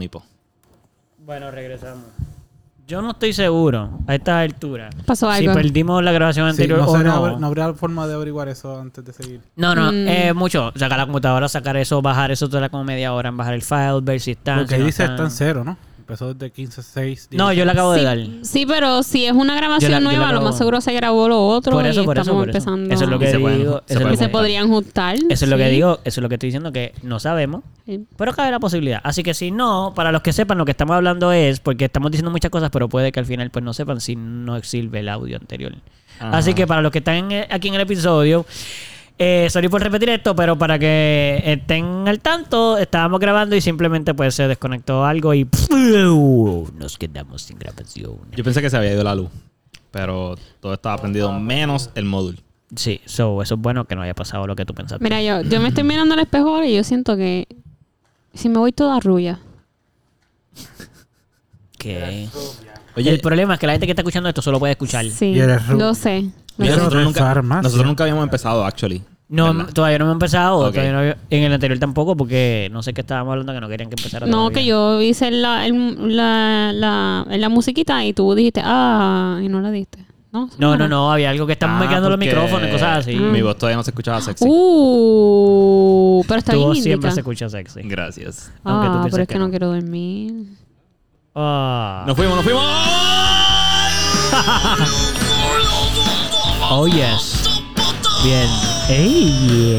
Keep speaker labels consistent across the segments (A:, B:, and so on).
A: Mipo.
B: Bueno, regresamos. Yo no estoy seguro a esta altura.
C: Pasó
B: Si
C: algo.
B: perdimos la grabación
D: Sí,
B: anterior
D: no,
B: o
D: sé, no
B: no.
D: habrá- no habrá forma de averiguar eso antes de seguir.
B: No, no,
C: Mm.
B: eh, mucho. Sacar la computadora, sacar eso, bajar eso, toda la como media hora, en bajar el file, ver si está.
D: Lo que dice está en cero, ¿no? Empezó desde 15, 6,
B: No, yo le acabo
C: sí,
B: de dar.
C: sí, pero si es una grabación
B: Yo la- yo la
C: nueva, lo
B: grabo.
C: más seguro se grabó lo otro
B: Por eso,
C: y
B: por eso,
C: estamos
B: por eso.
C: empezando.
B: Eso es lo
A: Y
B: que
A: se pueden-
B: digo.
A: se
B: eso es lo
C: que
A: pueden
C: se
A: juntar.
C: podrían juntar.
B: Eso es lo que
C: sí.
B: digo, eso es lo que estoy diciendo que no sabemos,
C: Sí.
B: pero cabe la posibilidad. Así que si no, para los que sepan lo que estamos hablando es porque estamos diciendo muchas cosas, pero puede que al final pues no sepan si no sirve el audio anterior. Así que para los que están eh, aquí en el episodio, eh, sorry por repetir esto, pero para que eh, estén al tanto, estábamos grabando y simplemente pues se desconectó algo y nos quedamos sin grabación.
A: Yo pensé que se había ido la luz, pero todo estaba prendido menos el módulo.
B: Sí, so, eso es bueno que no haya pasado lo que tú pensaste.
C: Mira, yo, yo me estoy mirando al espejo ahora y yo siento que si me voy toda rubia.
B: que
A: Oye,
B: el problema es que la gente que está escuchando esto solo puede escuchar.
C: Sí,
D: Y eres rubia.
C: lo sé. lo
A: mira,
C: sé.
D: Quiero
A: nosotros, nunca,
D: rezar más.
A: nosotros nunca habíamos empezado, actually.
B: No,
A: ¿Verdad?
B: todavía no me he empezado.
A: Ok.
B: todavía no había- en el anterior tampoco, porque no sé qué estábamos hablando que no querían que empezara.
C: No,
B: todavía.
C: que yo hice la, el- la, la, la musiquita y tú dijiste, ah, y no la diste. No, eso
B: No, no,
C: era.
B: no, había algo que estaban
A: Ah,
B: marcando los
A: porque
B: micrófonos y cosas así.
C: Mm,
A: Mi voz todavía no se escuchaba sexy.
C: Uh, pero está
B: Tu
C: bien
B: voz siempre
C: indica.
B: se escucha sexy.
A: Gracias.
B: aunque tú
C: Ah,
B: pienses
C: pero es
B: que
C: que, no.
B: no.
C: quiero dormir.
B: Ah.
A: Nos fuimos, nos fuimos.
B: Oh, yes. Bien. Ey,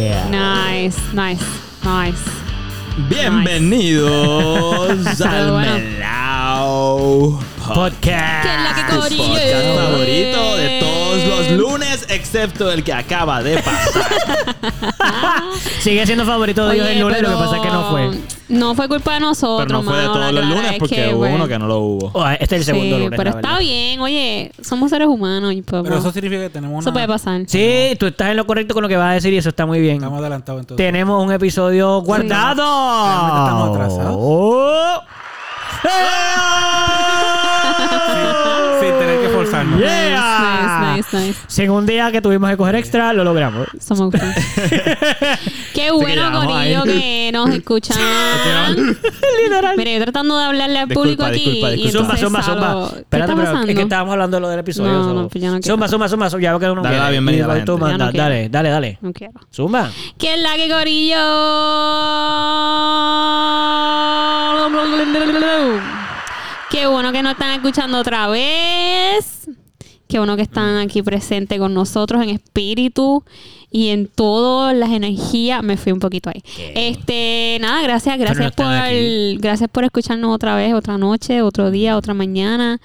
B: yeah.
C: Nice, nice, nice.
A: Bienvenidos al
C: Pero bueno.
A: Melao Podcast.
C: Que es la que
A: Ah, Tu
C: corille.
A: podcast favorito de todos los lunes, excepto el que acaba de pasar.
B: Sigue siendo favorito de Dios
C: Oye,
B: el lunes, lo que
C: pero
B: pasa es que no fue.
C: No fue culpa de nosotros,
A: Pero no fue de
C: mano,
A: todos
C: la
A: los
C: clara
A: lunes
C: es
A: porque
C: que,
A: hubo
C: bueno,
A: uno que no lo hubo.
B: Oh, este es el segundo
C: sí,
B: lunes.
C: Pero
B: la
C: está
B: verdad.
C: bien, oye, somos seres humanos y pues,
D: Pero eso
C: bueno,
D: significa que tenemos
C: eso
D: una...
C: puede pasar.
B: Sí, tú estás en lo correcto con lo que vas a decir y eso está muy bien.
D: Estamos adelantados entonces.
B: Tenemos un episodio guardado.
D: Realmente estamos atrasados.
B: Oh.
D: Sin- sin tener que forzarnos.
B: Yeah.
C: Nice, nice, nice.
B: Sin un día que tuvimos que coger extra, lo logramos.
C: Eso me gusta. Qué bueno,
A: llegamos ahí.
C: Corillo, que nos escuchan.
B: Literal.
C: Mira, yo tratando de hablarle al
A: Disculpa,
C: público aquí.
A: disculpa,
C: y
A: disculpa.
B: Zumba,
C: entonces
B: zumba,
C: salgo-
B: zumba. Espérate,
C: ¿Qué está
B: pero es que
C: pasando?
B: estábamos hablando de lo del episodio.
C: No,
B: solo.
C: no, pues ya no quiero.
B: zumba, zumba, zumba, zumba. Ya veo que no
A: Dale
B: quiere.
A: la bienvenida
B: Y
A: a la
B: vas tú,
A: gente.
B: manda.
C: Ya no quiero.
B: dale, dale, dale.
C: No quiero.
B: Zumba.
C: ¿Qué es la que corillo? Qué bueno que nos están escuchando otra vez. Qué bueno que están aquí presentes con nosotros en espíritu y en todas las energías. Me fui un poquito ahí. Este, nada, gracias, gracias
B: Pero
C: por,
B: no están aquí.
C: gracias por escucharnos otra vez, otra noche, otro día, otra mañana.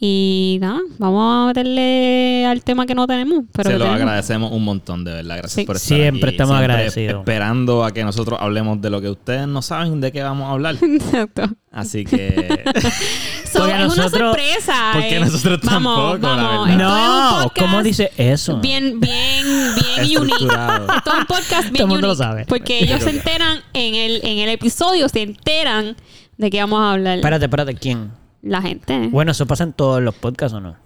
C: Y nada, vamos a meterle al tema que no tenemos. Pero
A: Se
C: que
A: lo
C: tenemos.
A: agradecemos un montón, de verdad. Gracias
C: Sí.
A: por estar
B: Siempre
A: aquí.
B: estamos agradecidos.
A: Esperando a que nosotros hablemos de lo que ustedes no saben de qué vamos a hablar.
C: Exacto.
A: Así que.
C: So,
B: Porque
C: es una
B: nosotros-
C: sorpresa.
A: porque
C: eh.
A: nosotros tampoco,
C: Vamos,
A: la verdad.
C: vamos. Esto es un
B: No,
C: podcast
B: ¿cómo dice eso?
C: Bien, bien, bien unique.
A: Estructurado.
C: Esto es un podcast bien
B: Todo el mundo lo
C: unique,
B: sabe.
C: Porque ellos se enteran en el, en el episodio, se enteran de que vamos a hablar
B: Espérate, espérate, ¿quién?
C: la gente. eh.
B: Bueno, eso pasa en todos los podcasts o no?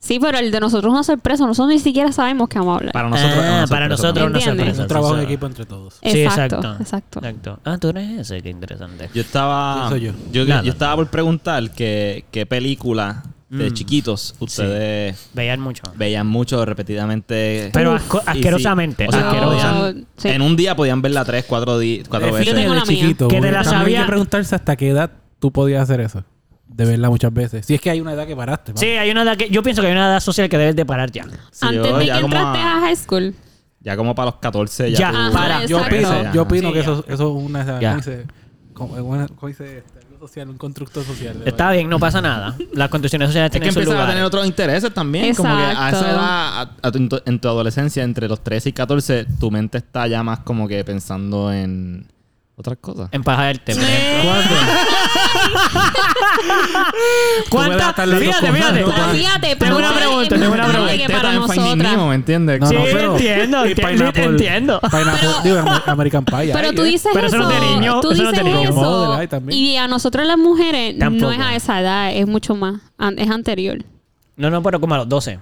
C: Sí, pero el de nosotros es una sorpresa. Nosotros ni siquiera sabemos que vamos a hablar.
A: Para nosotros.
B: Ah,
A: es una
B: para
A: sorpresa
B: nosotros
A: también.
B: una sorpresa.
C: ¿Entiendes?
D: Es un
B: sí,
D: trabajo en
B: sí.
D: equipo entre todos.
B: Sí,
C: exacto,
B: exacto.
C: exacto.
B: Exacto. Ah, tú eres ese, qué interesante.
A: Yo estaba.
D: Sí, soy yo.
A: Yo,
B: Nada.
A: yo estaba por preguntar que, qué película de
B: Mm.
A: chiquitos ustedes
B: Veían mucho.
A: veían mucho repetidamente.
B: Pero asco-
A: Y sí,
B: asquerosamente,
A: o sea,
B: asquerosamente.
A: podían-
C: Ah, Sí.
A: En un día podían verla tres, cuatro, di-
B: Eh,
A: cuatro
D: Fíjate
A: veces.
C: tengo
D: de
C: la mía.
D: chiquito.
B: Que te
D: güey.
B: la
D: También
B: sabía-
D: Hay que preguntarse hasta qué edad tú podías hacer eso. De verla muchas veces. Si es que hay una edad que paraste.
B: Sí, hay una edad que, yo pienso que hay una edad social que debes de parar ya.
A: Sí,
C: Antes
A: yo
C: de que
A: ya como
C: entraste a
A: a-
C: high school.
A: Ya como para los 14 ya.
B: Ya,
A: tú-
C: Ajá,
B: para.
D: Yo
C: exacto.
D: opino,
A: Ese,
D: yo
A: ajá.
D: opino
B: Sí,
D: que
B: ya.
D: eso, eso es una edad.
B: Ya.
D: ¿Cómo dice? Como- una- ¿Cómo dice? este, Algo social, un constructo social. de
B: Está bien, no pasa nada. Las condiciones sociales
A: Es que
B: tienen su
A: empiezas a
B: lugar.
A: tener otros intereses también. Como que a
C: Exacto.
A: esa edad, a- a tu- en, tu, en tu adolescencia, entre los 13 y 14, tu mente está ya más como que pensando en otras cosas.
B: Empajarte, por ejemplo.
D: Tú puedes
B: ¿Cuántas?
D: atar las dos
B: Fíjate,
D: cosas,
B: fíjate.
D: ¿no?
C: Pero fíjate,
B: Tengo una
C: pero-
B: pregunta, tengo una
C: Ay,
B: pregunta.
C: que para
A: Teta en Finding
C: nosotras.
A: Nemo, ¿me entiendes?
D: No,
B: Sí,
D: no, pero-
B: entiendo,
D: y
B: entiendo,
D: Pineapple-
B: entiendo.
D: Pineapple, digo, Amer- American Pie.
C: Pero
D: ahí,
C: tú
D: eh.
C: dices
B: Pero eso no
C: eso,
B: es de niño,
C: tú
B: eso no es
C: dices
B: de
C: eso,
B: niño.
D: Model, ay, también.
C: y a nosotras las mujeres
B: Tampoco.
C: no es a esa edad, es mucho más, an- es anterior.
B: No, no, pero como a los 12.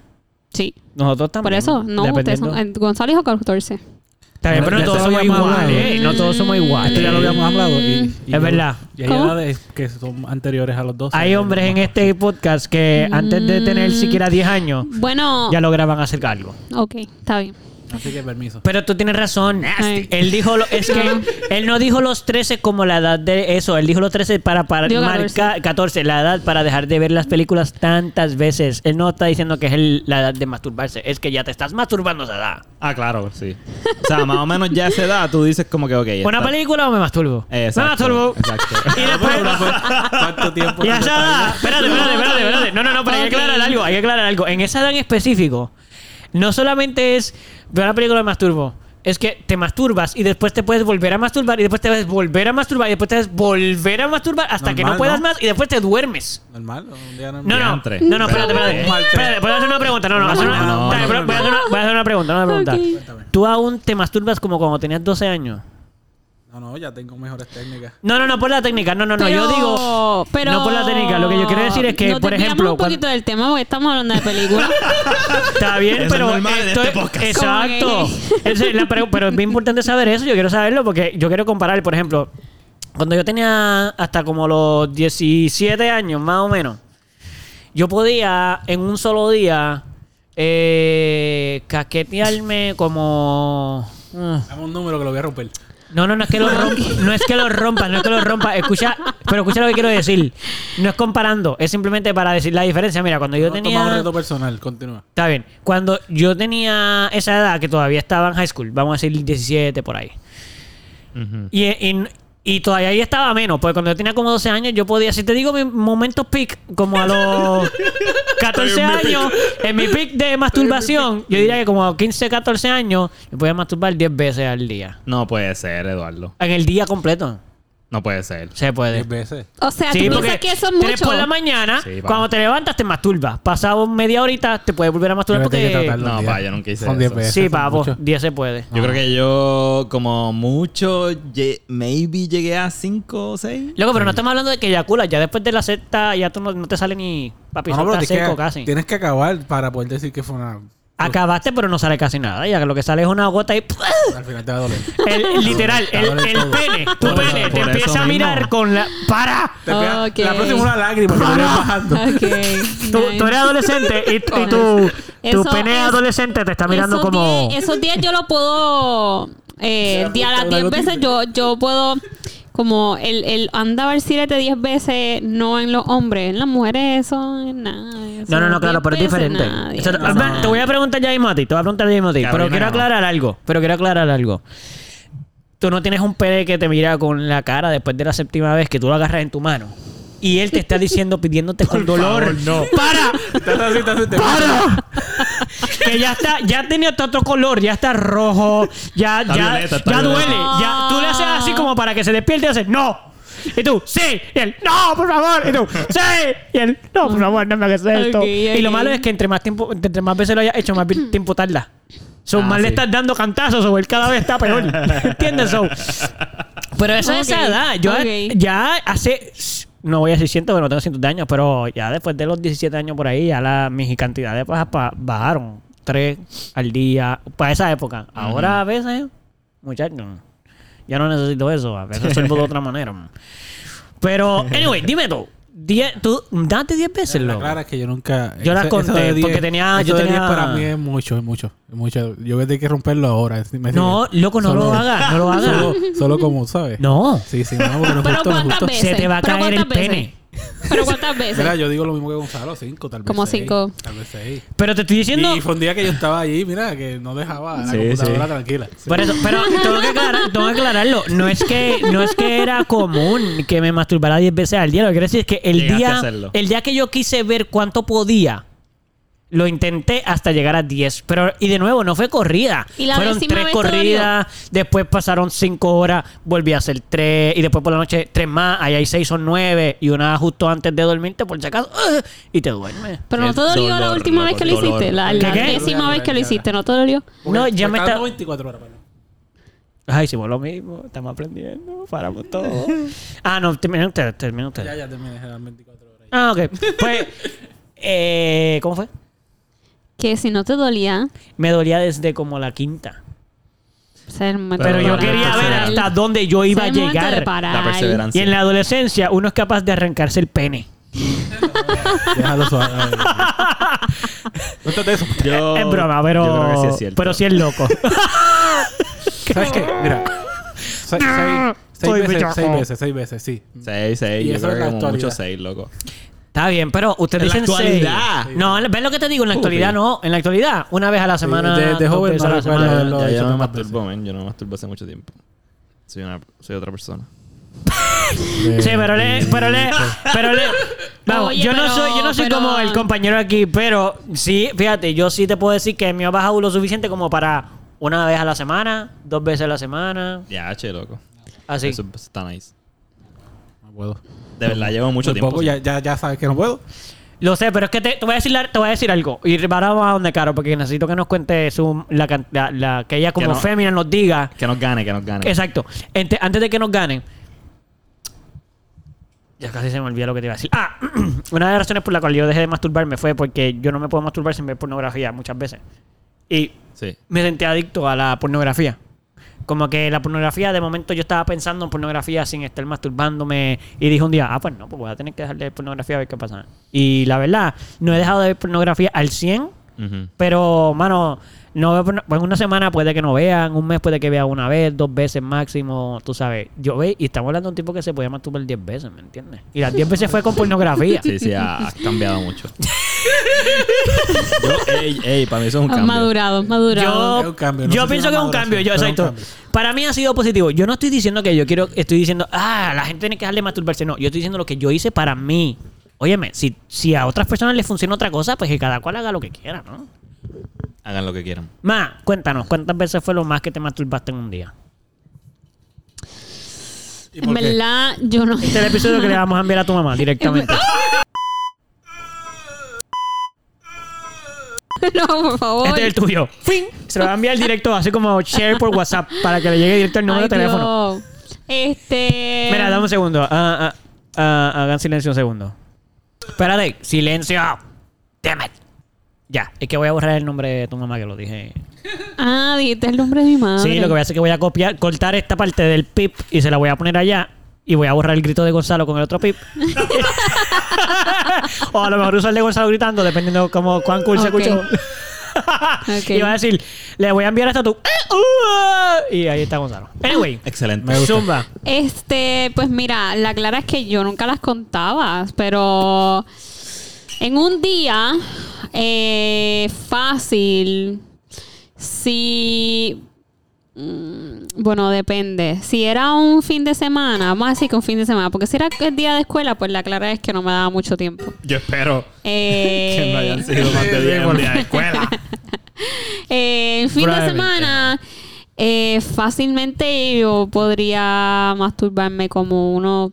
C: Sí,
B: Nosotros también.
C: por eso no, ustedes
B: dependiendo.
C: son, eh, Gonzalo dijo 14.
B: Está bien, pero no
D: Ya
B: todos
D: esto lo
B: somos
D: habíamos
B: iguales.
D: hablado.
B: No todos somos iguales.
D: Esto ya lo habíamos hablado. Y, y
B: Es verdad.
D: Y hay
C: ¿Cómo?
D: edades que son anteriores a los 12.
B: Hay hombres en este podcast que antes de tener siquiera 10 años
C: Bueno,
B: ya lograban hacer algo.
C: ok, está bien.
D: Así que permiso.
B: Pero tú tienes razón.
C: Ay.
B: Él dijo lo- es que él no dijo los 13 como la edad de eso, él dijo los 13 para para
C: Digo 14.
B: marcar 14. la edad para dejar de ver las películas tantas veces. Él no está diciendo que es el- la edad de masturbarse, es que ya te estás masturbando a esa edad.
A: Ah, claro, sí. O sea, más o menos ya a esa edad tú dices como que, ok. ya
B: ¿Una
A: está.
B: película o me masturbo?
A: Eh,
B: me
A: Exacto.
B: masturbo.
A: exacto.
B: Y después
D: ¿Cuánto tiempo?
B: Y a esa edad, espérate, espérate, espérate, espérate. No, no, no, pero hay que
C: Ok.
B: aclarar algo, hay que aclarar algo. En esa edad en específico, no solamente es ver la película de masturbo, es que te masturbas y después te puedes volver a masturbar y después te puedes volver a masturbar y después te puedes volver a masturbar hasta que no
D: Normal,
B: puedas
D: ¿no?
B: más y después te duermes.
D: Normal, un día
B: No, no,
A: Diantre.
B: no, no, espérate,
A: Pero-
B: espérate. Espérate, voy a hacer una pregunta. No, no, voy a hacer una,
A: No,
B: Dale,
A: no,
B: pero
D: no,
B: voy a hacer una- voy a hacer una pregunta, una pregunta.
C: Ok.
B: ¿Tú aún te masturbas como cuando tenías 12 años?
D: No, no, ya tengo mejores técnicas.
B: No, no, no, por la técnica. No, no, no, yo
C: Pero-
B: digo.
C: pero-
B: no por la técnica. Lo que yo quiero decir es que,
C: Nos
B: por
C: desviamos
B: ejemplo.
C: un poquito
B: cuando-
C: del tema porque estamos hablando de películas.
B: Está bien,
A: Eso es
B: pero.
A: normal en
B: esto
A: este
B: es-
A: podcast.
B: Exacto.
C: Como
B: Esa es la pre- pero es bien importante saber eso. Yo quiero saberlo porque yo quiero comparar, por ejemplo, cuando yo tenía hasta como los 17 años, más o menos, yo podía en un solo día eh, casquetearme como. mm,
D: Dame un número que lo voy a romper.
B: no, no, no es que lo rompa, no es que lo rompa, no es que lo rompa. Escucha, pero escucha lo que quiero decir. No es comparando, es simplemente para decir la diferencia. Mira, cuando yo
D: no
B: tenía
D: toma un reto personal, continúa.
B: Está bien. Cuando yo tenía esa edad, que todavía estaba en high school, vamos a decir 17 por ahí.
A: Ujú.
B: Y, y- y todavía ahí estaba menos, porque cuando yo tenía como 12 años, yo podía, si te digo mis momentos peak, como a los 14 años, en mi peak de masturbación, yo diría que como a 15, 14 años, yo podía masturbar 10 veces al día.
A: No puede ser, Eduardo.
B: En el día completo.
A: No puede ser.
B: Se puede.
D: Diez veces.
C: O sea,
B: Sí,
C: tú
B: porque
C: piensas que eso es
B: tres
C: mucho.
B: por la mañana,
A: Sí, va.
B: cuando te levantas, te masturbas. Pasado media horita, te puedes volver a masturbar
D: Yo creo que hay que
B: porque...
D: tratarlo
A: No,
D: un día.
A: pa, yo nunca hice
D: Son diez
A: eso.
D: veces,
B: Sí,
D: son
B: papo,
D: mucho.
B: 10 se puede.
A: Yo creo que yo, como mucho, lle- maybe llegué a 5 o 6.
B: Loco, pero no estamos hablando de que eyacula. Ya después de la sexta, ya tú no, no te sale ni papi,
D: No,
B: eso
D: no, pero
B: está
D: tienes que-
B: seco casi.
D: Tienes que acabar para poder decir que fue una.
B: Acabaste, pero no sale casi nada. Ya que lo que sale es una gota y.
D: Al final te va a doler.
B: El, literal, el, el pene, tu
A: Por eso-
B: pene,
A: por
B: te
A: eso
B: empieza
A: mismo.
B: a mirar con la. ¡Para!
D: Te pega-
C: Ok.
D: La próxima es una lágrima. Pero
B: Ah,
D: bajando.
C: Ok.
B: Tú,
C: nice.
B: tú eres adolescente y, y
C: Con
B: tu, tu
C: eso
B: pene
C: es-
B: adolescente te está mirando
C: Esos
B: como.
C: diez- esos días yo lo puedo. Eh,
D: Se
C: a las
D: afecta
C: 10
D: una
C: veces yo, yo puedo. Como el, el andaba al sirete 10 veces, no en los hombres. En las mujeres eso es nada.
B: No, no, no, claro, pero es diferente. Eso- Espera, Te voy a preguntar ya mismo a ti, te voy a preguntar ya mismo a ti, pero
A: Carolina
B: quiero
A: ganó.
B: aclarar algo, pero quiero aclarar algo. Tú no tienes un pene que te mira con la cara después de la séptima vez que tú lo agarras en tu mano y él te está diciendo, pidiéndote con dolor,
A: no.
B: para,
D: Estás así, estás así, te-
B: que ya está, ya tiene hasta otro color, ya está rojo, ya,
A: Está
B: ya,
A: violeta, está
B: ya
A: violeta.
B: duele, ya, tú le haces así como para que se despierte y haces, no. Y tú, sí. Y él, no, por favor. Y tú, sí. Y él, no, por favor, no me hagas esto.
C: Ok,
B: Y lo
C: ok.
B: malo es que entre más tiempo, entre más veces lo hayas hecho, más vi- tiempo tarda. So,
A: Ah,
B: más
A: sí.
B: le estás dando cantazos o él cada vez está peor. ¿Entiendes? So, pero esa es esa
C: Ok,
B: edad. Yo
C: ok.
B: ya hace. No voy a decir cientos, bueno, tengo cientos de años, pero ya después de los 17 años por ahí, ya la, mis cantidades de pajas pa- bajaron. Tres al día, para esa época. Ahora a veces, muchachos, ya no necesito eso. A veces soy de otra manera. man. Pero, anyway, dime tú. Diez, tú date 10 veces,
D: La
B: loco.
D: clara es que yo nunca.
B: Yo la
D: ese-
B: conté,
D: eso de
B: porque tenía-
D: eso
B: yo
D: de
B: tenía-
D: 10 para mí es mucho, es mucho. Es mucho. Yo voy a tener que romperlo ahora. es- me
B: No,
D: sigue.
B: loco, no
D: Solo-
B: lo hagas, no lo hagas.
D: Solo, solo como, ¿sabes?
B: No.
D: Sí, sí, no, porque no es
C: Pero
D: justo, no es
C: ¿cuántas
D: justo.
C: veces?
B: Se te va a
C: ¿Pero
B: caer el
C: cuántas veces?
B: pene.
C: Pero ¿cuántas veces?
D: Mira, yo digo lo mismo que Gonzalo, cinco, tal vez.
C: Como
D: seis,
C: cinco.
D: Tal vez seis.
B: Pero te estoy diciendo.
D: Y fue un día que yo estaba allí, mira, que no dejaba la
A: Sí,
D: computadora
A: sí.
D: tranquila.
B: Por eso, pero tengo que, aclarar- tengo que aclararlo. No es que, no es que era común que me masturbara 10 veces al día. Lo que quiero decir es que el
A: Llegaste a
B: día,
A: hacerlo.
B: el día que yo quise ver cuánto podía, lo intenté hasta llegar a 10. Pero, y de nuevo, no fue corrida.
C: ¿Y la
B: Fueron
C: décima
B: tres
C: vez te
B: corridas, después pasaron 5 horas, volví a hacer 3, y después por la noche 3 más, ahí hay 6 son 9, y una justo antes de dormirte, por si acaso, ¡ah! y te duermes.
C: Pero no
A: El
C: te dolió la
A: dolor,
C: última
A: loco,
C: vez que
A: el
C: lo
A: dolor.
C: hiciste. La,
B: ¿Qué,
C: la
B: qué?
C: décima vez que lo hiciste, ¿no te dolió?
B: No, ya me
D: Porque
B: está-
D: estaba 24 horas, perdón.
B: Ay, si vos lo mismo, estamos aprendiendo, paramos todo. ah, no, termina usted, termina usted.
D: Ya, ya terminé, eran 24 horas.
B: Ah, ok. Pues, eh, ¿cómo fue?
C: Que si no te dolía.
B: Me dolía desde como la quinta.
C: Ser muy
B: Pero yo
A: Pero
B: quería
A: la
C: pues,
B: ver
A: perseverancia.
B: hasta dónde yo iba a
C: Ser momento de
B: llegar.
C: parar.
A: La perseverancia.
B: Y en la adolescencia uno es capaz de arrancarse el pene.
D: Déjalo suave. Ay, No te de eso.
A: Oh, Yo-
B: es broma, pero.
A: Yo creo que sí es cierto.
B: Pero sí es loco.
D: ¿Sabes qué? Mira. Se- seis-
B: Soy
D: Seis veces,
B: bellaco.
D: seis veces, seis veces, sí.
A: Seis, seis.
D: Y
A: Yo
D: eso es la
A: creo que como
D: actualidad.
A: mucho seis, loco.
B: Está bien, pero ustedes
A: En la
B: dicen
A: actualidad.
B: seis. No, ven lo que te digo, en la actualidad
A: Uy.
B: no. En la actualidad, una vez a la semana.
D: de- de
B: dos
D: joven
B: veces
D: no
B: a la
D: recuerdo
B: semana.
D: lo
A: ya
D: he
A: yo
D: hecho
A: no me
D: tantas
A: masturbo, men. Yo no me masturbo hace mucho tiempo. Soy, una, soy otra persona.
B: Sí,
A: Eh,
B: pero le, pero le, pero le. Vamos,
C: Oye,
B: yo no
C: pero-
B: soy, yo no soy
C: pero-
B: como el compañero aquí, pero sí, fíjate, yo sí te puedo decir que me ha bajado lo suficiente como para una vez a la semana, dos veces a la semana,
A: Ya, che, loco.
B: así.
A: Eso está nice.
D: No puedo.
A: De verdad, llevo mucho
D: Tampoco,
A: tiempo.
D: ya, ya, ya sabes que no puedo.
B: Lo sé, pero es que te, te voy a decir, la- te voy a decir algo y ahora vamos a donde Caro, porque necesito que nos cuente su, la, can- la- la- que ella como
A: Que no-
B: fémina nos diga.
A: Que nos gane, que nos gane.
B: Exacto. Ente- antes de que nos ganen. Ya casi se me olvidó lo que te iba a decir. Ah, una de las razones por la cual yo dejé de masturbarme fue porque yo no me puedo masturbar sin ver pornografía muchas veces. Y
A: Sí.
B: me sentí adicto a la pornografía. Como que la pornografía, de momento yo estaba pensando en pornografía sin estar masturbándome. Y dije un día, ah, pues no, pues voy a tener que dejar de ver pornografía a ver qué pasa. Y la verdad, no he dejado de ver pornografía al 100.
A: Ujú.
B: Pero, mano, no veo porno- pues, una semana puede que no vean, un mes puede que vea una vez, dos veces máximo, tú sabes. Yo ve, y estamos hablando de un tipo que se podía masturbar 10 veces, ¿me entiendes? Y las 10 veces fue con pornografía.
A: Sí, sí, ha- has cambiado mucho. Yo, ey, ey, para mí eso es un
C: Has
A: cambio.
C: madurado, has
B: Yo,
C: madurado.
D: Es un cambio, no
B: yo
D: sé si
B: pienso
D: una
B: que es un
D: maduración,
B: cambio, yo,
D: pero es un
B: exacto.
D: cambio.
B: Para mí ha sido positivo. Yo no estoy diciendo que yo quiero, estoy diciendo, ah, la gente tiene que dejar de masturbarse. No, yo estoy diciendo lo que yo hice para mí. Óyeme, si, si a otras personas les funciona otra cosa, pues que cada cual haga lo que quiera, ¿no?
A: Hagan lo que quieran.
B: Ma, cuéntanos, ¿cuántas veces fue lo más que te masturbaste en un día?
D: ¿Y
C: en
D: por qué?
C: verdad, yo no.
B: Este es el episodio que le vamos a enviar a tu mamá directamente.
C: no, por favor.
B: Este es el tuyo. Fin. Se lo va a enviar directo, así como share por WhatsApp, para que le llegue directo el número
C: Ay,
B: de teléfono.
C: Dios. Este.
B: Mira, dame un segundo. Ah, ah, ah, hagan silencio un segundo. Espérate, silencio. Damn it. Ya, es que voy a borrar el nombre de tu mamá que lo dije.
C: Ah, dijiste el nombre de mi madre.
B: Sí, lo que voy a hacer es que voy a copiar, cortar esta parte del pip y se la voy a poner allá. Y voy a borrar el grito de Gonzalo con el otro pip. o a lo mejor usar el de Gonzalo gritando, dependiendo cómo, cuán cool
C: Ok.
B: se escuchó.
C: Ok.
B: Y va a decir, le voy a enviar hasta tu. ¡Eh! ¡Uh! Y ahí está Gonzalo. Anyway,
A: Excelente.
D: Me gusta.
B: Zumba.
C: Este, pues mira, la clara es que yo nunca las contaba, pero en un día eh, fácil, si... mm, Bueno, depende. Si era un fin de semana, vamos a decir que un fin de semana, porque si era el día de escuela, pues la clara es que no me daba mucho tiempo.
A: Yo espero
C: Eh,
A: que no hayan sido más de 10 en día de escuela.
C: Eh, en fin de
B: Probablemente
C: semana, eh, fácilmente yo podría masturbarme como unos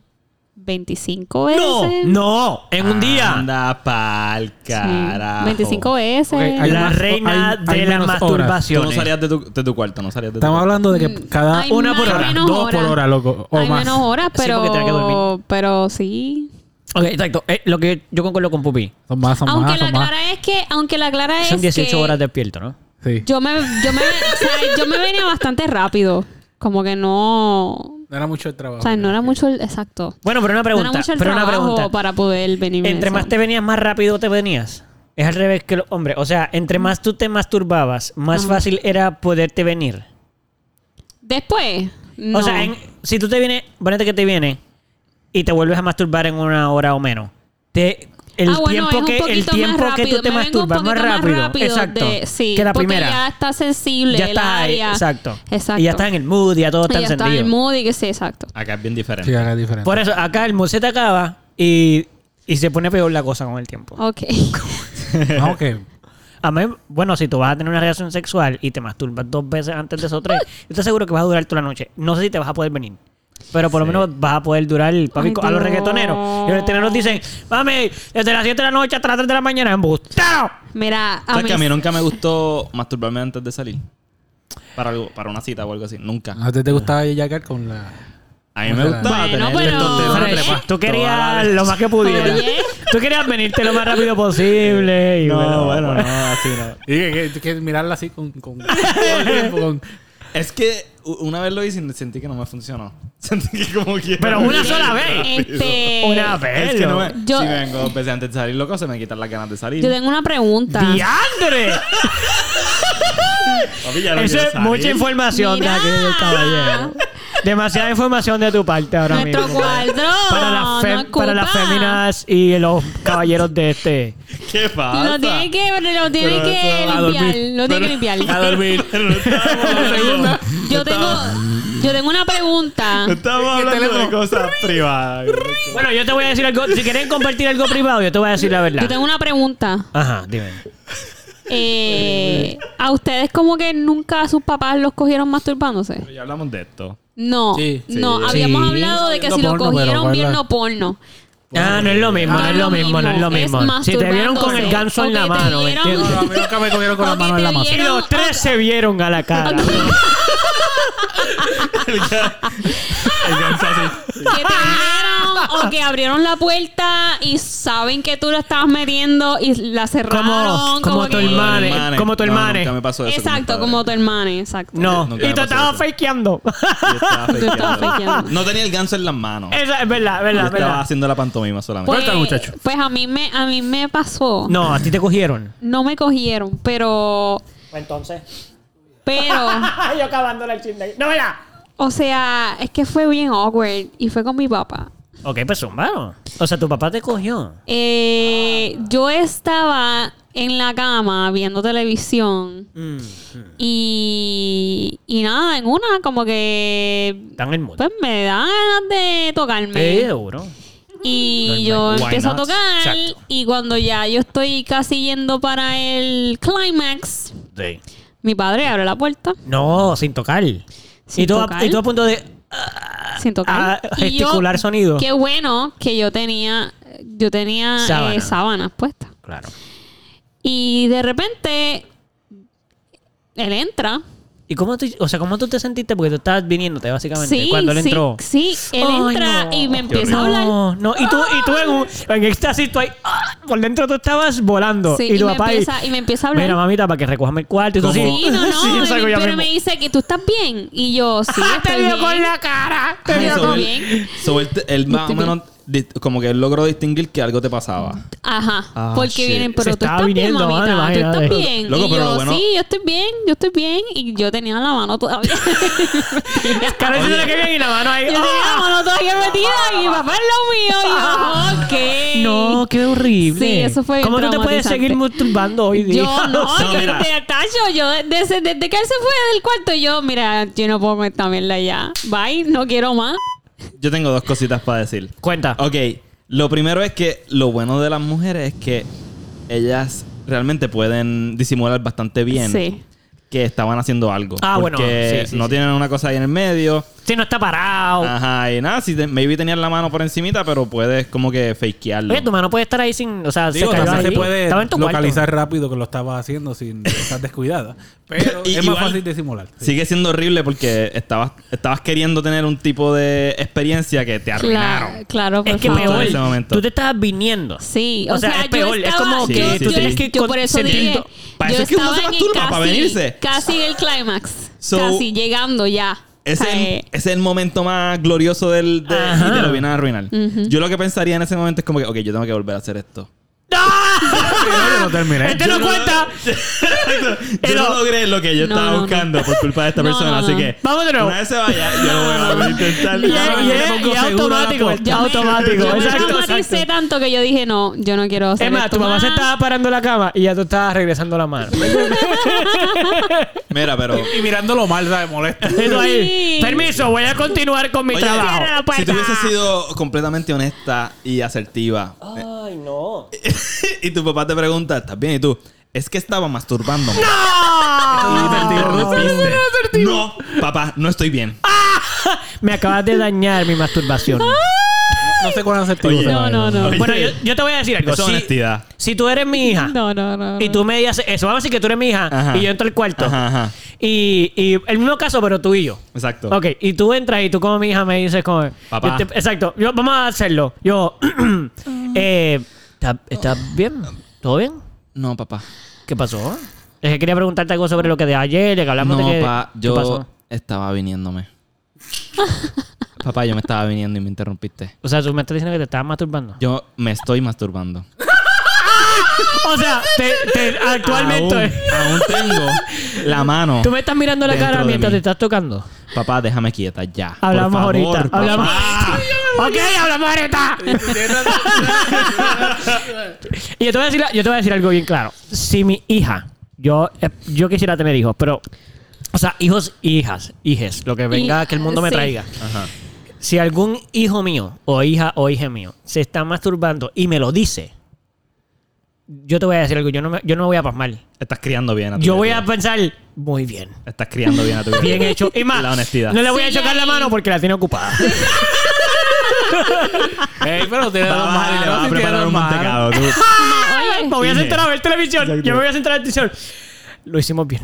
C: 25 veces.
B: No, no, en un día.
A: Anda pa'l
C: Sí,
A: carajo.
C: 25 veces.
D: Ok, hay
B: La
D: más-
B: reina
D: hay- hay
B: de la
D: menos
A: Tú no
D: horas.
B: masturbación.
A: salías de tu, de tu cuarto, no salías de tu
D: Estamos
A: cuarto.
D: hablando de que cada
C: Mm, Hay
B: una
C: más
B: por
C: o
B: hora,
C: menos
D: dos por hora, loco, o
C: Hay
D: más.
C: menos horas,
B: Sí, porque tenía que
C: pero,
B: dormir.
C: pero sí.
B: Ok, exacto. Eh, lo que yo concuerdo con Pupi.
D: son más, son
C: Aunque
D: más,
C: la
D: son más.
C: clara es que, aunque la clara
B: Son
C: es
B: 18
C: que
B: horas despierto, ¿no?
D: Sí.
C: yo me, yo me, o sea, yo me venía bastante rápido. Como que no,
D: No era mucho el trabajo.
C: o sea, no era mucho el, exacto.
B: Bueno, pero una
C: No era
B: pregunta.
C: mucho el
B: pero una
C: trabajo
B: pregunta.
C: para poder venir.
B: Entre más te venías, más rápido te venías. Es al revés que los hombres. O sea, entre
C: Mm.
B: más tú te masturbabas, más
C: Ajá.
B: fácil era poderte venir.
C: Después.
B: O sea,
C: no.
B: en- si tú te vienes, ponete que te vienes y te vuelves a masturbar en una hora o menos. Te, el
C: Ah, bueno,
B: tiempo,
C: es un
B: que, el
C: poquito
B: tiempo
C: más
B: que tú
C: rápido.
B: te
C: Me vengo un
B: masturbas más
C: poquito
B: rápido, exacto,
C: rápido de- sí,
B: que la
C: porque
B: primera,
C: ya está sensible
B: ya
C: el
B: estás ahí,
C: área.
B: exacto.
C: Exacto.
B: Y ya estás en el mood, ya todo está
C: Y ya
B: encendido.
C: está en el mood y que sí, exacto.
A: Acá es bien diferente.
D: Sí, acá es diferente.
B: Por eso, acá el mood se te acaba y, y se pone peor la cosa con el tiempo.
C: Ok.
D: Ah, ok.
B: A mí, bueno, si tú vas a tener una relación sexual y te masturbas dos veces antes de esos tres, yo te aseguro que vas a durar toda la noche. No sé si te vas a poder venir. Pero por lo menos vas a poder durar papi,
C: Ay,
B: co- a los
C: Dios.
B: reggaetoneros. Y los reggaetoneros dicen, mami, desde las 7 de la noche hasta las 3 de la mañana, embustero.
C: Mira, a
A: ¿Sabes
C: mí,
A: que a mí nunca me gustó masturbarme antes de salir? Para algo, para una cita o algo así. Nunca.
D: Antes te gustaba yacar con la.
A: A mí me gustaba
C: Bueno,
A: tener
C: pero-
A: testosterona
C: Fresh.
A: trepa-
B: Tú
A: toda la
B: querías
A: vez.
B: lo más que pudieras.
C: Oye.
B: Tú querías venirte lo más rápido posible. Y
A: No,
B: bueno,
A: bueno, no, así no.
D: Y que, que- que mirarla así con. con, todo el tiempo, con-
A: Es que u- una vez lo hice y sentí que no me funcionó. Sentí que como que...
B: Pero una sola vez.
C: Este,
B: Una vez.
A: Es que no me...
C: Yo-
A: Si vengo dos veces antes de salir, loco, se me quitan las ganas de salir.
C: Yo tengo una pregunta.
B: ¡Diandre!
A: Papi, ya no
B: Eso
A: quiero
B: es
A: salir.
B: mucha información
C: Mira.
B: de aquí del caballero. Demasiada información de tu parte ahora
C: Nuestro
B: mismo.
C: cuadro.
B: Para las, fem-
C: Ah, no
B: para las
C: ocupa.
B: féminas y los caballeros de este.
A: ¿Qué pasa?
C: Lo tiene que, lo tiene
A: Pero
C: que
A: eso, a
C: limpiar.
A: dormir.
C: Lo tiene que
A: Pero-
C: limpiar.
A: A dormir. segunda.
C: Yo tengo, yo tengo una pregunta.
A: Estamos hablando de cosas privadas.
B: Bueno, yo te voy a decir algo. Si quieren compartir algo privado, yo te voy a decir la
C: Yo
B: verdad.
C: tengo una pregunta.
B: Ajá, dime.
C: Eh, ¿A ustedes como que nunca sus papás los cogieron masturbándose?
A: Pero ya hablamos de esto.
C: No,
D: Sí.
C: no.
A: Sí.
C: Habíamos
B: Sí.
C: hablado de que
D: No
C: si
D: porno,
C: lo
D: pero
C: cogieron
D: ¿cuál
C: bien
D: es?
C: no porno.
B: Ah, no es lo mismo, no es lo mismo, no es lo mismo.
C: Es
B: Si te vieron con el
C: masturbándose.
B: ganso en
C: O
B: la
C: que te
B: mano, ¿me
C: vieron-
B: entiendes?
D: No, a mí nunca me cogieron con
C: O
D: la
C: que
D: mano
C: te
D: en la masa.
B: Y los tres se vieron a la cara.
A: El ganso así.
C: que te vieron o que abrieron la puerta y saben que tú la estabas metiendo y la
B: Como,
C: cerraron.
B: como tu
C: que-
B: hermana. eh,
A: Hermane.
B: Como tu
A: No,
B: hermana.
A: nunca me pasó eso con mi
C: Exacto,
A: padre.
C: como tu hermana, exacto.
B: No,
A: Nunca
B: y
A: me
B: tú
A: pasó
B: estabas
A: eso.
B: fakeando.
A: Yo estaba fakeando.
C: estaba fakeando.
A: No tenía el ganso en las manos.
B: Esa es verdad,
A: Yo
B: verdad,
A: estaba
B: verdad.
A: haciendo la pantomima solamente.
C: Pues,
D: Cuéntalo, muchacho.
C: pues a mí me a mí me pasó. No,
B: No, a ti te cogieron.
C: me cogieron, pero
B: Pues Entonces.
C: pero
B: Yo acabando el chisme. No, mira.
C: o sea, es que fue bien awkward y fue con mi papá.
B: Ok, pues zumbaron. O sea, tu papá te cogió.
C: Eh, yo estaba en la cama viendo televisión y y nada, en una como que
B: Tan el mundo.
C: pues me da ganas de tocarme.
B: Sí, seguro.
C: Y
B: Eh, Normal.
C: yo
B: Why
C: empiezo a
B: not?
C: tocar.
B: Exacto.
C: Y cuando ya yo estoy casi yendo para el climax,
B: Sí.
C: mi padre abre la puerta
B: No, sin tocar.
C: Sin
B: y, tú
C: tocar.
B: A, y tú a punto de
C: sin tocar.
B: ah,
C: Y yo-
B: gesticular sonido.
C: Qué bueno que yo tenía, yo tenía eh,
B: Sábana.
C: sábanas puestas.
B: Claro.
C: Y de repente, él entra.
B: ¿Y cómo tú, o sea, cómo tú te sentiste? Porque tú estabas viniéndote, básicamente,
C: Sí,
B: cuando él
C: sí,
B: entró.
C: Sí, él
B: Ay,
C: entra
B: no.
C: y me
B: Qué
C: empieza a
B: horrible.
C: hablar.
B: No, no. Y tú, y tú en, un, en éxtasis, tú ahí, ah, por dentro tú estabas volando.
C: Sí,
B: y tu
C: me
B: papá ahí,
C: empieza, y me empieza a hablar.
B: mira, mamita, para que recojame el cuarto. Y tú así,
C: Sí, no, no.
B: sí, yo salgo ya
C: pero me
B: mismo.
C: dice que tú estás bien. Y yo, sí,
B: Ah,
C: estoy
B: te vio
C: bien.
B: con la cara. Te
C: Ay,
B: vio
C: eso
B: con...
C: me-
A: él, sobre él, él más o menos di- como que él logró distinguir que algo te pasaba.
C: Ajá,
A: Ah,
C: porque
A: shit.
C: vienen, pero
B: Se
C: tú
B: estaba
C: estás
B: viniendo,
C: bien,
B: mano,
C: mamita, tú
B: imagínate.
C: estás bien.
A: Loco,
C: y
A: pero
C: yo,
A: bueno.
C: sí, yo estoy bien, yo estoy bien. Y yo tenía la mano todavía.
B: Cara, diciéndole que bien y la mano ahí.
C: yo tenía la
B: ah.
C: mano todavía metida y mi papá es lo mío. Y yo, ok.
B: No, qué horrible.
C: Sí, eso fue bien
B: ¿Cómo tú te puedes
C: traumatizante.
B: seguir masturbando hoy día?
C: Yo no,
A: No,
C: yo
A: mira.
C: de tacho, yo desde, desde que él se fue del cuarto, yo, mira, yo no puedo con esta mierda ya. Bye, no quiero más.
A: Yo tengo dos cositas para decir.
B: Cuenta.
A: Ok, lo primero es que lo bueno de las mujeres es que ellas realmente pueden disimular bastante bien
C: Sí.
A: que estaban haciendo algo.
B: Ah, bueno,
A: porque
B: sí, sí,
A: no
B: sí.
A: tienen una cosa ahí en el medio.
B: Si no está
C: Oh.
B: parado.
A: Ajá, y nada, si te- maybe tenían la mano por encimita, pero puedes como que fakearlo.
B: Oye, tu mano puede estar ahí sin. O sea,
D: Digo,
B: se cayó
D: también
B: ahí.
D: se puede
B: Estaba en tu
D: localizar
B: cuarto.
D: rápido que lo estabas haciendo sin estar descuidada. Pero
A: Y
D: es
A: igual-
D: más fácil de simular. sí.
A: Sigue siendo horrible porque estabas, estabas queriendo tener un tipo de experiencia que te
C: Claro,
A: arruinaron.
C: claro, por
B: Es que
C: favor.
A: En ese
B: peor.
A: momento.
B: Tú te estabas viniendo.
C: Sí,
B: O sea, es peor, es como
A: que tú tienes
B: que
C: yo por eso
B: consentir.
C: dije,
A: Para
C: yo
A: eso es que uno se
C: estaba en el
A: masturba, para
C: casi-
A: venirse.
C: Casi el clímax,
A: So,
C: casi llegando ya.
A: Ese
C: O sea, eh,
A: es, el, ese es el momento más glorioso del... De,
B: Ajá.
A: y te lo vienen a arruinar. Yo lo que pensaría en ese momento es como que, ok, yo tengo que volver a hacer esto.
D: Yo no terminé.
B: Este no cuenta.
A: Yo no
B: Pero-
A: logré lo que yo
C: No,
A: estaba
C: no, no.
A: buscando por culpa de esta
C: No,
A: persona.
C: no,
A: Así
C: no.
A: que...
B: Vamos de nuevo.
A: Una vez se vaya, yo no voy a volver a intentar.
B: Y es- y
D: no, yo
B: es-
D: me
B: y
D: pongo
B: es
D: seguro la
B: automático.
D: puerta.
B: ya
C: me-
B: automático.
C: Yo me
B: Exacto,
C: traumaticé
B: exacto.
C: tanto que yo dije, no, yo no quiero hacer
B: Es más,
C: esto
B: tu mamá
C: más.
B: se estaba parando la cama y ya tú estabas regresando la mano.
A: Mira, pero...
D: Y mirándolo mal, ¿sabes? Molesta.
B: Y tú ahí,
C: Sí.
B: Permiso, voy a continuar con mi
A: Oye,
B: trabajo.
C: Cierra la
A: si
C: puerta.
A: tú hubieses sido completamente honesta y asertiva eh,
B: Ay, no.
A: y tu papá te pregunta, ¿estás bien? Y tú, es que estaba masturbando.
D: No.
A: No, papá, no estoy bien.
B: Ah, Me acabas de dañar mi masturbación.
D: No sé cuál es asertivo.
A: Oye.
D: ¿sabes?
C: Ah, No, no, no.
A: Oye,
B: Bueno, yo, yo te voy a decir algo.
A: Eso es
B: Si,
A: honestidad.
B: si tú eres mi hija
C: No, no, no.
B: y
C: no.
B: tú me dices eso, vamos a decir que tú eres mi hija
A: Ajá.
B: y yo entro al cuarto.
A: Ajá, ajá.
B: Y, y el mismo caso, pero tú y yo.
A: Exacto.
B: Ok, y tú entras y tú como mi hija me dices como...
A: Papá.
B: yo te- exacto, yo, vamos a hacerlo. Yo... eh, ¿Estás estás bien? ¿Todo bien?
A: No, papá.
B: ¿Qué pasó? Es que quería preguntarte algo sobre lo que de ayer, de que hablamos
A: No,
B: de que...
A: papá,
B: ¿Qué
A: yo
B: pasó?
A: Estaba viniéndome. Papá, yo me estaba viniendo y me interrumpiste.
B: O sea, tú me estás diciendo que te estabas masturbando.
A: Yo me estoy masturbando.
B: O sea, te- te- actualmente.
A: Aún, aún tengo la mano.
B: Tú me estás mirando la
A: Dentro
B: cara
A: de
B: mientras
A: mí.
B: te estás tocando.
A: Papá, déjame quieta ya. Por
B: Hablamos
A: favor,
B: ahorita.
A: papá.
B: Hablamos. ok, hablamos ahorita. y yo te, voy a decir, yo te voy a decir algo bien claro. Si mi hija, yo, eh, yo quisiera tener hijos, pero. O sea, hijos, hijas, hijes, lo que venga,
C: Hija,
B: que el mundo me
C: sí.
B: traiga.
A: Ajá.
B: Si algún hijo mío, o hija, o hija mío, se está masturbando y me lo dice, yo te voy a decir algo, yo no me, yo no me voy a pasmar.
A: Estás criando bien a tu
B: Yo
A: criatura.
B: voy a pensar, muy bien.
A: Estás criando bien a tu
B: Bien
A: criatura.
B: hecho. Y más,
A: La honestidad.
B: no le voy a
C: Sí,
B: chocar la
C: ahí.
B: mano porque la tiene ocupada.
D: Ey, pero tiene
A: Va
D: dos manos.
A: bajar y le
D: no,
A: vas
D: si
A: a preparar
D: tiene
A: un
D: dos manos.
A: mantecado. tú.
C: Oye,
B: me voy a
A: Dije.
B: sentar a ver televisión. Yo me voy a sentar a ver televisión. Lo hicimos bien.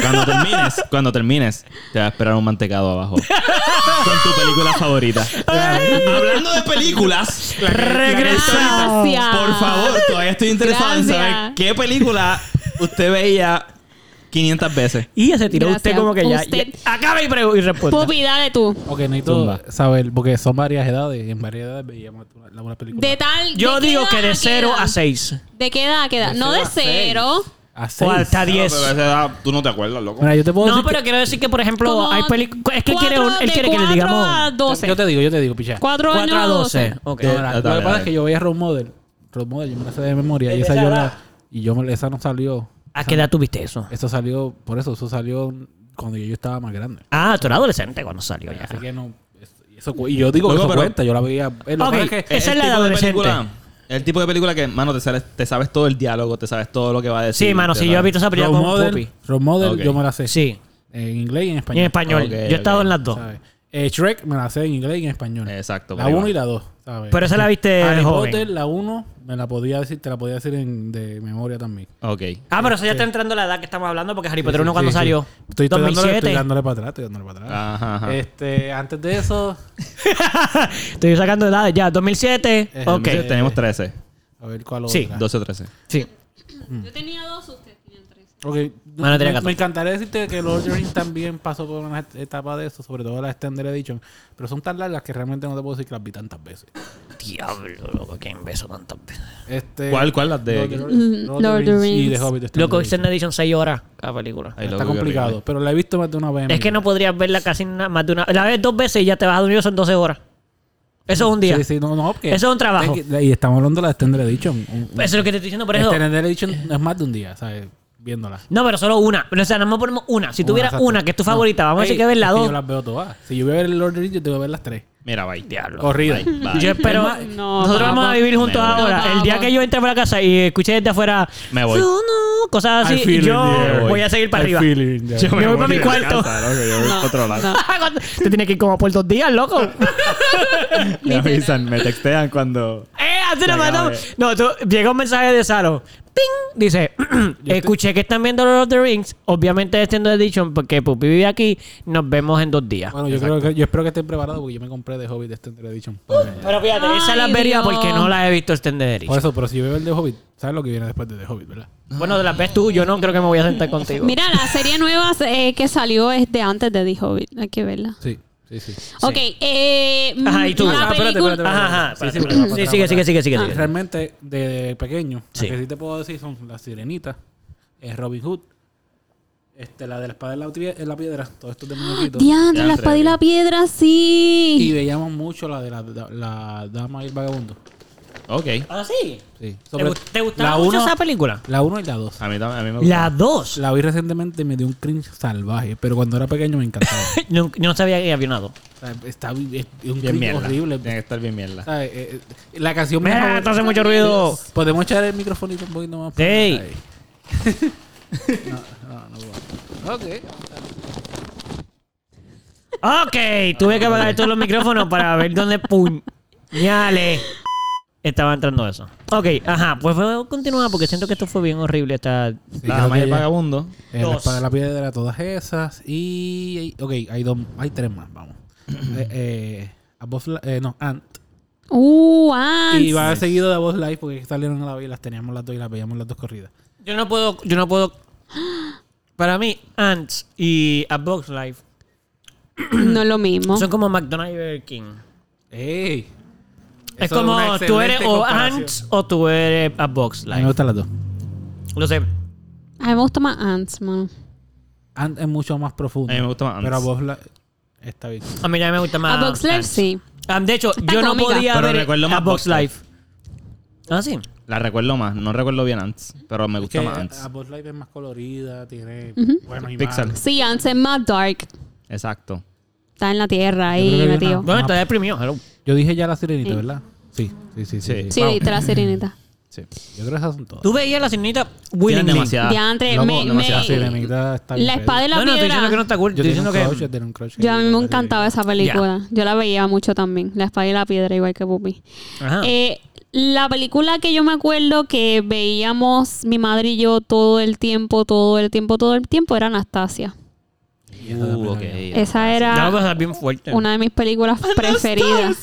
A: Cuando termines, cuando termines, te va a esperar un mantecado abajo. Con tu película favorita. Hablando de películas, la que- la que estoy-
B: Regresamos.
C: gracias.
A: Por favor, todavía estoy interesado en
C: Gracias.
A: saber qué película usted veía 500 veces.
B: Y ya se tiró
C: Gracias.
B: usted como que ya.
C: Usted-
B: ya- acaba y, pre- y responda.
C: Pupi, dale tú.
D: Ok, necesito
A: Zumba.
D: saber, porque son varias edades. y En varias edades veíamos una- una película.
C: De tal.
B: Yo
C: ¿de qué
B: digo que
C: edad
B: de
C: a qué
B: 0
C: edad?
B: a 6.
C: ¿De qué edad a qué edad? No de cero.
D: A
B: O
D: seis.
B: hasta 10.
E: No, pero a esa edad tú no te acuerdas, loco.
D: Mira, yo te puedo
B: No,
D: decir
B: pero
D: que-
B: quiero decir que, por ejemplo,
C: Como
B: hay películas. Es que él quiere, un-
C: cuatro-
B: él
C: de
B: quiere que le
C: cuatro a
B: digamos.
C: 12.
D: Yo te digo, yo te digo, picha.
C: 4
B: 4 a
C: a 12.
B: 12. Ok.
D: Yo- la-
A: dale,
D: lo que pasa
A: dale.
D: es que yo veía Road Model. Road Model, yo me la sé de memoria. Y
B: Desde
D: esa
B: esa
D: yo
B: edad.
D: la... Y yo me- esa no salió.
B: ¿A qué edad tuviste eso?
D: Eso salió... Por eso, eso salió cuando yo estaba más grande.
B: Ah, tú eras adolescente cuando salió ya.
D: Así que no... eso- y eso cu- y yo digo que
A: Luego,
D: eso
A: pero-
D: cuenta. Yo la veía... eh, lo
B: Ok.
D: que pasa es que-
B: Esa
A: El
B: es
A: tipo
B: la de adolescente.
A: película- el tipo de película que, mano, te, sales- te sabes todo el diálogo, te sabes todo lo que va a decir.
B: Sí, mano,
A: te
B: sí, yo he
A: sabes-
B: visto esa película
D: Road
B: con
D: Model,
B: Pupi.
D: Road Model
A: Ok.
D: yo me la sé.
B: Sí.
D: En inglés y en
B: Y
D: español.
B: en español.
A: Ok,
B: yo he estado
A: ok.
B: en las dos.
D: ¿sabes? Eh, Shrek me la sé en inglés y en español.
A: Exacto.
D: La
A: por ahí va.
D: 1 y la 2, ¿sabes?
B: Pero esa la viste
D: Harry
B: Eh, joven.
D: Potter, la 1, me la podía decir, te la podía decir en, de memoria también.
A: Ok.
B: Ah, pero eso ya está entrando la edad que estamos hablando porque Harry Potter
D: Sí,
B: 1
D: sí,
B: cuando
D: sí.
B: salió.
D: Estoy, estoy dándole, estoy
B: 2007.
D: dándole para atrás, estoy dándole para atrás.
A: Ajá, ajá.
D: Este, antes de eso,
B: Estoy sacando edades ya. 2007.
D: Eh,
B: Ok.
A: Entonces, Tenemos 13.
D: a ver cuál otra.
B: Sí,
A: 12 o 13.
B: Sí.
A: Mm.
C: Yo tenía 2, usted tenía 3.
D: Ok,
B: Bueno, tenía
D: me,
B: 14.
D: me encantaría decirte que Lord of the Rings también pasó por una etapa de eso, sobre todo la Extender Edition, pero son tan largas que realmente no te puedo decir que las vi tantas veces.
B: Diablo, loco, que beso tantas veces.
D: Este,
A: ¿Cuál, cuál? Las de-
D: Lord,
C: Mm, Lord of the
D: Y
C: Rings.
D: The Hobbit. Extended
B: Loco,
D: Edition.
B: Extended Edition 6 horas cada película.
A: Ay,
D: Está
A: loco, qué
D: complicado,
A: horrible.
D: pero la he visto más de una vez. en
B: Es
D: mi
B: que no podrías verla casi na- más de una... La ves dos veces y ya te vas a dormir, son 12 horas. Eso es un día.
D: Sí, sí, no, no, porque-
B: Eso es un trabajo.
D: Es que- y estamos hablando de la Extended Edition. Un- un-
B: Eso es lo que te estoy diciendo, por eso...
D: Extended Este Edition es más de un día, ¿sabes? Viéndola.
B: No, pero solo una. O sea, no me ponemos una. Si tuvieras
D: exacto.
B: una, que es tu
D: No.
B: favorita, vamos a
D: Ey,
B: decir que ves la
D: es
B: dos.
D: Yo las veo todas. Si yo voy a ver el Lord of the Rings, yo tengo que ver las tres.
A: Mira, bye. Diablo.
D: Corrido.
B: Yo espero...
C: No,
B: Nosotros vamos a vivir
A: Me
B: juntos
A: voy.
B: ahora.
C: No,
B: el día
C: vamos.
B: que yo entre por la casa y escuche desde afuera...
A: Me voy.
B: "No, no", cosas
D: I
B: así,
D: feel
B: yo
D: it, yeah,
B: voy a seguir para
D: I
B: arriba.
D: feel it, yeah.
B: me voy para mi
A: de
B: cuarto.
A: casa, loco, yo voy para otro lado.
B: Te tienes que ir como por dos días, loco.
A: Me avisan, me textean cuando...
B: ¡Eh! ¡Hace
A: Se
B: la mano!
A: acabó.
B: No, tú- llega un mensaje de Saro. ¡Ting! Dice: Escuché que están viendo Lord of the Rings. Obviamente, este extended edition, porque Pupi vive aquí. Nos vemos en dos días.
D: Bueno, yo, creo que, yo espero que estén preparados porque yo me compré The Hobbit Extended Edition.
B: Uh,
D: Pues,
B: Pero fíjate, esa la
C: Ay,
B: vería
C: Dios.
B: porque no la he visto extended edition.
D: Por eso, pero si yo veo el The Hobbit, ¿sabes lo que viene después de The Hobbit, verdad?
B: Bueno, la ves tú. Yo no creo que me voy a sentar contigo.
C: Mira, la serie nueva eh, que salió es de antes de The Hobbit. Hay que verla.
D: Sí, sí, sí.
C: Ok, eh, mm,
B: Ajá, y tú.
C: la
B: Ah,
D: espérate,
C: película-
D: espérate,
B: Ajá, ajá.
D: Sí, sí,
B: Sí,
D: pero-
B: sigue, sigue, sigue, sigue. sigue.
D: Realmente, de pequeño,
B: Sí.
D: lo que sí te puedo decir son La Sirenita, eh, Robin Hood, este, la de la espada en la, tie- en la piedra, todo esto de muñequitos.
C: Diantre, la espada y la piedra,
D: Y
C: sí.
D: veíamos mucho la de la, la- la dama y el vagabundo.
A: Ok.
B: Ah, sí.
D: Sí.
B: ¿Te,
D: Sobre-
B: gust- te gustaba
D: la
B: mucho
D: uno-
B: esa película?
D: La 1 y la 2.
A: A mí, tam- a mí me gusta.
B: La dos.
D: La vi recientemente y me dio un cringe salvaje, pero cuando era pequeño me encantaba.
B: Yo, yo no sabía que había una dos.
D: O sea, está bi- es, es
A: Bien
D: un cringe
A: mierda.
D: horrible.
A: Tiene que estar bien mierda.
D: ¿sabes? Eh, eh, la canción me
B: Mira, esto hace mucho ruido.
D: Podemos echar el microfonito un poquito más.
B: Ey.
D: Ahí.
B: Ok, tuve que apagar todos los micrófonos para ver dónde puñale estaba entrando eso. Ok, ajá, pues voy a continuar porque siento que esto fue bien horrible esta...
D: Sí,
A: la
D: creo
A: dama y
D: que
A: el
D: ya-
A: vagabundo.
D: Eh, la
B: Dos.
D: espada de la piedra, todas esas. Y. y- Ok, hay dos. Hay tres más, vamos. eh, eh, Above Li- eh, no, Ant.
C: Uh, Ants.
D: Y va seguido de Above Life porque salieron a la vez y las teníamos las dos y las veíamos las dos corridas.
B: Yo no puedo, yo no puedo... Para mí, Ants y A Box Life
C: No es lo mismo.
B: Son como McDonald's y Burger King.
D: ¡Ey!
B: Es
D: Eso una
B: como tú eres
D: excelente
B: o
D: comparación.
B: Ants o tú eres a Box
D: A mí me
B: Life.
D: gustan las dos.
B: Lo sé.
C: A mí me gusta más Ants, mano.
D: Ant es mucho más profundo.
A: A mí me gusta más Ants.
D: Pero a vos la... está bien.
B: A mí ya me gusta más.
C: a Box Life
B: Ants.
C: sí.
B: Ah, de hecho, yo no
C: cómica.
B: podía
A: Pero
B: ver
A: recuerdo
B: a
A: más
B: Box
A: Box
B: Life. Ah, sí.
A: La recuerdo más. No recuerdo bien antes, pero me gusta
D: Que ah,
A: más
D: a-
A: antes.
D: a Buzz Lightyear es más colorida, tiene buenos
A: Pixar.
D: imanes.
C: Sí, Ants es más dark.
A: Exacto.
C: Está en la tierra ahí
D: creo que
C: metido.
D: no.
A: Ah,
B: Bueno, está deprimido. hello.
D: Yo dije ya la sirenita,
C: Sí.
D: ¿verdad? Sí, sí, sí.
A: Sí.
D: sí, sí.
C: Sí,
A: Wow.
C: diste la sirenita.
A: Sí.
D: Yo creo que esas son todas.
B: Tú veías la sirenita
A: Tienen
B: willingly.
A: demasiada.
C: Diantre,
A: Loco,
C: me-
A: demasiada
C: me-
A: sirenita.
D: sirenita está bien
C: La espada y
B: No,
C: la
B: no, estoy diciendo
C: piedra.
B: que no está cool.
D: Yo
B: Estoy
D: tenía un
B: diciendo que.
D: crush, yo tenía un crush.
C: Yo a mí
D: con
C: me
D: la
C: encantaba esa película. Yo la veía mucho también. La espada y la piedra, igual que Pupi.
B: Ajá.
C: Eh, la película que yo me acuerdo que veíamos mi madre y yo todo el tiempo, todo el tiempo, todo el tiempo era Anastasia.
A: Uh, ok.
C: Esa
B: Ya
C: era
B: lo vas a ver bien fuerte.
C: una de mis películas preferidas.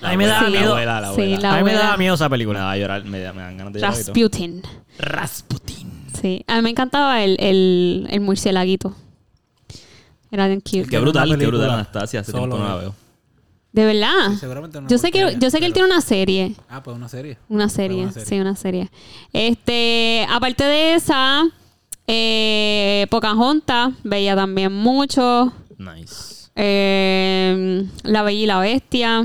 B: A mí me daba
C: Sí.
A: La
B: miedo.
A: abuela, la
C: Sí,
A: abuela.
C: la-
B: A mí me daba
C: abuela.
B: miedo esa película.
A: Me da a llorar, me, da- me dan ganas de llorar. y todo.
C: Rasputin.
A: Rasputin.
C: Sí. A mí me encantaba el, el, el murcielaguito. Era bien cute.
A: Qué brutal, qué
D: película.
A: brutal Anastasia. Hace
D: Solo
A: tiempo no la
D: él.
A: veo.
C: De verdad.
D: Sí, seguramente no
C: yo sé que
D: porquería,
C: yo sé que él
D: pero-
C: tiene una serie.
D: Ah, pues una serie.
C: Una serie,
D: una serie.
C: sí, una serie. Este, aparte de esa, eh, Pocahontas, veía también mucho.
A: Nice.
C: eh, la Bella y la Bestia.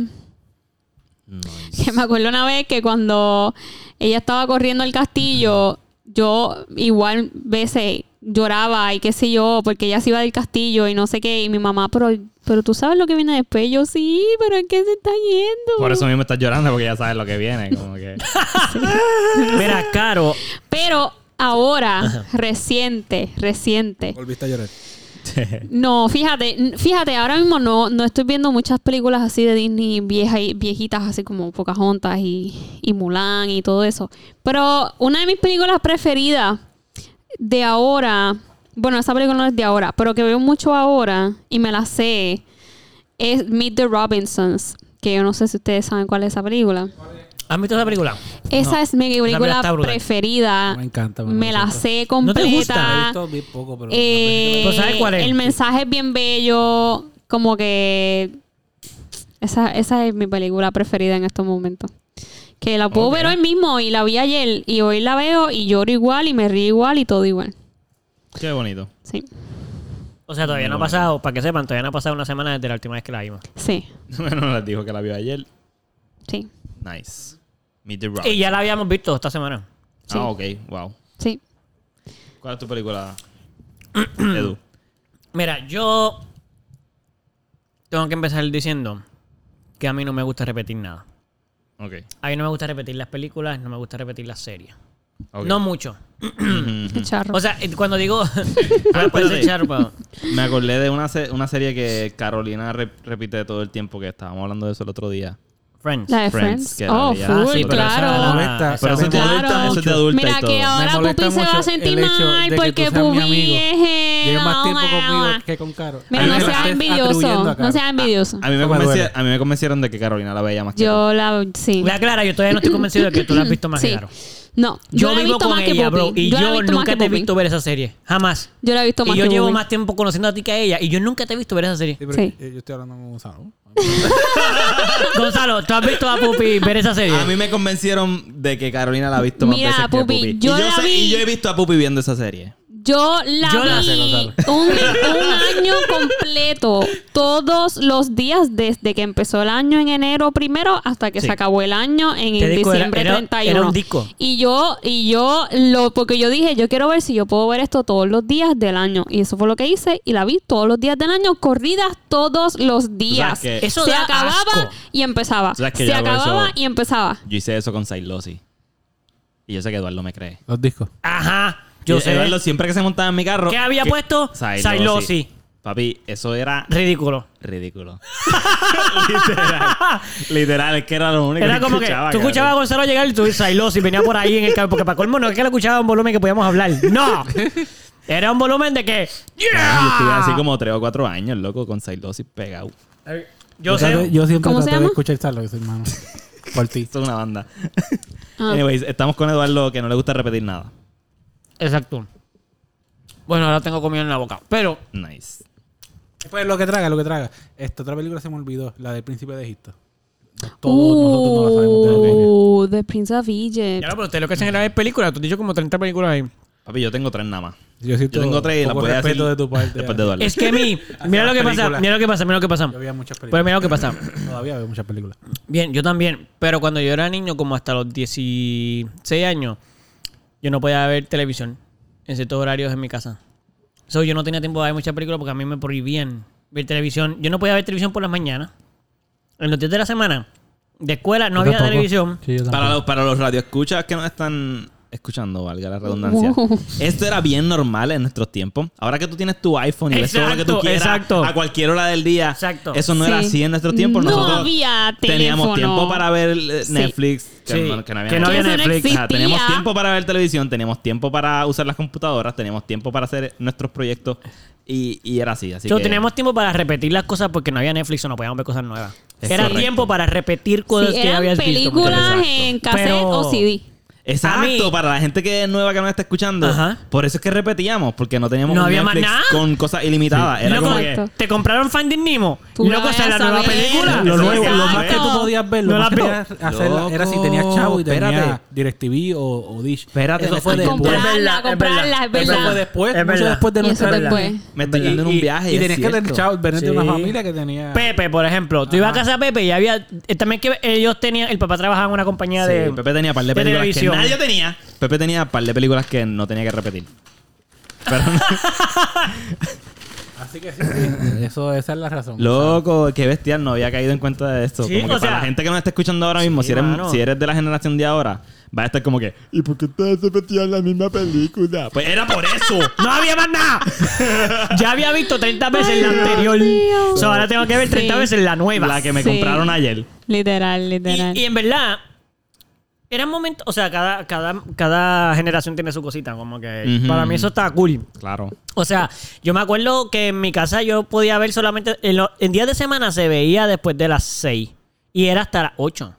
A: Nice.
C: Que me acuerdo una vez que cuando ella estaba corriendo el castillo, yo igual veces lloraba y qué sé yo, porque ella se iba del castillo y no sé qué. Y mi mamá, pero, pero tú sabes lo que viene después. Y Yo sí, pero es que se está yendo.
A: Por eso mismo estás llorando, porque ya sabes lo que viene. Como que.
B: Mira, Caro,
C: Pero ahora, reciente, reciente.
D: Volviste a llorar.
C: No, fíjate, n- fíjate, ahora mismo no, no estoy viendo muchas películas así de Disney vieja y- viejitas, así como Pocahontas y, y Mulan y todo eso. Pero una de mis películas preferidas de ahora, bueno, esa película no es de ahora, pero que veo mucho ahora y me la sé, es Meet the Robinsons, que yo no sé si ustedes saben cuál es esa película.
B: ¿has visto esa película?
C: Esa
B: No.
C: es mi película
B: está brutal.
C: preferida.
D: Me encanta, me
C: Me la
D: encanta.
C: sé
B: ¿No
C: completa.
B: te gusta?
D: He visto bien poco, pero...
C: Eh,
B: Pues, ¿sabes cuál es?
C: El mensaje es bien bello. Como que. Esa, esa es mi película preferida en estos momentos. Que la puedo ver hoy mismo y la vi ayer. Y hoy la veo y lloro igual y me río igual y todo igual.
A: Qué bonito.
C: Sí.
B: O sea, todavía no ha pasado, para que sepan, todavía no ha pasado una semana desde la última vez que la vimos.
C: Sí.
A: Bueno, les dijo que la vio ayer.
C: Sí.
A: Nice. Meet the Rock.
B: Y ya la habíamos visto esta semana.
C: sí.
A: Ah, ok. Wow.
C: Sí.
A: ¿Cuál es tu película, Edu?
B: Mira, yo tengo que empezar diciendo que a mí no me gusta repetir nada.
A: Ok.
B: A mí no me gusta repetir las películas, no me gusta repetir las series.
A: Ok.
B: No mucho.
C: Qué charro.
B: O sea, eh, cuando digo... Puede- puede ser charpa.
A: Ah, Me acordé de una, se- una serie que Carolina re- repite todo el tiempo, que estábamos hablando de eso el otro día.
B: Friends.
C: la de
A: Friends,
C: Friends.
A: que la
C: Oh,
A: veía.
C: full,
A: Ah, sí, pero esa
C: claro.
B: era la-
D: Molesta,
B: esa
A: Pero eso es de
B: era-
C: Claro.
A: adulta, eso es de adulta
C: Mira
A: y todo.
C: que ahora
D: molesta
C: Pupi se va a
D: mucho
C: sentir
D: el hecho
C: mal
D: de que tú
C: porque
D: seas mi
C: Pupi
D: amigo.
C: es.
D: Llevas más
C: oh,
D: tiempo
C: my God.
D: conmigo que con Caro.
C: Mira,
A: A mí
C: no
A: me
C: seas
D: estés
C: envidioso.
D: atribuyendo a
C: No
D: Caro.
C: seas envidioso.
A: A mí, me
D: Eso me
A: convenci-
D: duele.
A: a mí me convencieron de que Carolina la veía más que
C: Yo la. Sí.
B: La Clara, yo todavía no estoy convencido de que tú la has visto más,
C: Sí.
B: claro.
C: No,
B: Yo,
C: la he
B: vivo
C: visto
B: con
C: más que
B: ella,
C: Poppy.
B: bro, y
C: yo,
B: yo,
C: la he visto más
B: nunca
C: que
B: te he
C: Poppy.
B: visto ver esa serie. Jamás.
C: Yo la he visto más
B: Y yo
C: que
B: llevo
C: Poppy.
B: más tiempo conociendo a ti que a ella y yo nunca te he visto ver esa serie.
D: Sí, pero
C: Sí.
D: eh, Yo estoy hablando con Gonzalo.
B: Gonzalo, ¿tú has visto a Pupi ver esa serie?
A: A mí me convencieron de que Carolina la ha visto más
C: Mira,
A: veces que
C: Pupi,
A: Pupi.
C: yo
A: y, yo
C: la
A: sé- y
C: vi.
A: yo he visto a Pupi viendo esa serie.
C: Yo la
B: Yo la sé,
C: vi
B: Gonzalo.
C: un, un año completo, todos los días desde que empezó el año en enero primero hasta que
B: Sí.
C: se acabó el año en
B: Te digo, era-
C: diciembre
B: era-
C: 31.
B: era un disco.
C: Y yo y yo lo porque yo dije, yo quiero ver si yo puedo ver esto todos los días del año y eso fue lo que hice y la vi todos los días del año, corridas todos los días.
A: que-
B: Eso
C: se
B: da
C: acababa
B: asco.
C: y empezaba.
A: Tú sabes que
C: Se
A: yo hago
C: acababa
A: eso-
C: y empezaba.
A: Yo hice eso con Sailosi. Y yo sé que Eduardo me cree.
D: Los discos.
B: Ajá. Yo
A: Y
B: sé.
A: Eh, Eduardo siempre que se montaba en mi carro.
B: ¿Qué había puesto?
A: Sailosi.
B: Sailosi.
A: Papi, eso era
B: Ridículo.
A: ridículo. Literal. Literal, es que era lo único
B: Era como que tú
A: cabrón.
B: escuchabas a Gonzalo llegar y tú Sailosi venía por ahí en el carro. Porque para colmo no es que lo escuchaba en volumen que podíamos hablar. ¡No! Era un volumen de que...
A: Ah, Yo estuve así
B: ¡Yeah!
A: como 3 o 4 años, loco, con Sailosi pegado.
B: Yo
D: trato-
B: sé.
D: Yo siempre
C: ¿Cómo se
D: trato de
C: llama?
D: escuchar Carlos, hermano. Por ti.
A: Esto es una banda.
C: Ah.
A: Anyways, estamos con Eduardo que no le gusta repetir nada.
B: Exacto. Bueno, ahora tengo comida en la boca. Pero
A: Nice.
D: Pues lo que traga, lo que traga. Esta otra película se me olvidó, la del Príncipe de Egipto. Todos
B: Uh.
D: nosotros no la sabemos. de memoria.
C: Uh, The Prince of Egypt.
B: Ya, pero ustedes lo que hacen es la vez películas. Tú has dicho como 30 películas ahí.
A: Papi, yo tengo tres nada más.
D: Yo, siento
A: Yo tengo tres y la
D: poco
A: voy a decir
D: respeto de tu parte.
A: después de Eduardo.
B: Es que a mí, mira lo que pasa,
D: Película.
B: mira lo que pasa, mira lo que pasa.
D: Yo veía muchas
B: Pero
D: películas.
B: mira lo que pasa.
D: Todavía veo muchas películas.
B: Bien, yo también. Pero cuando yo era niño, como hasta los 16 años, yo no podía ver televisión en ciertos horarios en mi casa. So, yo no tenía tiempo de ver muchas películas porque a mí me prohibían ver televisión. Yo no podía ver televisión por las mañanas. En los días de la semana, de escuela, no
D: Yo
B: había
D: tampoco.
B: televisión.
D: Sí, yo
A: Para los, para los radioescuchas que nos están escuchando, valga la redundancia.
B: Uh.
C: Wow.
A: Esto era bien normal en nuestros tiempos. Ahora que tú tienes tu iPhone y ves todo lo que tú
B: Exacto,
A: quieras
B: exacto.
A: a cualquier hora del día.
B: Exacto.
A: Eso no era
C: Sí.
A: así en nuestros tiempos.
C: No
A: Nosotros
C: había
A: teníamos
C: teléfono.
A: tiempo para ver eh,
C: Sí.
A: Netflix. Que,
B: Sí,
A: no, que no había
B: que
A: Netflix.
B: no había
C: Eso no
B: Netflix.
A: Ajá, teníamos
C: existía.
A: tiempo para ver televisión, teníamos tiempo para usar las computadoras, teníamos tiempo para hacer nuestros proyectos y, y era así. así
B: So,
A: que-
B: teníamos tiempo para repetir las cosas porque no había Netflix o no podíamos ver cosas nuevas.
A: Es
B: era
A: correcto.
B: tiempo para repetir cosas
C: Sí,
B: que ya
C: eran
B: habías visto. muchas
C: películas
A: Exacto.
C: en cassette
B: Pero-
C: o CD.
A: Exacto,
B: A mí-
A: para la gente que es nueva que nos está escuchando.
B: Ajá.
A: Por eso es que repetíamos, porque no teníamos
B: No
A: un
B: había más
A: Netflix
B: nada.
A: con cosas ilimitadas. Era
B: Loco,
A: como que-
C: Exacto.
B: te compraron Finding Nemo.
C: Tú
B: Loco,
C: la
B: esa es la
C: vas a
B: nueva
C: ver.
B: película.
D: Lo
A: Eso
D: nuevo,
A: es
D: lo
A: exacto.
D: más que tú podías ver, lo
B: No
D: más
B: la
D: que
B: veo.
D: podías hacer era si tenías chavo y tenías
A: Espérate.
D: DirecTV o, o Dish.
A: Espérate,
D: eso
A: me
D: fue
A: estoy
D: después.
C: Comprarla, comprarla, es
D: Eso
C: verdad.
D: fue después,
B: Es
D: mucho
B: verdad.
D: después de
C: Y eso
D: nuestra edad.
C: después.
A: Me estoy yendo en un viaje.
D: Y,
A: es
D: tenías que tener
A: cierto.
D: chavo, venir de una
B: Sí.
D: familia que tenía.
B: Pepe, por ejemplo. Tú ibas a casa de Pepe y había... eh, también que ellos tenían... El papá trabajaba en una compañía
A: Sí,
B: de...
A: Pepe tenía par de
B: de
A: películas
B: televisión.
A: que nadie tenía. Pepe tenía par de películas que no tenía que repetir. Pero no-
D: Así que sí, eso, esa es la razón.
A: Loco, qué bestial, no había caído en cuenta de esto.
B: Sí,
A: como que para
B: o sea-
A: la gente que nos está escuchando ahora mismo,
B: Sí,
A: si, eres,
B: mano.
A: si eres de la generación de ahora, va a estar como que, ¿y por qué ustedes repetían la misma película? Pues era por eso.
B: ¡No había más nada! ya había visto 30 veces la anterior.
C: mío.
B: O sea, ahora tengo que ver 30
C: Sí.
B: veces la nueva.
A: la que me
C: Sí.
A: compraron ayer.
C: Literal, literal.
B: Y, y en verdad, eran momentos. O sea, cada, cada, cada generación tiene su cosita. Como que
A: Ujú.
B: para mí eso está cool.
A: Claro.
B: O sea, yo me acuerdo que en mi casa yo podía ver solamente. En, lo- en días de semana se veía después de las 6. Y era hasta las 8.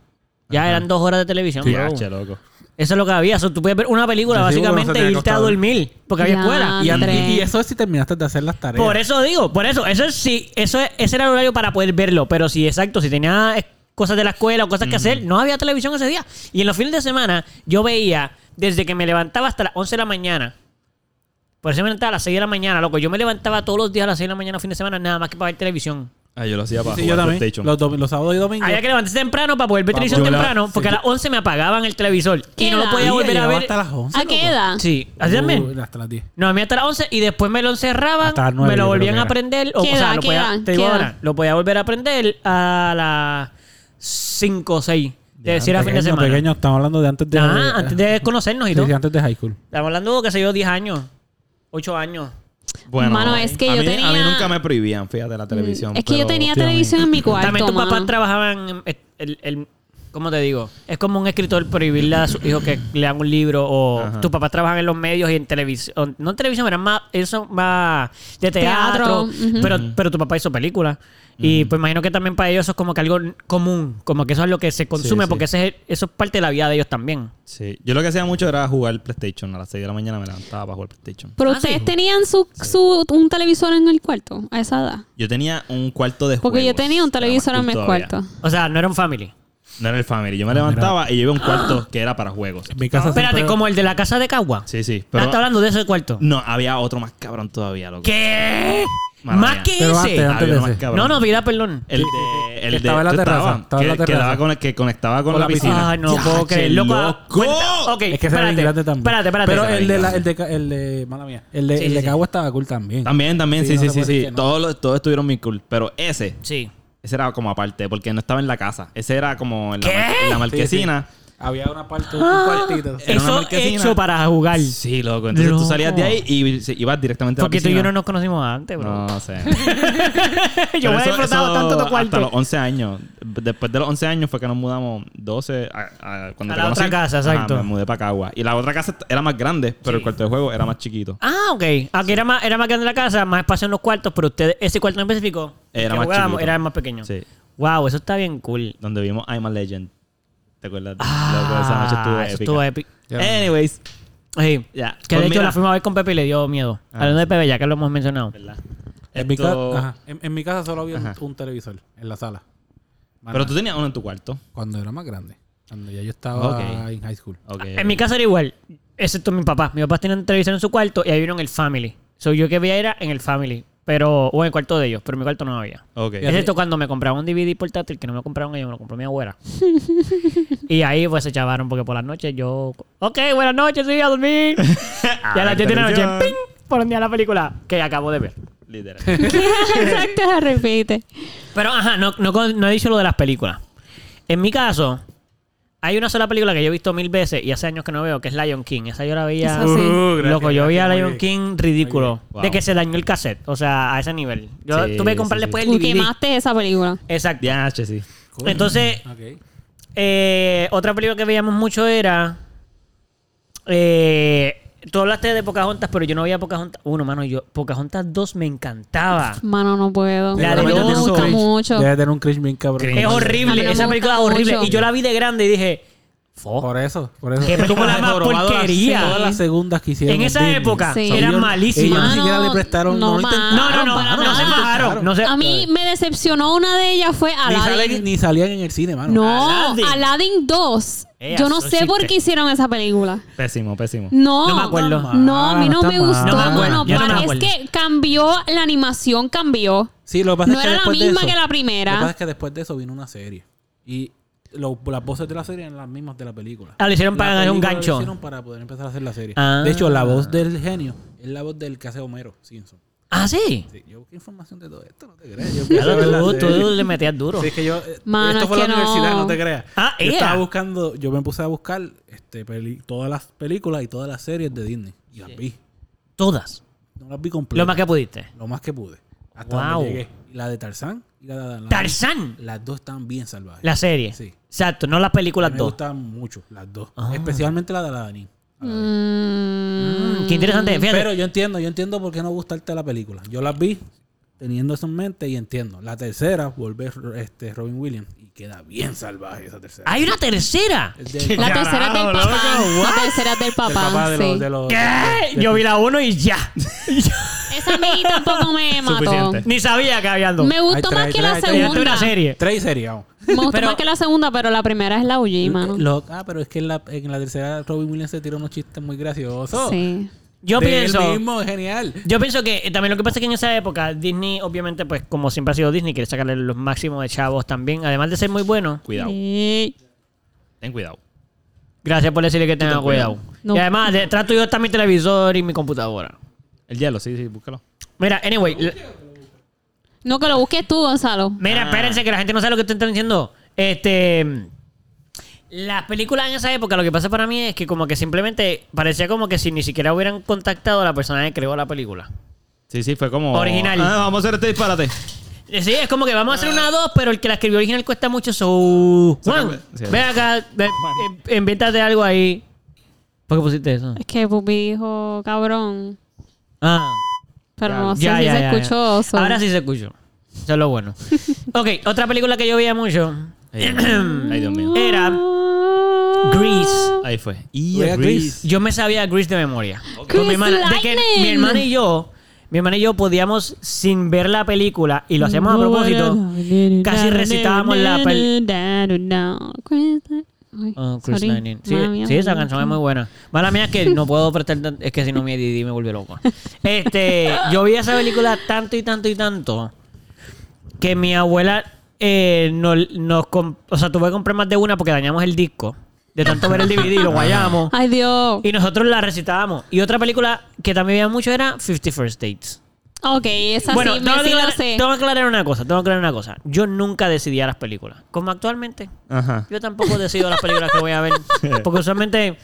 B: Ya eran dos horas de televisión, bro.
A: Piache, loco.
B: Eso es lo que había. O sea, tú podías ver una película,
D: Sí, sí, porque no se
B: básicamente,
D: tenía
B: e irte a
D: acostado.
B: dormir. Porque había
C: Ya,
B: escuela.
D: Y,
C: Andrés.
D: y eso es si terminaste de hacer las tareas.
B: Por eso digo, por eso, eso es sí, eso es- ese era el horario para poder verlo, pero si exacto, si tenía eh, cosas de la escuela o cosas que hacer, no había televisión ese día. Y en los fines de semana yo veía desde que me levantaba hasta las 11 de la mañana. Por eso me levantaba a las 6 de la mañana, loco. Yo me levantaba todos los días a las 6 de la mañana, fin de semana, nada más que para ver televisión.
A: Ah, yo lo hacía para
D: Sí, yo
A: jugar
D: también.
A: PlayStation.
D: Los, dom- los sábados y domingos.
B: Había que levantarse temprano para poder ver
D: Vamos.
B: televisión
D: Yo la-
B: temprano, porque
D: sí,
B: a las 11 me apagaban el televisor y
C: ¿Qué
B: no lo
C: edad?
B: podía
C: Sí,
B: volver a
D: llegaba
B: ver.
D: hasta las 11.
C: ¿A qué
D: loco.
C: edad?
B: Sí, así también.
D: Uh, hasta las 10.
B: No, a mí hasta las 11 y después me lo encerraban,
D: Hasta las nueve,
B: me lo
D: yo creo
B: volvían
D: que
B: a
D: era.
B: aprender. O, o
C: ¿Qué
B: sea,
C: edad,
B: lo
C: qué
B: podía,
C: edad,
B: te digo
C: qué
B: ahora,
C: edad?
B: lo podía volver a aprender a las 5 o 6. De decir a fin de
D: Pequeño,
B: semana.
D: pequeño, estamos hablando de antes de.
B: Ah, antes de conocernos y
D: Sí,
B: todo.
D: sí, antes de high school.
B: Estamos hablando, qué sé yo, 10 años, 8 años.
A: Bueno,
C: Mano, es que
A: a
C: yo
A: mí,
C: tenía- Mm,
A: A mí nunca me prohibían, fíjate, la televisión.
C: es que yo
A: pero-
C: tenía
D: Dios mío.
C: televisión en mi cuarto.
B: También tus papás
C: mano.
B: trabajaban en el, el- el- ¿Cómo te digo? Es como un escritor prohibirle a sus hijos que lean un libro o
A: Ajá.
B: tus papás trabajan en los medios y en televisión. No en televisión, eran más, eso más de teatro.
C: Teatro, ujú.
B: pero, pero tu papá hizo películas. Y pues imagino que también para ellos eso es como que algo común, como que eso es lo que se consume
A: sí.
B: porque ese es- eso es parte de la vida de ellos también.
A: Sí. Yo lo que hacía mucho era jugar PlayStation. A las 6 de la mañana me levantaba para jugar PlayStation.
C: Pero
B: Ah,
C: ustedes
B: sí.
C: tenían su, su, un televisor en el cuarto a esa edad.
A: Yo tenía un cuarto de
C: Porque yo
A: juegos.
C: tenía
A: Era
C: un
A: más
C: televisor en
A: cool
C: mi
A: todavía.
C: cuarto.
B: O sea, no era un family.
A: No era el family. Yo me levantaba y llevé un cuarto que era para juegos.
D: En mi casa
B: Espérate,
D: siempre-
B: como el de la casa de Cagua.
A: Sí, sí.
B: Ah,
A: Pero
B: está hablando de ese cuarto.
A: no, había otro más cabrón todavía, loco.
B: ¿Qué?
A: Mala
B: Más
A: mía.
B: que
D: Pero
B: ese.
D: antes,
A: Había
D: de
A: uno más
D: ese.
A: cabrón.
B: No, no, vida, perdón.
A: El de, el de-
D: Estaba en la
A: tú
D: terraza,
A: estabas,
D: estaba en la
A: que- que
D: terraza.
A: daba con el- que conectaba con,
D: Con
A: la
D: la piscina.
A: piscina.
B: Ay, no
A: Ya,
B: puedo creer,
A: che,
B: loco. Ah,
A: loco.
B: cuenta- ok,
D: Es que ese era en
B: espérate,
D: Inglaterra también.
B: espérate, espérate.
D: Pero
A: Ese era
D: el de, la, el
A: Inglaterra.
D: de. ca- El de. Mala mía. El de,
B: Sí,
D: el
B: sí,
D: de
B: sí.
D: Cagua estaba cool también.
A: También, también, sí,
D: no
A: sí,
D: se
A: sí,
D: puede
A: sí.
D: decir que no.
A: Todos, los- todos estuvieron muy cool. Pero ese,
B: Sí.
A: ese era como aparte, porque no estaba en la casa. Ese era como en la,
B: ¿Qué?
A: mar- en la
D: Sí, sí.
A: marquesina.
D: Había una parte, un cuartito.
A: Era una
B: Eso
A: marquesina.
B: hecho para jugar.
A: Sí, loco. Entonces
B: Loco.
A: tú salías de ahí y se- ibas directamente a la
B: Porque tú y
A: piscina.
B: yo no nos conocimos antes, bro.
A: No sé.
B: yo
A: Pero
B: me he
A: eso-
B: disfrutado
A: eso
B: tanto tu
A: Hasta los
B: cuarto.
A: 11 años. Después de los 11 años fue que nos mudamos 12 a, a- cuando
B: A
A: te
B: la
A: conocí.
B: otra casa,
A: Ajá,
B: exacto.
A: me mudé para Cagua. Y la otra casa era más grande, pero el cuarto de juego era más chiquito.
B: Ah, ok. Aquí era, más, era más grande la casa, más espacio en los cuartos, pero ustedes, ese cuarto en específico,
A: Era
B: que
A: más
B: jugábamos,
A: chiquito.
B: era más pequeño.
A: Sí.
B: Wow, eso está bien cool.
A: Donde vimos I'm a Legend. ¿Te acuerdas? Loco, esa noche estuvo
B: Ah,
A: épica.
B: eso estuvo épico.
D: eh,
A: Ya. Anyways.
B: Sí.
A: Ya.
B: Que
A: Pues
B: de hecho
A: mira.
B: la fuimos a ver con Pepe y le dio miedo.
A: Ah,
B: Hablando de Pepe, ya que lo hemos mencionado.
A: ¿Verdad?
D: En, mi
B: Esto-
D: ca- ajá. En- en mi casa solo había un, un televisor en la sala. Bueno,
A: Pero tú tenías uno en tu cuarto.
D: Cuando era más grande. Cuando ya yo estaba
A: Ok.
D: en high school.
A: Ok.
B: En mi casa era igual, excepto mi papá. Mi papá tenía un televisor en su cuarto y ahí vino en el family. So, yo que veía era en el family, pero, o en el cuarto de ellos, pero en mi cuarto no había.
A: Ok.
B: Excepto cuando me compraban un DVD portátil, que no me lo compraron ellos, me lo compró mi abuela. y ahí pues se chavaron, porque por las noches yo. Ok, buenas noches, sí, a dormir. y a las 10 de la noche,
A: televisión.
B: ¡ping! Ponía la película que acabo de ver.
A: Literal.
C: Exacto, la repite.
B: Pero, ajá, no, no, con- no he dicho lo de las películas. En mi caso, hay una sola película que yo he visto mil veces y hace años que no veo, que es Lion King. Esa yo la veía.
C: Esa sí.
D: Uh, gracias,
B: Loco, yo veía
D: gracias, muy
B: Lion
D: bien.
B: King ridículo.
A: Wow.
B: De que se dañó el cassette. O sea, a ese nivel. Yo
A: Sí,
B: tuve que comprar
A: sí,
B: después
C: Y
B: el DVD.
C: quemaste esa película.
B: Exacto.
A: DH, sí.
D: Cool.
B: Entonces,
D: Ok.
B: eh, otra película que veíamos mucho era. eh, tú hablaste de Pocahontas, pero yo no veía Pocahontas 1, mano. Yo, Pocahontas 2 me encantaba.
C: Mano, no puedo.
B: La
C: a
B: de
C: mí no me
B: los
C: gusta
B: cringe.
C: mucho.
D: Debe tener un cringe bien cabrón.
B: Es
C: A mí no
B: horrible.
C: me
B: Esa película es
C: gusta
B: horrible.
C: mucho.
B: Y yo la vi de grande y dije. "Fo,
D: Por eso, por eso.
B: Qué película más
D: Jorobado,
B: porquería.
D: Todas las segundas que hicieron.
B: En esa
D: Disney.
B: época,
C: Sí.
B: eran
D: Ellos-
B: malísimas.
D: Ellos ni siquiera le
C: Mano,
D: prestaron.
C: no,
D: No, lo
C: mano.
D: intentaron.
B: No, no, no.
C: para
B: No
C: nada.
B: se bajaron. No se-
C: A mí me decepcionó una de ellas fue
D: Ni,
C: Aladdin.
D: salen- ni salían en el cine, mano.
C: No,
B: Aladdin.
C: Aladdin, 2.
B: Eh,
C: Yo no
B: eso
C: sé por
B: existe.
C: qué hicieron esa película.
A: Pésimo, pésimo.
C: No,
B: No me acuerdo.
C: No, a mí
D: Mala,
C: no
D: está
C: me
D: mala.
C: gustó.
B: No me
C: No,
B: acuerdo,
C: no,
B: yo no me
C: para- es
B: acuerdo.
C: que cambió, la animación cambió.
D: Sí, lo que pasa
C: No
D: es que
C: era la
D: después de
C: misma
D: eso-
C: que la primera.
D: Lo que pasa es que después de eso vino una serie. Y lo- las voces de la serie eran las mismas de la película.
B: Ah, lo hicieron para
D: La
B: ganar un
D: película lo
B: gancho.
D: hicieron para poder empezar a hacer la serie.
B: Ah.
D: De hecho, la voz del genio es la voz del que hace Homero Simpson.
B: Ah, sí.
D: Sí, yo busqué información de todo esto, no te creas. Yo
B: Claro,
D: puse la
B: tú,
D: serie.
B: tú le metías duro.
D: Sí, es que yo. eh,
C: Mano,
D: esto
C: es
D: fue la
C: que no.
D: universidad, no te creas.
B: Ah,
D: yo
B: era.
D: estaba buscando, yo me puse a buscar este, peli- todas las películas y todas las series de Disney. Y las vi.
B: Todas.
D: No las vi completas.
B: Lo más que pudiste.
D: Lo más que pude. Hasta donde
B: Wow.
D: llegué. Y la de Tarzán y la de Adán.
B: Tarzán.
D: Las dos están bien salvajes.
B: La serie.
D: Sí.
B: Exacto, no las
D: A mí
B: películas
D: me
B: dos.
D: gustan mucho las dos.
B: Ah.
D: Especialmente la de Aladdin.
C: Mm,
B: Mm, qué interesante. Fíjate.
D: Pero yo entiendo, yo entiendo por qué no gustarte la película. Yo las vi teniendo eso en mente y entiendo. La tercera, volver este, Robin Williams. Y queda bien salvaje esa tercera.
B: Hay una tercera.
D: Es del-
C: la tercera es del
B: Carajo,
C: papá.
B: loco,
C: La tercera es del
D: del papá
C: papá.
D: de
C: sí.
D: los- de los-
B: ¿Qué? Yo vi la uno y ya.
C: Esa a mí tampoco me mató.
A: Suficiente.
B: Ni sabía que había dos.
C: Me gustó
D: Ay, trae,
C: más que la
D: trae, trae.
B: Fíjate,
C: segunda.
B: una serie.
D: Tres series, vamos.
C: Me gustó
B: Pero-
C: más que la segunda, pero la primera es la UG, mano.
D: Lo- ah, pero es que en la, en la tercera Robin Williams se tiró unos chistes muy graciosos.
C: Sí.
B: Yo
D: De
B: pienso.
D: Él mismo, genial.
B: Yo pienso que eh, también lo que pasa es que en esa época Disney, obviamente, pues como siempre ha sido Disney, quiere sacarle los máximos de chavos también. Además de ser muy bueno,
A: Cuidado.
C: eh. Sí.
A: Ten cuidado.
B: gracias por decirle que tenga cuidado.
C: No.
B: Y además, detrás tuyo está mi televisor y mi computadora.
A: El hielo, sí, sí, búscalo.
B: Mira, anyway, la-
C: No, que lo busques tú, Gonzalo.
B: mira, espérense que la gente no sabe lo que te están diciendo. Este. Las películas en esa época, lo que pasa para mí es que como que simplemente parecía como que si ni siquiera hubieran contactado a la persona que creó la película.
A: Sí, sí, fue como.
B: Original.
A: Ah, vamos a hacer este disparate.
B: Eh, Sí, es como que vamos a hacer
A: Ah.
B: una dos, pero el que la escribió original cuesta mucho. So... Juan,
A: Sí.
B: ven acá, ve- eh, invéntate algo ahí. ¿Por qué pusiste eso?
C: Es que Pupi dijo, cabrón.
B: Ah,
C: Pero no sé
B: ya,
C: si
B: ya,
C: se
B: ya, ya.
C: escuchó. o sea.
B: Ahora sí se escuchó. Eso es lo bueno. ok, otra película que yo veía mucho
A: Ay, Dios mío. Ay, Dios mío.
B: era Grease.
A: Ahí fue. Y
D: Voy a
A: el
D: Grease.
B: Yo me sabía Grease de memoria.
C: Grease
B: mi hermana, de que
C: Lightning.
B: mi hermana y yo, mi hermana y yo podíamos sin ver la película y lo hacíamos a propósito. Casi recitábamos la pel-
C: Ay,
B: Oh, Chris
C: sorry.
B: Lightning. Sí,
C: Mala mía,
B: sí, esa
C: mala
B: canción
C: mía.
B: es muy buena. Mala mía es que no puedo prestar... tan- Es que si no mi ADD me vuelve loco. Este, yo vi esa película tanto y tanto y tanto que mi abuela eh, no- nos, comp- O sea, tuve que comprar más de una porque dañamos el disco. De tanto ver el DVD y lo guayamos.
C: Ay, Dios.
B: Y nosotros la recitábamos. Y otra película que también veía mucho era Fifty First Dates.
C: Ok, esa
B: Bueno,
C: sí, me
B: tengo, que
C: sí la
B: aclarar,
C: sé.
B: tengo que aclarar una cosa, tengo que aclarar una cosa. Yo nunca decidía las películas. Como actualmente,
A: Ajá.
B: yo tampoco decido las películas que voy a ver. Porque usualmente.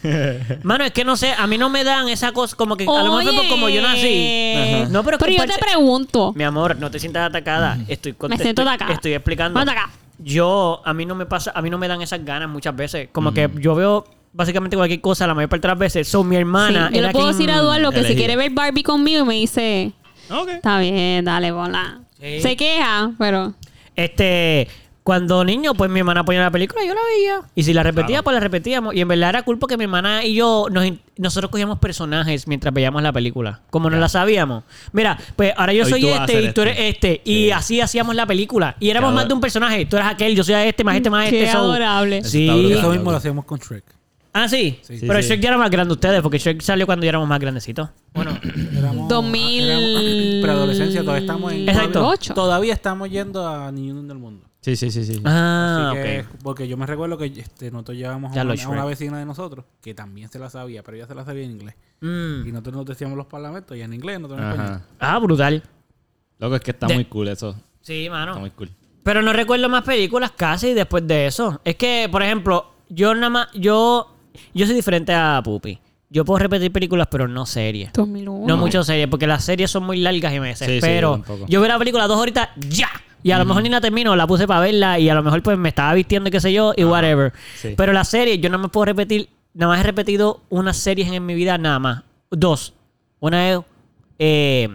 B: Mano, es que no sé, a mí no me dan esa cosa como que. A lo mejor fue por
C: Oye.
B: como yo nací. Ajá. No, pero
C: pero yo te
B: comparte-
C: pregunto.
B: Mi amor, no te sientas atacada. Estoy
C: Me siento
B: estoy-
C: atacada.
B: Estoy explicando.
C: Vamos acá.
B: Yo, a mí no me pasa, a mí no me dan esas ganas muchas veces. Como que yo veo básicamente cualquier cosa la mayor parte de las veces. So, mi
C: Sí,
B: hermana.
C: yo
B: era
C: le puedo
B: quien-
C: decir a Eduardo que si
A: elegí.
C: quiere ver Barbie conmigo y me dice,
A: Ok.
C: está bien, dale, bola.
B: Sí.
C: Se queja, pero
B: Este. cu- Cuando niño, pues mi hermana ponía la película y yo la veía. Y si la repetía, pues la repetíamos. Y en verdad era culpa que mi hermana y yo, nos in- nosotros cogíamos personajes mientras veíamos la película. Como no la sabíamos. Mira, pues ahora yo
A: Hoy
B: soy
A: tú vas a
B: este
A: ser
B: y tú eres este. Y
A: Sí.
B: así hacíamos la película. Y éramos
A: Qué
B: más de un personaje. Tú eras aquel, yo soy este, más este, más
C: Qué
B: este. so-
C: adorable.
A: Eso está
B: Sí.
A: brutal.
D: Eso mismo
A: loco.
D: lo hacíamos con Shrek.
B: Ah, sí.
D: Sí.
B: Pero
A: Sí,
B: Shrek
A: sí.
B: ya era más grande de ustedes, porque Shrek salió cuando ya éramos más grandecitos. Bueno,
D: Éramos-
C: 2000.
D: éramos- Preadolescencia, todavía estamos en.
B: Exacto.
C: Ocho.
D: Todavía estamos yendo a Niños del Mundo.
A: Sí, sí, sí, sí.
B: Ah,
D: Así que-
B: ok.
D: Porque yo me recuerdo que este, nosotros llevamos
B: Ya
D: a,
B: lo
D: una, a una
B: Shrek.
D: vecina de nosotros que también se la sabía, pero ella se la sabía en inglés.
B: Mm.
D: Y nosotros nos decíamos los parlamentos y en inglés, nosotros en español.
A: Ajá.
B: Ah, brutal.
A: Loco, es que está
B: De-
A: muy cool eso.
B: Sí,
A: Está
B: mano.
A: muy cool.
B: Pero no recuerdo más películas casi después de eso. Es que, por ejemplo, yo nada más, yo, yo soy diferente a Pupi. Yo puedo repetir películas, pero no series.
C: 2001.
B: No muchas series, porque las series son muy largas y me
A: sí,
B: desespero.
A: tampoco.
B: yo veo la película dos horitas ya. Y a lo mejor ni la termino, la puse para verla y a lo mejor pues me estaba vistiendo y qué sé yo y whatever.
A: sí.
B: Pero la serie yo no me puedo repetir, nada más he repetido unas series en mi vida nada más. Dos. Una es eh,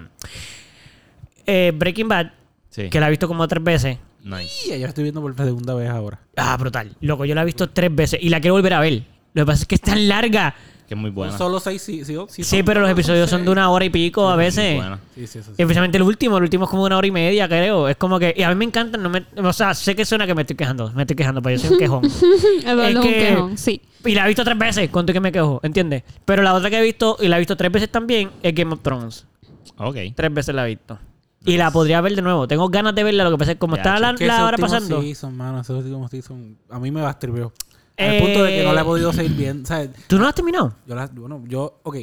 B: eh, Breaking Bad,
A: Sí.
B: que la he visto como tres veces.
A: Nice.
D: Y yo la estoy viendo por segunda vez ahora.
B: Ah, brutal. Loco, yo la he visto tres veces y la quiero volver a ver. Lo que pasa es que es tan larga.
A: Que es muy buena.
D: Solo seis, sí, sí,
B: Sí,
D: sí, son-
B: pero los episodios son de una hora y pico a veces.
A: buena.
D: Sí, sí, eso sí.
B: Especialmente el último, el último es como una hora y media, creo. Es como que. Y a mí me encanta, no me, o sea, sé que suena que me estoy quejando, me estoy quejando, pero yo soy un quejón.
C: Eduardo
B: Es
C: es un
B: que-
C: quejón, sí.
B: y la he visto tres veces, cuánto que me quejo, ¿entiendes? Pero la otra que he visto, y la he visto tres veces también, es Game of Thrones.
A: Ok.
B: Tres veces la he visto. Y la podría ver de nuevo. Tengo ganas de verla, lo que pasa es que como
A: Ya,
B: está la,
D: Es que
B: la
D: ese
B: hora
D: último
B: pasando.
D: season, mano, ese último season, a mí me bastribeó.
B: Eh.
D: Al punto de que no la he podido seguir bien. ¿sabes?
B: ¿Tú no la has terminado?
D: Yo la, bueno, yo, ok,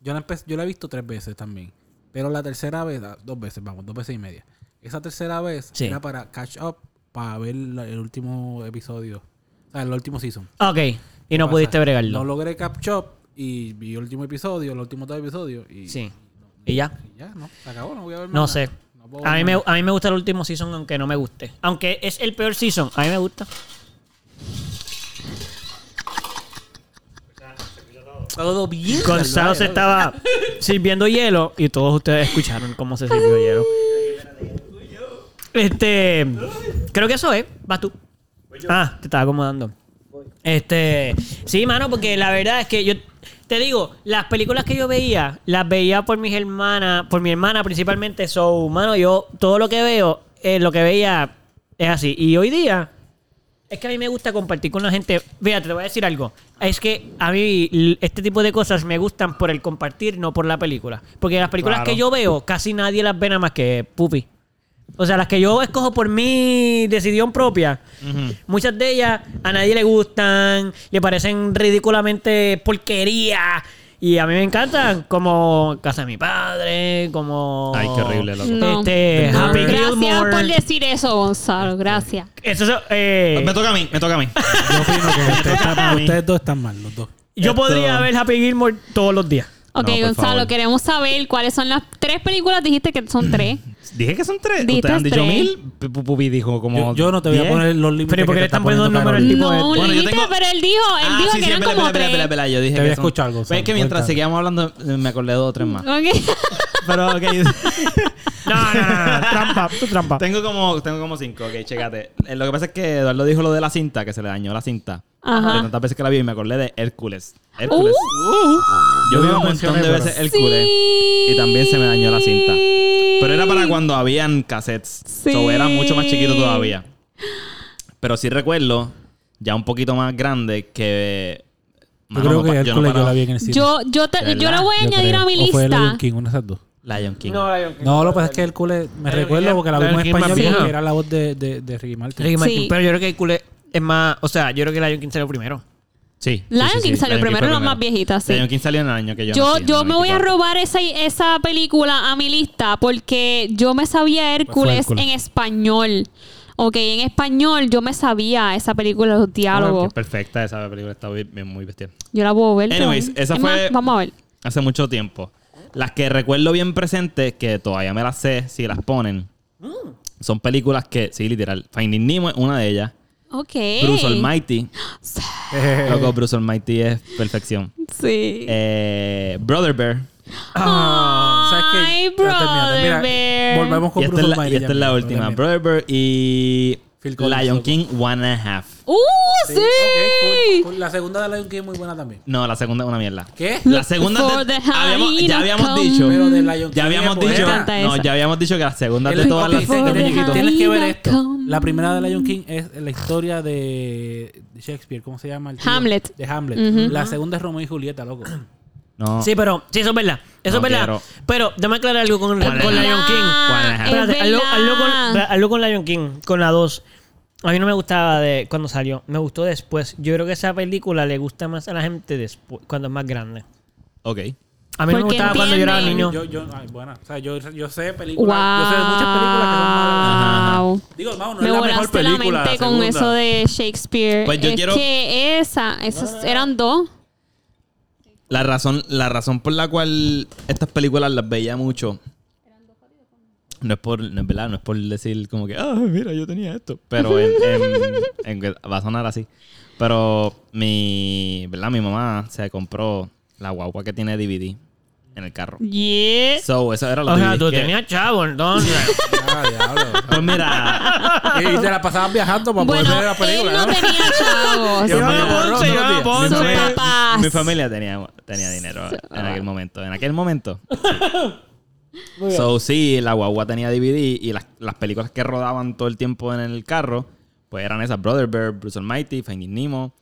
D: yo la, empe- yo la he visto tres veces también. Pero la tercera vez, ah, dos veces, vamos, dos veces y media. Esa tercera vez
B: Sí.
D: era para catch up, para ver la- el último episodio, o sea, el último season.
B: Ok. Y no
D: Pasa,
B: pudiste bregarlo.
D: No logré catch up y vi el último episodio, los últimos dos episodios y,
B: Sí. Y ya.
D: y ya, ¿no? Se acabó, no voy a ver más
B: No
D: nada.
B: sé.
D: No puedo
B: A mí,
D: ver
B: me,
D: más.
B: a mí me gusta el último season, aunque no me guste. Aunque es el peor season, a mí me gusta.
D: Todo bien.
B: Gonzalo se estaba sirviendo hielo y todos ustedes escucharon cómo se sirvió hielo. Este, creo que eso es. Vas tú. Ah, te estaba acomodando. Este, sí, mano, porque la verdad es que yo te digo, las películas que yo veía, las veía por mis hermanas, por mi hermana principalmente. So, mano, yo todo lo que veo, eh, lo que veía es así. Y hoy día, es que a mí me gusta compartir con la gente. Fíjate, te voy a decir algo. Es que a mí l- este tipo de cosas me gustan por el compartir, no por la película. Porque las películas
A: Claro.
B: que yo veo, casi nadie las ve nada más que Pupi. O sea, las que yo escojo por mi decisión propia, muchas de ellas a nadie le gustan, le parecen ridículamente porquería. Y a mí me encantan, como Casa de mi Padre, como...
A: Ay, qué horrible, loco.
C: No.
B: Este,
C: No,
B: Happy
C: Gracias
B: Gilmore.
C: por decir eso, Gonzalo. Gracias.
B: Eso es, eh,
A: Me toca a mí, me toca a mí.
D: Yo opino que ustedes,
A: A
D: están-
A: mí.
D: ustedes dos están mal, los dos.
B: Yo
A: Esto-
B: podría ver Happy Gilmore todos los días.
C: Ok,
A: No, por
C: Gonzalo,
A: favor.
C: queremos saber cuáles son las tres películas. Dijiste que son tres.
A: Dije que son tres.
C: Dijiste
A: Ustedes han dicho
C: tres.
A: mil. P- P- Pupi dijo como.
D: Yo, yo no te voy
A: diez.
D: a poner los límites.
B: Pero ¿por qué le
D: que te
B: están
D: está
B: poniendo
D: poniendo
B: un número al
D: Carol.
B: tipo de-
C: No, un
A: Bueno, yo
C: límite,
A: tengo-
C: pero él dijo, él dijo que eran
A: Ah, espera,
C: como
A: espera, espera,
C: tres.
A: espera, Yo dije
D: Te había
A: que son-
D: escuchado algo,
A: Es que
D: Sam,
A: mientras
D: cuéntame.
A: seguíamos hablando, eh, me acordé de dos o tres más.
C: Ok.
A: Pero, ok.
B: No, no, no, no, trampa, tú trampa.
A: tengo, como, tengo como cinco. Ok, chécate. Eh, Lo que pasa es que Eduardo dijo lo de la cinta, que se le dañó la cinta.
C: Ajá. Uh.
A: De tantas veces que la vi y me acordé de Hércules. Hércules.
D: Yo
A: Yo vi
D: lo
A: un montón
D: mencioné,
A: de
D: pero-
A: veces Hércules. Y también se me dañó la cinta. Pero era para cuando habían cassettes.
C: Sí.
A: So, era mucho más chiquito todavía. Pero sí recuerdo, ya un poquito más grande, que.
D: Yo
A: Mano,
D: creo
A: no
D: que
A: pa- yo no
D: Hércules yo
A: paraba.
D: la vi en el cine.
C: Yo, yo, te-
A: ¿De
C: yo
A: verdad?
C: lo voy a
D: Yo
C: añadir
D: creo.
C: a mi
D: O fue
C: lista.
D: Lion King, una de esas dos.
A: Lion King.
D: No, lo que pasa es que Hércules, me
B: Lion King
D: recuerdo porque la
B: era-
D: vi en
B: Lion King más
D: español
B: vieja.
D: porque era la voz de, de, de Ricky Martin.
B: Ricky Martin,
C: Sí.
B: Pero yo creo que Hércules es más. O sea, yo creo que Lion King salió primero.
A: Sí.
C: Lion King salió primero, era más viejita, sí.
A: Lion King salió en el año que yo
C: Yo,
A: nací, en
C: yo
A: el
C: me voy a
A: 94.
C: robar esa, esa película a mi lista porque yo me sabía Hércules,
D: Hércules.
C: en español. Ok, en español yo me sabía esa película, los
A: Qué
C: diálogos.
A: perfecta esa película, está bien, bien, muy bestial.
C: Yo la puedo ver.
A: Anyways,
C: pero-
A: esa
C: Es
A: fue-
C: más, vamos a ver.
A: Hace mucho tiempo. Las que recuerdo bien presentes, que todavía me las sé si las ponen,
D: Mm.
A: son películas que, sí, literal. Finding Nemo es una de ellas.
C: Ok.
A: Bruce Almighty.
D: Eh,
A: Loco, Bruce Almighty es perfección.
C: Sí.
A: Eh, Brother Bear.
D: ¿sabes qué?
C: Ay,
D: Ya terminando.
C: brother.
D: Mira,
C: Bear.
D: Volvemos
A: Y esta
D: con
A: es
D: Oh, Bruce
A: la, y
D: Almighty.
A: esta es la última. Brother Bear y.
D: Phil Collins,
A: Lion
D: loco.
A: King One and a Half.
C: ¡Uh, sí!
D: Sí, ok, cool, cool. La segunda de Lion King es muy buena también.
A: No, la segunda es una mierda.
D: ¿Qué?
A: La segunda
C: For
A: te-
C: the
A: habíamos-
C: hyenas
A: ya habíamos
C: come.
A: dicho.
D: Pero de Lion King.
A: Ya habíamos
D: es buena.
A: dicho,
C: Me encanta
A: no,
C: esa.
A: ya habíamos dicho que la segunda de
D: El-
A: todas las
D: papi,
C: For
D: tienes que-
C: the
D: Tienes que ver
C: hyenas
D: esto.
C: come.
D: La primera de Lion King es la historia de Shakespeare, ¿cómo se llama? el tío?
C: Hamlet.
D: De Hamlet. La segunda es Romeo y Julieta, loco.
A: No.
B: Sí, pero sí, eso es verdad. Eso
A: No
B: es verdad.
A: quiero.
B: Pero déjame aclarar algo con,
A: ¿Cuál es
B: con
A: la-
B: Lion King.
A: ¿Cuál es?
C: Es
B: Ah. Espérate, algo, algo con,
C: verdad.
B: espera, algo con Lion King, con la 2. A mí no me gustaba de cuando salió, me gustó después. Yo creo que esa película le gusta más a la gente después, cuando es más grande.
A: Ok.
B: A mí no me
C: Porque
B: gustaba cuando yo era
C: entienden.
B: niño.
D: Yo, yo, ay, buena. O sea, yo, yo sé
C: ¡Wow!
D: películas. Yo sé de muchas películas que son malas.
A: Ajá.
D: Digo, vamos, no
C: Me
D: es la mejor
C: volaste la
D: película.
C: mente
D: la
C: con
D: segunda.
C: eso de Shakespeare.
A: Pues yo
C: es
A: quiero-
C: que esa, esas eran dos.
A: La razón, la razón por la cual estas películas las veía mucho. No es por, no es verdad, no es por decir como que, ah, mira, yo tenía esto. Pero en, en- en- va a sonar así. Pero mi, ¿verdad? Mi mamá se compró la guagua que tiene DVD en el carro.
C: Yeah.
A: So, eso era lo
B: O sea,
A: DVD
B: tú
A: que-
B: tenías chavo, entonces.
D: Ah, diablo.
A: Pues mira,
D: Y te la pasabas viajando para poder
C: Bueno,
D: ver la película.
C: él no
D: ¿no?
C: tenía chavos.
D: Yo
B: Yo
D: me
B: era
D: agarró
B: Ponce, yo
D: todos
A: mi
B: era
D: los días.
C: Sus
B: Ponce.
A: familia,
C: papás.
A: mi familia tenía, tenía dinero en
C: Ah.
A: aquel momento. En aquel momento. So, sí, la guagua tenía DVD y las, las películas que rodaban todo el tiempo en el carro, pues eran esas Brother Bear, Bruce Almighty, Finding Nemo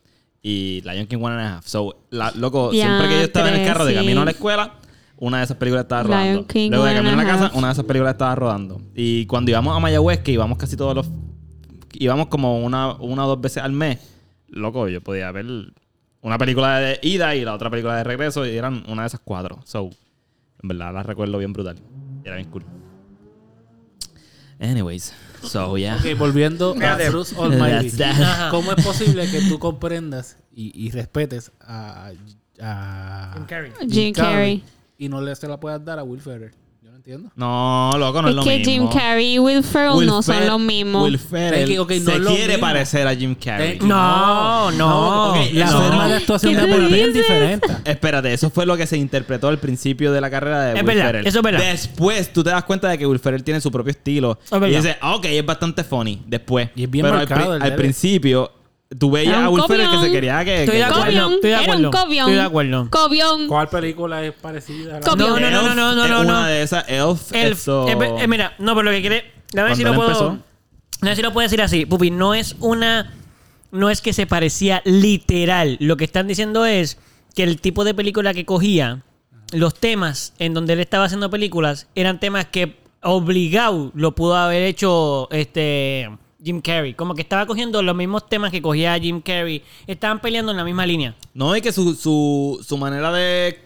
A: y Lion King One and a Half. So, la- loco, siempre que yo estaba en el carro de
C: Diantre,
A: camino a la
C: sí.
A: escuela, una de esas películas estaba
C: Lion
A: rodando.
C: King
A: Luego de
C: One
A: camino a la
C: and a
A: casa,
C: Half.
A: una de esas películas estaba rodando. Y cuando íbamos a Mayagüez, que íbamos casi todos los... Íbamos como una, una o dos veces al mes, loco, yo podía ver una película de ida y la otra película de regreso y eran una de esas cuatro. So, en verdad las recuerdo bien brutal. Era bien cool. Anyways, so yeah.
D: Ok, volviendo a Bruce Almighty.
A: That's that.
D: ¿Cómo es posible que tú comprendas y, y respetes a, a
B: Jim Carrey.
C: Jim Carrey.
D: y no le se la puedas dar a Will Ferrell? Yo no entiendo.
A: No, loco, no es,
C: Es
A: lo
C: que
A: mismo.
C: Jim Carrey y Will Ferrell
A: Will
C: no son
A: Fer-
C: lo mismo.
A: Will Ferrell
D: Thank you, ok, no
A: se
D: es lo
A: quiere
D: mismo. Eh,
A: parecer a Jim Carrey.
D: Thank you.
B: No, no.
A: ok,
D: La
A: no.
D: forma de actuación
C: ¿Qué
D: de
C: te
D: Will Ferrell es
C: dices?
D: diferente.
A: Espérate, eso fue lo que se interpretó al principio de la carrera de
B: Es
A: Will
B: verdad,
A: Ferrell.
B: eso es verdad.
A: Después tú te das cuenta de que Will Ferrell tiene su propio estilo.
B: Es verdad.
A: y dices, ah, ok, es bastante funny. Después.
D: Y es bien
A: Pero al
D: marcado
A: pri-
D: el
A: al,
D: debe.
A: principio tú veías
C: Era un
A: a Will Ferrell que
C: copión.
A: se quería que...
B: Estoy
A: que-
B: de acuerdo.
C: Cobión.
B: estoy de
C: Era
B: acuerdo,
C: un cobión.
B: estoy de acuerdo.
C: Cobión.
D: ¿Cuál película es parecida a la
C: Copy.
B: No, no, no, no,
A: Elf
B: no, no, no.
A: es
B: no.
A: Una de esas Elf.
B: El,
A: eso-
B: eh, eh, mira, no, pero lo que quiere. A ver
A: Cuando
B: si lo
A: él
B: puedo.
A: empezó.
B: No sé si lo puedo decir así, Pupi. No es una. No es que se parecía literal. Lo que están diciendo es que el tipo de película que cogía, los temas en donde él estaba haciendo películas, eran temas que obligado lo pudo haber hecho este. Jim Carrey, como que estaba cogiendo los mismos temas que cogía Jim Carrey, estaban peleando en la misma línea.
A: No, y que su, su, su manera de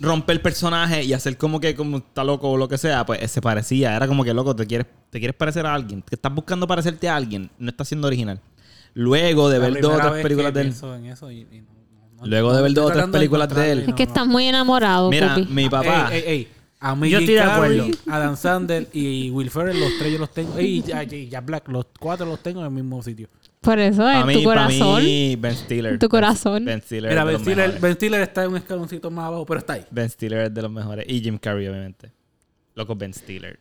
A: romper el personaje y hacer como que como está loco o lo que sea, pues eh, se parecía. Era como que loco, te quieres, te quieres parecer a alguien. Te estás buscando parecerte a alguien. No estás siendo original. Luego de
D: La
A: ver dos
D: primera
A: otras
D: vez
A: películas
D: que
A: de él.
D: pienso en eso y- y no- no-
A: Luego de
D: no
A: ver
D: estoy
A: dos o tres
D: tratando de
A: películas de él.
D: encontrarle,
C: Es que
D: no,
C: estás muy
B: Oh,
C: enamorado,
A: Mira,
C: Pupi.
A: mi papá.
B: eh,
D: Ey, ey, ey. A mí
B: Yo
D: Jim
B: estoy de
D: Carrey,
B: acuerdo.
D: Adam Sandler y Will Ferrell, los tres yo los tengo. Y ya, ya- ya Black, los cuatro los tengo en el mismo sitio.
C: Por eso
A: pa'
C: es tu
A: mí- pa' mí,
C: corazón.
A: ben Stiller.
C: Tu corazón.
A: Ben Stiller.
D: Mira,
A: es de
D: ben
A: los
D: Stiller,
A: mejores.
D: ben Stiller está en un escaloncito más abajo, pero está ahí.
A: Ben Stiller es de los mejores. Y Jim Carrey, obviamente. Loco, Ben Stiller.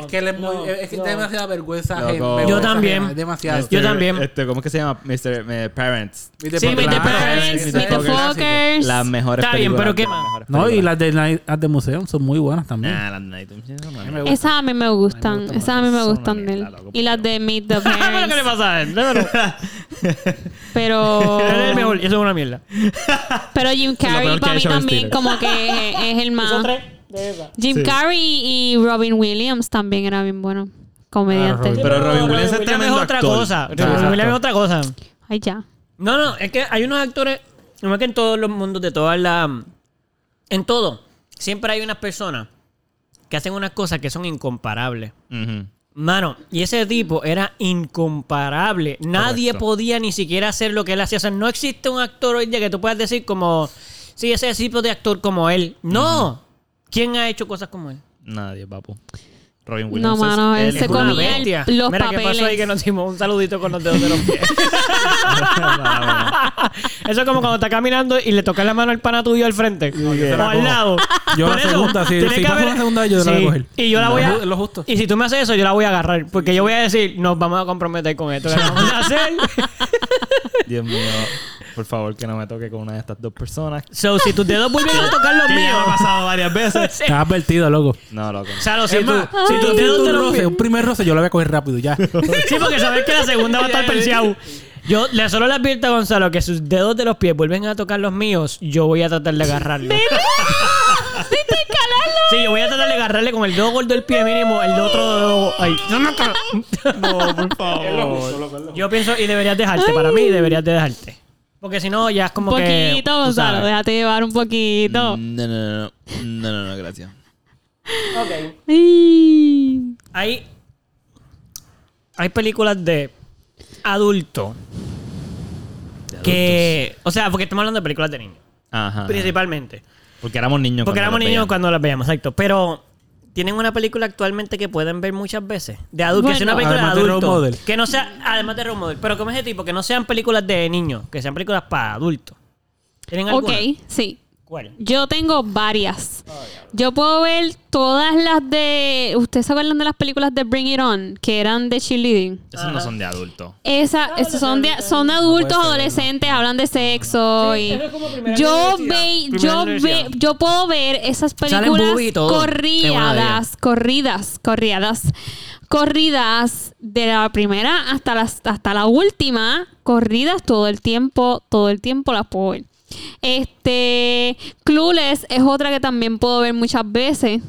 D: es que él es muy. es que es demasiada vergüenza.
A: Loco.
D: ajena,
A: Yo
D: vergüenza
B: también.
D: ajena, es demasiado.
B: Yo también.
A: Este, ¿Cómo es que se llama? Mr. eh, Parents.
D: Meet
B: Sí, Meet the
D: Claro,
B: Parents,
D: ese
B: Meet the
D: es el clásico.
C: Fuckers.
A: Las mejores
B: Está bien,
A: películas.
B: pero ¿qué
A: las
B: más?
A: mejores
D: No, y
A: películas.
D: las de Night at the Museum son muy buenas también.
A: Nah, las Night no,
D: A mí
A: mami.
D: me gusta.
C: Esas a mí me gustan.
D: gustan
C: Esas a mí me
A: son una
C: gustan de él.
A: mierda, loco,
C: Y las de Meet the
B: ¿Qué le
C: Parents.
B: pasa a él? No, no.
C: Pero.
B: Él es el mejor, y eso es una mierda.
C: Pero Jim Carrey
A: peor que ha
C: para mí
A: hecho Ben
C: también
A: Stiller.
C: como que es, es el más...
B: Son tres de esas.
C: Jim Carrey y Robin Williams también era bien bueno. Comediante.
D: Claro,
A: Pero Ah, Robin Williams es
B: Williams
A: tremendo
B: otra
A: actor.
B: cosa.
A: Ah,
B: Robin Williams es otra cosa.
C: Ay, ya.
B: No, no, es que hay unos actores, no es que en todos los mundos, de todas las... En todo. Siempre hay unas personas que hacen unas cosas que son incomparables.
A: Ujú.
B: Mano, y ese tipo era incomparable. Nadie
A: Correcto.
B: podía ni siquiera hacer lo que él hacía. O sea, no existe un actor hoy día que tú puedas decir como, sí, ese tipo de actor como él. No. ¿Quién ha hecho cosas como él?
A: Nadie, papu. Robin
C: No,
A: Williams. es
C: mano, él
A: el
C: se
B: Una
A: Hulk.
C: comía el-
B: bestia.
C: los
B: Mira qué pasó ahí
C: papeles.
B: que nos dimos un saludito con los dedos de los pies. Eso es como cuando está caminando y le toca la mano al pana tuyo al frente.
D: yo se la
B: o al
D: cojo.
B: lado.
D: Yo
B: Por
D: la
B: eso,
D: segunda, si-
B: tiene
D: si
B: que
D: pasa
B: haber-
D: la segunda, yo la voy a
B: Sí,
D: coger.
B: Y yo la voy a...
D: Lo ju- lo justo.
B: Y si tú me haces eso, yo la voy a agarrar. Porque yo voy a decir, nos vamos a comprometer con esto. que lo vamos a hacer.
A: Dios mío, por favor que no me toque con una de estas dos personas.
B: So, si tus dedos vuelven a tocar los
A: Que ya me ha
B: míos...
A: pasado varias veces.
D: Estás advertido, loco.
A: No, loco.
B: O sea, lo- si,
D: Es
B: tú-
D: más,
B: si tus dedos te
D: un,
B: los
D: roce, un primer roce, yo la voy a coger rápido ya.
B: Sí, porque sabes que la segunda va a estar perseado. Yo le solo le advierto a Gonzalo que sus dedos de los pies vuelven a tocar los míos, yo voy a tratar de agarrarlo.
C: ¡Sí, te calaron!
B: Sí, yo voy a tratar de agarrarle con el dedo gordo del pie mínimo, el otro dedo... Ay, no, no,
A: No, por favor.
B: Yo pienso, y deberías dejarte, para mí deberías de dejarte. Porque si no, ya es
C: Un
B: como que...
C: poquito,
B: tú
C: Gonzalo,
B: sabes.
C: déjate llevar un
A: No, no,
C: poquito.
A: no, no, no, no, no, gracias.
C: Ay.
B: Hay, hay películas de adulto que... O sea, porque estamos hablando de películas de niños,
A: Ajá.
B: principalmente.
A: Porque éramos niños. cuando
B: Porque éramos
A: las
B: niños
A: veíamos.
B: cuando las veíamos, exacto. Pero tienen una película actualmente que pueden ver muchas veces. De adulto. que sea una
C: Bueno.
B: película
D: Además
B: de
D: de
B: adulto.
D: Role Model.
B: Que no sea, además de Role Model. Pero como ese tipo, que no sean películas de niños, que sean películas para adultos. ¿Tienen
C: Ok,
B: alguna?
C: sí.
B: ¿Cuál?
C: Yo tengo varias. Yo puedo ver todas las de. ¿Ustedes se acuerdan de las películas de Bring It On? Que eran de cheerleading.
A: Esas no
C: Ah.
A: son de adultos.
C: Esa, esas son de, son de adultos, adolescentes, hablan de sexo y yo ve, yo ve, yo puedo ver esas
B: Salen
C: películas
B: boobie y todo. Es una de ellas.
C: corridas, corridas, corridas, corridas de la primera hasta las hasta la última, corridas todo el tiempo, todo el tiempo las puedo ver. Este Clueless es otra que también puedo ver muchas veces.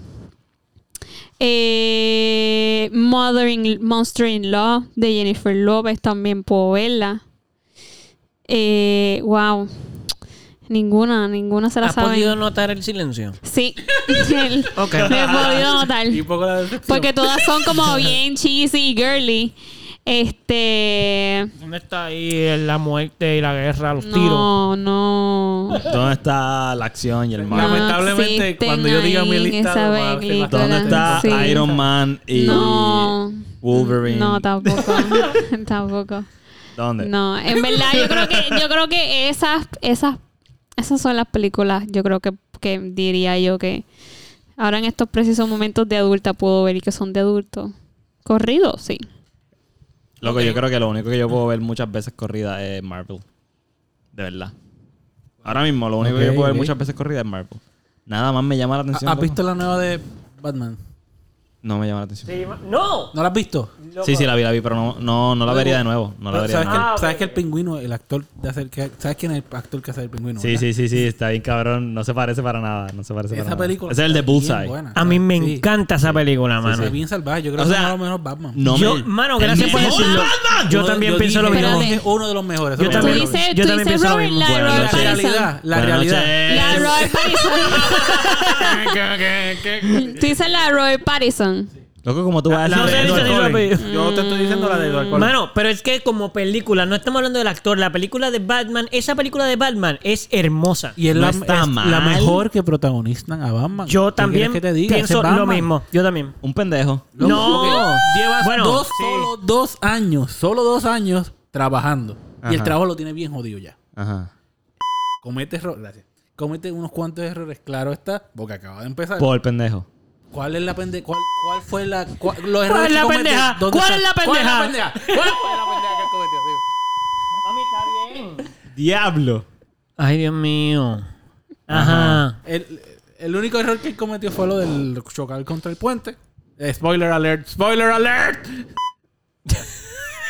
C: Eh, Mother in- Monster in Law de Jennifer Lopez también puedo verla. Eh, wow. Ninguna, ninguna se la
B: ¿Has
C: sabe.
B: podido notar el silencio?
C: Sí, El-
B: Ok.
C: lo he podido notar.
D: Y un poco la decepción.
C: Porque todas son como bien cheesy y girly. Este.
B: ¿Dónde está ahí la muerte y la guerra, los tiros?
C: No, no.
A: ¿Dónde está la acción y el
C: No
A: mar?
D: Lamentablemente,
C: existen
D: cuando yo diga mi
C: ahí en
D: listado,
C: esa
D: va a ser más
C: película.
A: ¿Dónde está
C: Sí.
A: Iron Man y
C: No.
A: Wolverine?
C: No, tampoco. tampoco.
A: ¿Dónde?
C: No, en verdad yo creo que yo creo que esas esas esas son las películas, yo creo que, que diría yo que ahora en estos precisos momentos de adulta puedo ver y que son de adulto. Corrido, sí.
A: Loco, yo creo que lo único que yo puedo ver muchas veces corrida es Marvel. De verdad. Ahora mismo, lo único
D: Ok,
A: que yo puedo ver
D: ok.
A: muchas veces corrida es Marvel. Nada más me llama la atención.
D: Ah, ¿Has
A: loco.
D: visto la nueva de Batman?
A: No me llama la atención.
B: Sí, ma- ¡No!
D: ¿No la has visto?
A: Sí, sí, la vi, la vi, pero no, no, no la vería de nuevo. No la vería
D: Pero
A: de
D: ¿Sabes, que,
A: nuevo.
D: el-
B: Ah, ok,
D: sabes
B: ok.
D: que el pingüino, el actor de hacer que ¿Sabes quién es el actor que hace el pingüino?
A: Sí,
D: verdad?
A: sí, sí, sí, está bien cabrón. No se parece para nada. No se parece para
D: Esa
A: nada.
D: película.
A: Ese es el de
D: está bien
A: Bullseye.
D: buena.
B: A mí me
D: Sí.
B: encanta esa película, mano.
D: Es bien salvaje. Yo creo
A: O
D: que es
A: sea,
D: uno de los mejores Batman.
A: No
B: yo,
A: me-
B: mano, gracias
A: el
B: por
A: mejor
B: decirlo.
A: Batman.
B: Yo
D: Uno-
B: también pienso lo
D: dije,
B: mismo.
C: Espérate.
D: Es uno de los mejores.
B: Yo
D: eso
B: también-
D: lo
C: tú
D: digo.
C: dices,
B: yo
C: tú
B: también
C: dices
B: pienso lo
C: Robert,
B: mismo.
C: la de
A: Buenas
C: Robert
D: La
A: noches.
C: Pattinson.
D: realidad. La
A: Buenas
D: realidad.
A: noches.
C: La de Robert Pattinson. Tú dices la de Robert Pattinson.
A: Loco, como tú vas a
B: la
A: decir eso?
B: otra dice-
D: Edward
B: dice lo
D: Cullen.
B: mismo.
D: Yo te estoy diciendo la de Edward Cullen.
B: Mano, pero es que como película, no estamos hablando del actor, la película de Batman, esa película de Batman es hermosa.
D: Y es,
A: No
D: la,
A: está
D: es
A: mal.
D: la mejor que protagonizan a Batman.
B: Yo
D: ¿Qué
B: también
D: quieres que te diga? Ese
B: pienso lo
D: Batman.
B: mismo. Yo también.
A: Un pendejo.
D: Loco,
B: No.
D: porque Llevas
B: Bueno,
D: dos,
B: sí.
D: solo dos años, solo dos años trabajando. Y el
A: Ajá.
D: trabajo lo tiene bien jodido ya.
A: Ajá.
D: Comete errores. Gracias. Comete unos cuantos errores. Claro está, porque acaba de empezar.
A: Por pendejo.
D: ¿Cuál es la pendeja? ¿Cuál, cuál fue la. cuál- los errores
B: es la
D: que comete?
B: pendeja?
D: ¿Dónde
B: ¿Cuál
D: está?
B: es la pendeja?
D: ¿Cuál es la pendeja? ¿Cuál fue la pendeja que él cometió? Digo.
A: Diablo.
B: Ay, Dios mío. Ajá.
D: El, el único error que él cometió fue lo del chocar contra el puente. Eh, spoiler alert, spoiler alert.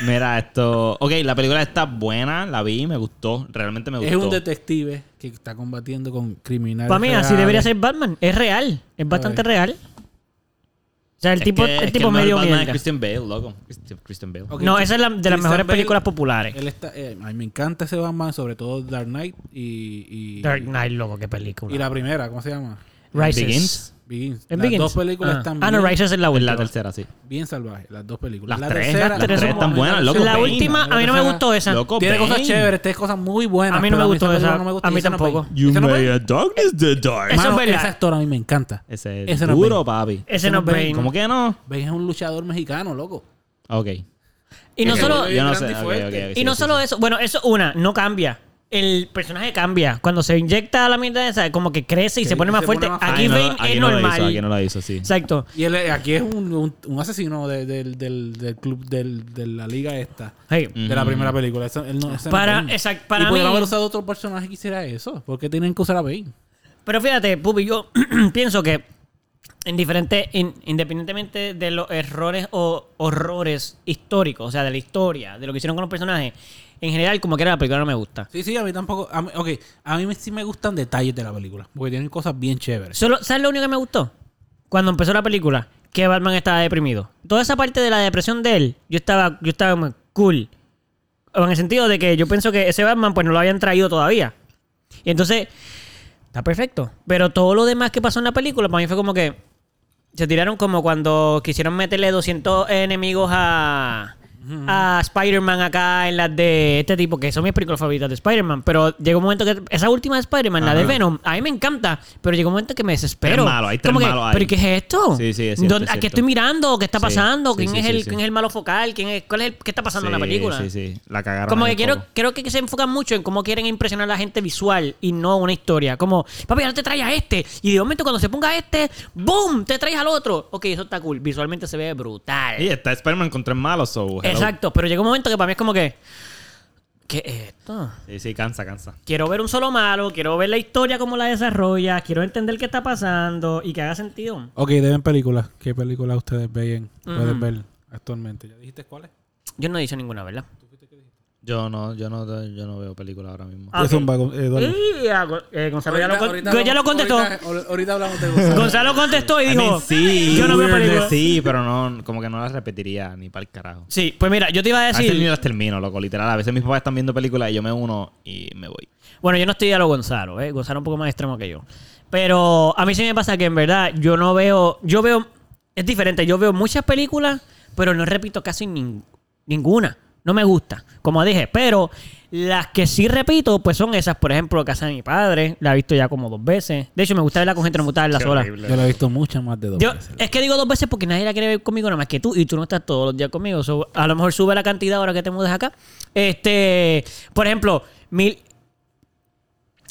A: Mira, esto. Ok, la película está buena, la vi, me gustó. Realmente me gustó.
D: Es un detective que está combatiendo con criminales.
B: Para mí, así
D: reales.
B: debería ser Batman. Es real. Es bastante
D: Ay.
B: real. O sea, el
A: Es
B: tipo,
A: que- es
B: el
A: que
B: tipo
A: mejor
B: medio
A: Batman es
B: mierda.
A: Christian Bale, loco. Christian, Christian Bale.
D: Ok,
B: No, esa es la, de las
D: Christian
B: mejores
D: Bale,
B: películas populares.
D: Él está, eh, a mí me encanta ese Batman, sobre todo Dark Knight y. y
B: Dark Knight, loco, qué película.
D: Y la primera, ¿cómo se llama?
B: Rises.
A: Begins.
D: Begins.
B: ¿Es
D: las
B: Begins?
D: dos películas
B: Ah.
D: están
B: Ah, no,
D: bien,
B: Rises es la
A: Es
B: última.
A: la tercera, sí.
D: bien salvajes. Las dos películas.
A: Las tres, las
B: tres son
A: están buenas, loco.
B: La
A: Bane.
B: última, a mí no me gustó esa.
A: Loco,
D: Tiene cosas
A: Bane.
D: chéveres, tiene cosas muy buenas.
B: A mí no
D: pero
B: me gustó
D: esa película
B: esa.
D: no me gusta
B: A
D: y
B: mí
D: esa no
B: tampoco.
D: me-
A: You
D: esa no me-
A: may a darkness the dark.
B: Eso es
D: Mano,
B: verdad.
D: Ese actor a mí me encanta.
A: Ese es
D: Ese no es
A: duro, papi.
B: Ese no es Bane.
A: ¿Cómo que no?
D: Ven es un luchador mexicano, loco.
A: Ok.
B: Y no
A: Ok,
B: solo, e,
A: Yo no sé.
D: grande y
A: ok,
D: fuerte.
A: ok, ok,
B: y
A: sí,
B: no
A: sí,
B: solo
A: sí.
B: eso. Bueno, eso una, no cambia. El personaje cambia. Cuando se inyecta la mierda esa, como que crece y
D: Sí,
B: se pone
D: y
B: más
D: se
B: fuerte.
D: pone más fuerte.
B: Aquí
A: Ay, no,
B: Bane
A: aquí
B: es
A: no lo
B: normal.
A: hizo, Aquí no lo hizo, sí.
B: Exacto.
D: Y él eh, aquí es un, un- un asesino de- del- del, del club del- de la liga esta.
B: Hey.
A: Mm.
D: De la primera película. Eso- él no- ese no
B: Para-
D: es Bane.
B: exact- para
D: y podrían
B: mí-
D: haber usado otro personaje que hiciera eso. ¿Por qué tienen que usar a Bane?
B: Pero fíjate, Pupi, yo pienso que en diferente- in- independientemente de los errores o horrores históricos, o sea, de la historia, de lo que hicieron con los personajes, en general, como que era la película no me gusta.
D: Sí, sí, a mí tampoco. A mí, ok, a mí me- sí me gustan detalles de la película. Porque tienen cosas bien chéveres.
B: Solo, ¿Sabes lo único que me gustó? Cuando empezó la película, que Batman estaba deprimido. Toda esa parte de la depresión de él, yo estaba, yo estaba como cool. O En el sentido de que yo pienso que ese Batman pues no lo habían traído todavía. Y entonces, está perfecto. Pero todo lo demás que pasó en la película, para mí fue como que se tiraron como cuando quisieron meterle 200 enemigos a, a Spider-Man acá en las de este tipo, que son mis películas favoritas de Spider-Man. Pero llegó un momento que esa última de Spider-Man, la de Venom, a mí me encanta, pero llegó un momento que me desespero.
A: Es malo, hay tres
B: Como que,
A: malos ahí.
B: ¿Pero ¿y qué es esto?
A: Sí, sí, es cierto,
B: ¿Dónde-
A: es
B: ¿A qué
A: cierto.
B: estoy mirando? ¿Qué está
A: Sí,
B: pasando?
A: sí,
B: ¿Quién,
A: sí,
B: es
A: sí,
B: el,
A: sí.
B: ¿Quién es el malo focal? ¿Quién es, cuál es el, ¿Qué está pasando en la
A: Sí,
B: película?
A: Sí, sí. La cagaron.
B: Como
A: ahí
B: que
A: un
B: quiero,
A: poco.
B: creo que se enfocan mucho en cómo quieren impresionar a la gente visual y no una historia. Como, papi, ahora te traes a este. Y de momento cuando se ponga este, ¡boom! Te traes al otro. Ok, eso está cool. Visualmente se ve brutal.
A: Y está Spider-Man con tres malos, so. hello.
B: Exacto, pero llega un momento que para mí es como que. ¿Qué es esto?
A: Sí, sí, cansa, cansa.
B: Quiero ver un solo malo, quiero ver la historia como la desarrolla, quiero entender qué está pasando y que haga sentido.
D: Ok, deben películas. ¿Qué películas ustedes ven?
B: pueden
D: Pueden
B: ver
D: ver actualmente. ¿Ya dijiste cuáles?
B: Yo no he dicho ninguna, ¿verdad?
A: Yo no, yo no, yo no veo película ahora mismo.
B: Ah, ok. Y, ah, Go- eh, Gonzalo ya lo, con- ya lo contestó.
D: Ahorita, ahorita hablamos de Gonzalo.
B: Gonzalo contestó y
A: I
B: dijo:
A: mean, sí,
B: Yo no veo
A: weirdness,
B: películas.
A: Sí, pero no, como que no las repetiría ni para el carajo.
B: Sí, pues mira, yo te iba a
A: A veces ni
B: decir.
A: las termino, loco, literal. A veces mis papás están viendo películas y yo me uno y me voy.
B: Bueno, yo no estoy a lo Gonzalo, ¿eh? Gonzalo es un poco más extremo que yo. Pero a mí sí me pasa que en verdad yo no veo. Yo veo. Es diferente, yo veo muchas películas, pero no repito casi nin- ninguna. No me gusta, como dije. Pero las que sí repito, pues son esas. Por ejemplo, Casa de mi padre, la he visto ya como dos veces. De hecho, me gusta verla con gente, no me gusta verla sola.
D: Yo la he visto muchas más de dos.
B: Yo-
D: veces.
B: es que digo dos veces porque nadie la quiere ver conmigo nada más que tú y tú no estás todos los días conmigo. So, a lo mejor sube la cantidad ahora que te mudes acá. Este, por ejemplo, mil.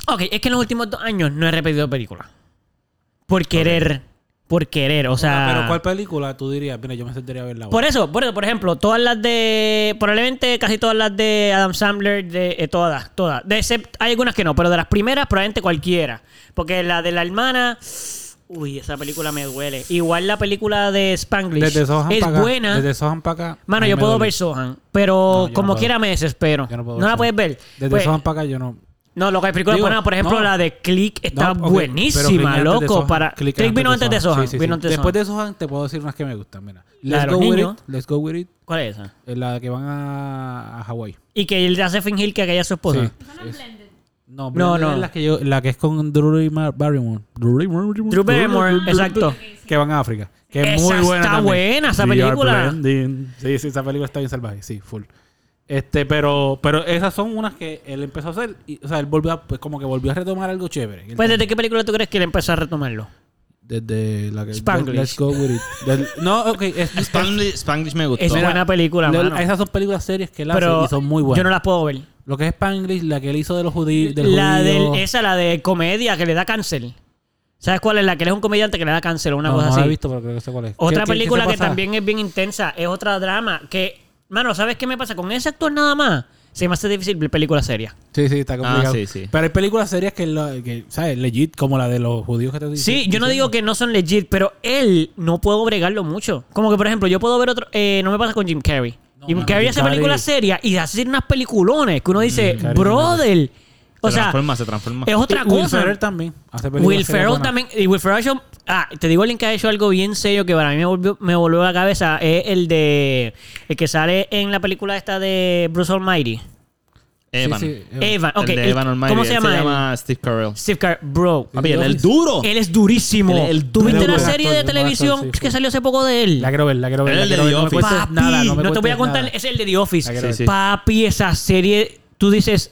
B: Ok, es que en los últimos dos años no he repetido películas. Por querer. Por querer, o sea.
D: Pero ¿cuál película tú dirías? Mira, yo me sentaría a verla.
B: Ah. Por eso, por eso, por ejemplo, todas las de. Probablemente casi todas las de Adam Sandler, de eh, todas, todas. De except- hay algunas que no, pero de las primeras, probablemente cualquiera. Porque la de la hermana. Uy, esa película me duele. Igual la película de Spanglish.
D: Desde Sohan
B: es
D: para acá,
B: buena.
D: Desde Sohan para acá.
B: Mano,
D: no
B: yo
D: me
B: puedo
D: duele.
B: ver Sohan, pero
D: No, yo no
B: como
D: puedo.
B: quiera me desespero.
D: Yo
B: No,
D: puedo
B: la
D: Sohan.
B: puedes ver.
D: Desde
B: Pues,
D: Sohan para acá yo no.
B: no, lo que hay películas
D: Digo,
B: buenas, por ejemplo,
D: no.
B: la de Click está
D: No, ok, pero
B: buenísima,
D: Click antes de
B: loco.
D: Sohan.
B: Para... Click,
D: Click
B: vino antes de Sohan.
D: Sí, sí, sí.
B: vino antes de
D: Después
B: Sohan.
D: de Sohan te puedo decir unas que me gustan. Mira,
B: La de
D: Let's
B: los
D: Go With
B: niños.
D: It. Let's Go With It.
B: ¿Cuál es esa?
D: eh, La que van a, a Hawái.
B: Y que él hace fingir que aquella es su esposa.
D: Sí. No,
B: No,
D: no,
B: no.
D: no. La que, yo, la que es con Drew y Mar- Barrymore. Drew y Mar- Barrymore.
B: Drew Barrymore,
D: Drew-
B: exacto.
D: Que van a África. Que es
B: Esa
D: muy buena.
B: está
D: también.
B: buena, esa
D: We are
B: película.
D: blending. Sí, sí, esa película está bien salvaje. Sí, full. Este, pero, pero esas son unas que él empezó a hacer. y, o sea, él volvió a, pues como que volvió a retomar algo chévere. Él
B: Pues, ¿desde qué película tú crees que él empezó a retomarlo?
D: Desde la que.
B: Spanglish.
D: Let's go with it. Del- no, ok. Es,
A: Spanglish, Spanglish me gustó.
B: Es buena película,
D: le-
B: mano.
D: esas son películas series que él
B: Pero
D: hace y son muy buenas.
B: yo no las puedo ver.
D: Lo que es Spanglish, la que él hizo de los judíos.
B: La del, esa, la de comedia que le da cáncer. ¿Sabes cuál es? La que él es un comediante que le da cáncer o una
D: no,
B: cosa
D: no
B: así.
D: la he visto, pero creo que sé cuál es. ¿Qué-
B: Otra
D: qué- qué se
B: película que
D: pasa?
B: también es bien intensa es otra drama que, mano, ¿sabes qué me pasa? Con ese actor nada más se me hace difícil ver películas serias.
D: Sí, sí,
B: Ah,
D: está complicado.
A: sí, sí.
D: Pero hay películas serias que, la- que, ¿sabes? Legit, como la de los judíos que te dicen.
B: Sí, yo no digo que no son legit, pero él no puedo bregarlo mucho. Como que, por ejemplo, yo puedo ver otro... eh, no me pasa con Jim Carrey. Jim
D: mano,
B: Carrey
D: Jim
B: hace
D: Carrey.
B: películas serias y hace unas peliculones que uno dice,
D: Carrey,
B: brother... O
A: se
B: sea,
A: transforma, se transforma.
B: es otra
D: Will
B: cosa.
D: Ferrell también. Hace películas
B: Will
D: serias
B: Ferrell
D: buenas.
B: también. Y Will Ferrell ha hecho- Ah, te digo alguien que ha hecho algo bien serio que para mí me volvió, me volvió la cabeza. Es el de. El que sale en la película esta de Bruce Almighty.
A: Evan.
D: sí, Evan.
B: Evan, ok.
A: el de
B: el-
A: Evan Almighty.
B: ¿Cómo se
A: Él
B: llama? él?
A: Steve Carell.
B: Steve Carell. Bro.
A: Papi, él es el duro.
B: Él es durísimo.
A: Él- él-
B: ¿Tuviste
D: Él es
B: la
D: buen
B: serie
D: actor,
B: de
D: buen
B: televisión
D: actor, sí,
B: que
D: sí.
B: salió hace poco de él?
D: La quiero ver, la quiero ver.
A: Era
D: la
A: el de
D: quiero ver,
A: The
D: no me
A: Office.
D: cuentes
B: Papi,
D: nada, no me
B: te voy a
D: cuentes
B: contar,
D: nada.
B: es el de The Office.
A: quiero Sí, ver. sí.
B: Papi, esa serie, tú dices,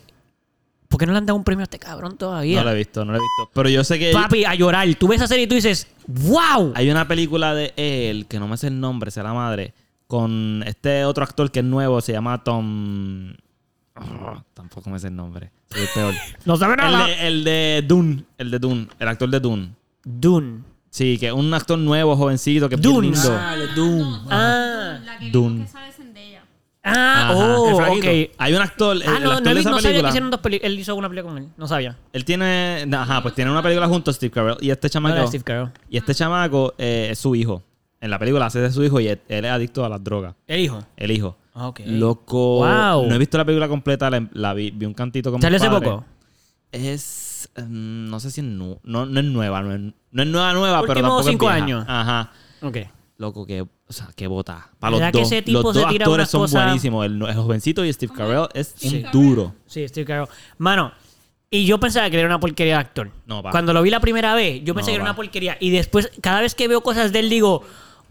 B: ¿por qué no le han dado un premio a este cabrón todavía?
A: No lo he visto, no lo he visto. Pero yo sé que él-
B: Papi, a llorar. Tú ves esa serie y tú dices, ¡wow!
A: hay una película de él, que no me sé el nombre, sea la madre, con este otro actor que es nuevo, se llama Tom... Ah, tampoco me sé el nombre. Soy el peor.
B: No sabe
A: el,
B: nada.
A: de, el de Dune, el de Dune, el actor de Dune.
B: Dune.
A: Sí, que es un actor nuevo, jovencito, que es bien
B: Dune.
A: lindo.
D: Ah, el de Doom.
B: Ah,
C: La que
A: Dune.
C: vimos que sale Zendaya.
B: ah,
A: Ajá.
B: oh,
A: El
B: ok.
A: flaquito. Hay un actor, eh, el,
B: Ah,
A: el
B: no,
A: actor
B: no,
A: de
B: vi-
A: esa
B: no sabía que
A: película.
B: hicieron dos películas. Él hizo una película con él. No sabía.
A: Él tiene, ajá, pues tiene una película junto a Steve Carell y este
B: No
A: chamaco.
B: era Steve Carell.
A: Y este chamaco eh, es su hijo. En la película hace de su hijo y él, él es adicto a las drogas.
B: El hijo.
A: El hijo.
B: Ah, ok.
A: Loco.
B: Wow.
A: No he visto la película completa, la, la vi, vi un cantito como.
B: ¿Sale hace poco?
A: Es. mm, No sé si es. nu- no, no es nueva. No es, no es nueva, nueva, pero
B: Últimos
A: tampoco. es
B: cinco
A: vieja.
B: años.
A: Ajá.
B: Ok.
A: Loco, que. O sea, que bota. Para los
B: ¿Verdad que
A: dos.
B: ese tipo
A: los
B: se
A: dos
B: tira
A: actores
B: unas
A: son
B: cosas-
A: buenísimos. El, el jovencito y Steve Carell es
C: Steve
A: un
C: Carell.
A: duro.
B: Sí, Steve Carell. Mano, y yo pensaba que era una porquería de actor.
A: No, pa.
B: Cuando lo vi la primera vez, yo pensé
A: No,
B: que era
A: pa.
B: una porquería. Y después, cada vez que veo cosas de él, digo,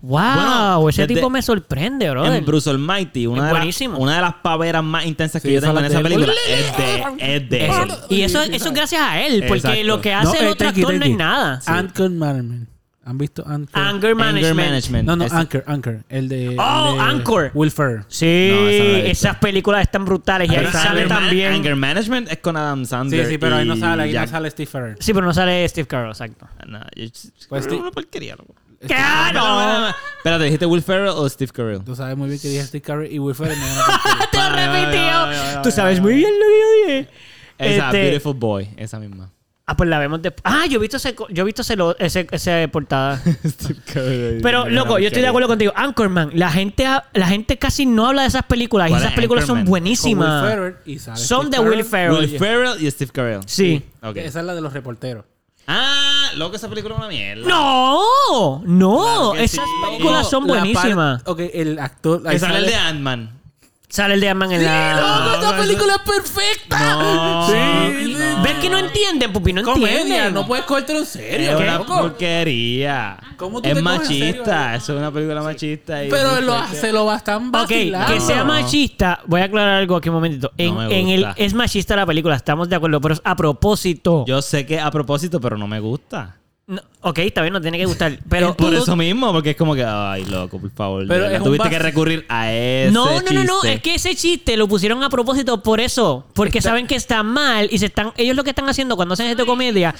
B: wow,
A: Bueno,
B: ese
A: desde-
B: tipo me sorprende, brother.
A: En Bruce Almighty,
B: Es
A: una, de, las-
B: buenísimo.
A: una de las paveras más intensas que
D: Sí,
A: yo tengo en
D: esa es
A: esa
D: la de él.
A: película es de, es de
B: Eso-
A: él.
B: y eso, eso es gracias a él, porque
A: Exacto.
B: lo que hace
D: No,
B: el
D: eh,
B: otro
D: Taki,
B: actor no
D: Taki.
B: es nada.
D: Anchor Management. ¿Han visto Anchor?
B: Anger Management.
A: Anger Management.
D: No, ah, no,
A: Es-
D: Anchor, Anchor. El de.
B: Oh,
D: el de
B: Anchor.
D: Will Ferrell.
B: Sí,
A: No, esa no la he visto.
B: esas películas están brutales y ahí
A: Pero
B: sale
A: Anger Man-
B: también.
A: Anger Management es con Adam Sandler.
D: Sí, sí, pero ahí no
A: y
D: sale, ahí no
A: Jack- Ah,
D: sale Steve Ferrer.
B: Sí, pero no sale Steve Carell, exacto.
A: No, yo- es
D: Pues sí.
A: una porquería, loco. Ah,
B: ¡Qué no!
A: Espérate, ¿dijiste Will Ferrell o Steve Carell?
D: Tú sabes muy bien que dije Steve Carell y Will Ferrell no es una película.
B: Te lo
A: Ay, ay, ay, ay,
B: repitió.
A: ay,
B: Tú sabes muy bien lo que yo dije.
A: Esa,
B: Este,
A: Beautiful Boy, esa misma.
B: Ah, pues la vemos después. Ah, yo he visto ese, co- yo he visto ese, lo- ese- ese portada.
A: Steve Carell.
B: Pero, loco, yo estoy de acuerdo contigo. Anchorman, la gente, ha- la gente casi no habla de esas películas. Y
A: ¿Cuál
B: esas
A: es
B: películas son
A: Anchorman? Ah,
D: Con Will
B: buenísimas.
D: Ferrell y sale
B: Son de
D: Steve
B: Will
D: Ferrell.
B: Ferrell.
A: Will Ferrell y Steve Carell.
B: Sí.
A: Ok.
D: Esa es la de los reporteros.
A: Ah, loco, esa película es una mierda.
B: No, no,
A: Claro que
B: esas
A: sí.
B: películas son
D: La par-
B: buenísimas.
D: Ok, el actor. ahí
A: Que sale el de
D: sale-
A: Ant-Man.
B: Sale el de Ant-Man en la.
D: ¡Loco, esta
A: no,
D: película es perfecta!
A: No,
D: Sí,
A: no.
B: ¿Ves que no entienden, Pupi? No
D: Comedia,
B: entienden.
D: no puedes cogértelo en
A: Es
D: serio,
A: una
D: loco.
A: porquería.
D: ¿Cómo tú
A: Es
D: te coges en
A: machista. Eso es una película machista. y-
D: Pero lo, se lo bastan
B: Ok,
D: vacilando.
B: que sea machista. Voy a aclarar algo aquí un momentito. En,
A: No me
B: en el,
A: gusta.
B: es machista la película, estamos de acuerdo, pero es a propósito.
A: Yo sé que a propósito, pero no me gusta.
B: No, ok, está bien, no tiene que gustar. Pero
A: por eso mismo, porque es como que, ay, loco, por favor.
D: Pero
A: de verdad,
D: es un
A: tuviste
D: bas-
A: que recurrir a ese
B: No, no, no, no,
A: chiste.
B: es que ese chiste lo pusieron a propósito por eso, porque saben que está mal y se están ellos lo que están haciendo cuando hacen esta comedia,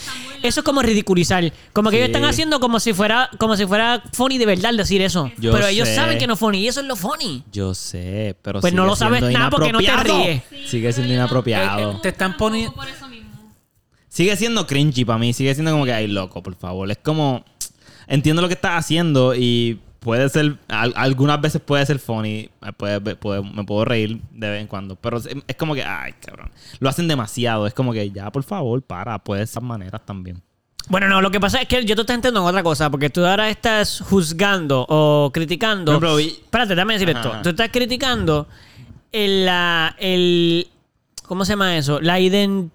B: eso es como ridiculizar, como que ellos
A: Sí.
B: están haciendo como si fuera como si fuera funny de verdad decir eso,
A: Yo
B: pero ellos
A: sé.
B: saben que no es funny y eso es lo funny.
A: Yo sé, pero
B: Pues no
A: sigue
B: lo sabes
A: siendo
B: nada porque no te
A: inapropiado.
B: ríes.
A: Sigue siendo
D: Eh, eh,
A: inapropiado.
D: te están poniendo-
C: Por eso mismo.
A: Sigue siendo cringy para mí. Sigue siendo como que, ay, loco, por favor. Es como, entiendo lo que estás haciendo y puede ser, al- algunas veces puede ser funny. eh, puede- puede- me puedo reír de vez en cuando. Pero es, es como que, ay, cabrón. Lo hacen demasiado. Es como que, ya, por favor, para. Puede ser maneras también.
B: Bueno, no, lo que pasa es que yo te estoy entendiendo en otra cosa, porque tú ahora estás juzgando o criticando.
A: No, pero vi-
B: Espérate, déjame decir
A: Ajá,
B: esto.
A: ajá.
B: Tú estás criticando el, la, el. ¿Cómo se llama eso? La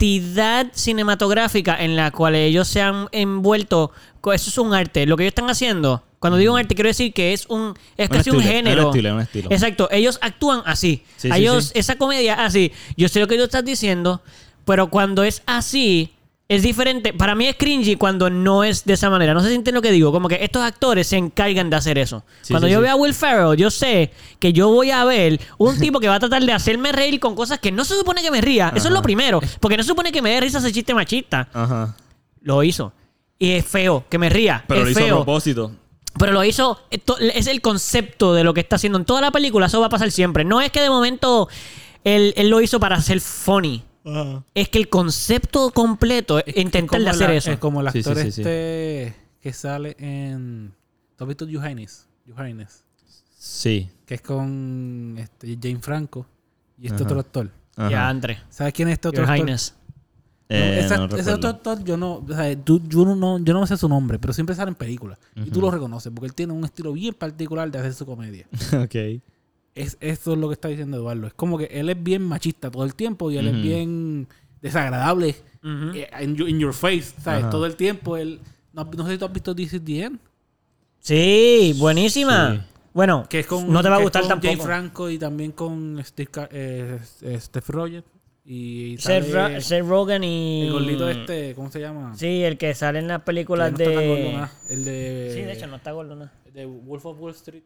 B: identidad cinematográfica en la cual ellos se han envuelto. Co- Eso es un arte. Lo que ellos están haciendo. Cuando digo un arte, quiero decir que es un. Es
A: Un
B: casi un
A: estilo,
B: género.
A: un estilo, un estilo.
B: Exacto. Ellos actúan así.
A: Sí, sí,
B: ellos,
A: sí.
B: esa comedia así. Yo sé lo que tú estás diciendo, pero cuando es así, es diferente. Para mí es cringy cuando no es de esa manera. No sé si entienden lo que digo. Como que estos actores se encargan de hacer eso.
A: Sí,
B: cuando
A: sí,
B: yo
A: sí.
B: veo a Will Ferrell, yo sé que yo voy a ver un tipo que va a tratar de hacerme reír con cosas que no se supone que me ría. Eso es lo primero. Porque no se supone que me dé risa ese chiste machista.
A: Ajá.
B: Lo hizo. Y es feo, que me ría.
A: Pero
B: es
A: lo hizo
B: feo.
A: a propósito.
B: Pero lo hizo, esto- es el concepto de lo que está haciendo en toda la película, eso va a pasar siempre. No es que de momento él, él lo hizo para ser funny. Es que el concepto completo es intentar de
D: como
B: hacer
D: la-
B: eso.
D: Es como el
A: Sí, sí,
D: actor
A: sí, sí.
D: este que sale en. ¿Tú has visto Eugenics? Eugenics,
A: Sí.
D: Que es con este, Jane Franco y este
A: Ajá.
D: otro actor.
A: Ajá.
B: Ya, Andre.
D: ¿Sabes quién es este otro
B: Your
D: actor?
B: Highness.
D: No,
A: Eh,
D: esa-
A: no
D: ese
A: recuerdo.
D: otro actor, yo no, o sea, tú- yo, no- no, yo no me sé su nombre, pero siempre sale en películas. Y tú lo reconoces, porque él tiene un estilo bien particular de hacer su comedia.
A: ok.
D: Es, esto es lo que está diciendo Eduardo. Es como que él es bien machista todo el tiempo y él es bien desagradable. eh, in, your, in your face, ¿sabes? Todo el tiempo. Él, no, no sé si tú has visto This is the End,
B: Sí, buenísima. Bueno,
D: Que es con,
B: no te va a
D: que es
B: gustar
D: con Jay
B: tampoco.
D: Franco y también con Steve, Ca- eh, eh, Steve Rogers. Y
B: Seth, Ra-
D: sale
B: Seth Rogen y...
D: el gordito este, ¿cómo se llama?
B: Sí, el que sale en las
D: Que ya
B: películas
D: no está tan gordo
B: de...
D: más. El de...
B: Sí, de hecho, no está gordo nada.
D: de Wolf of Wall Street.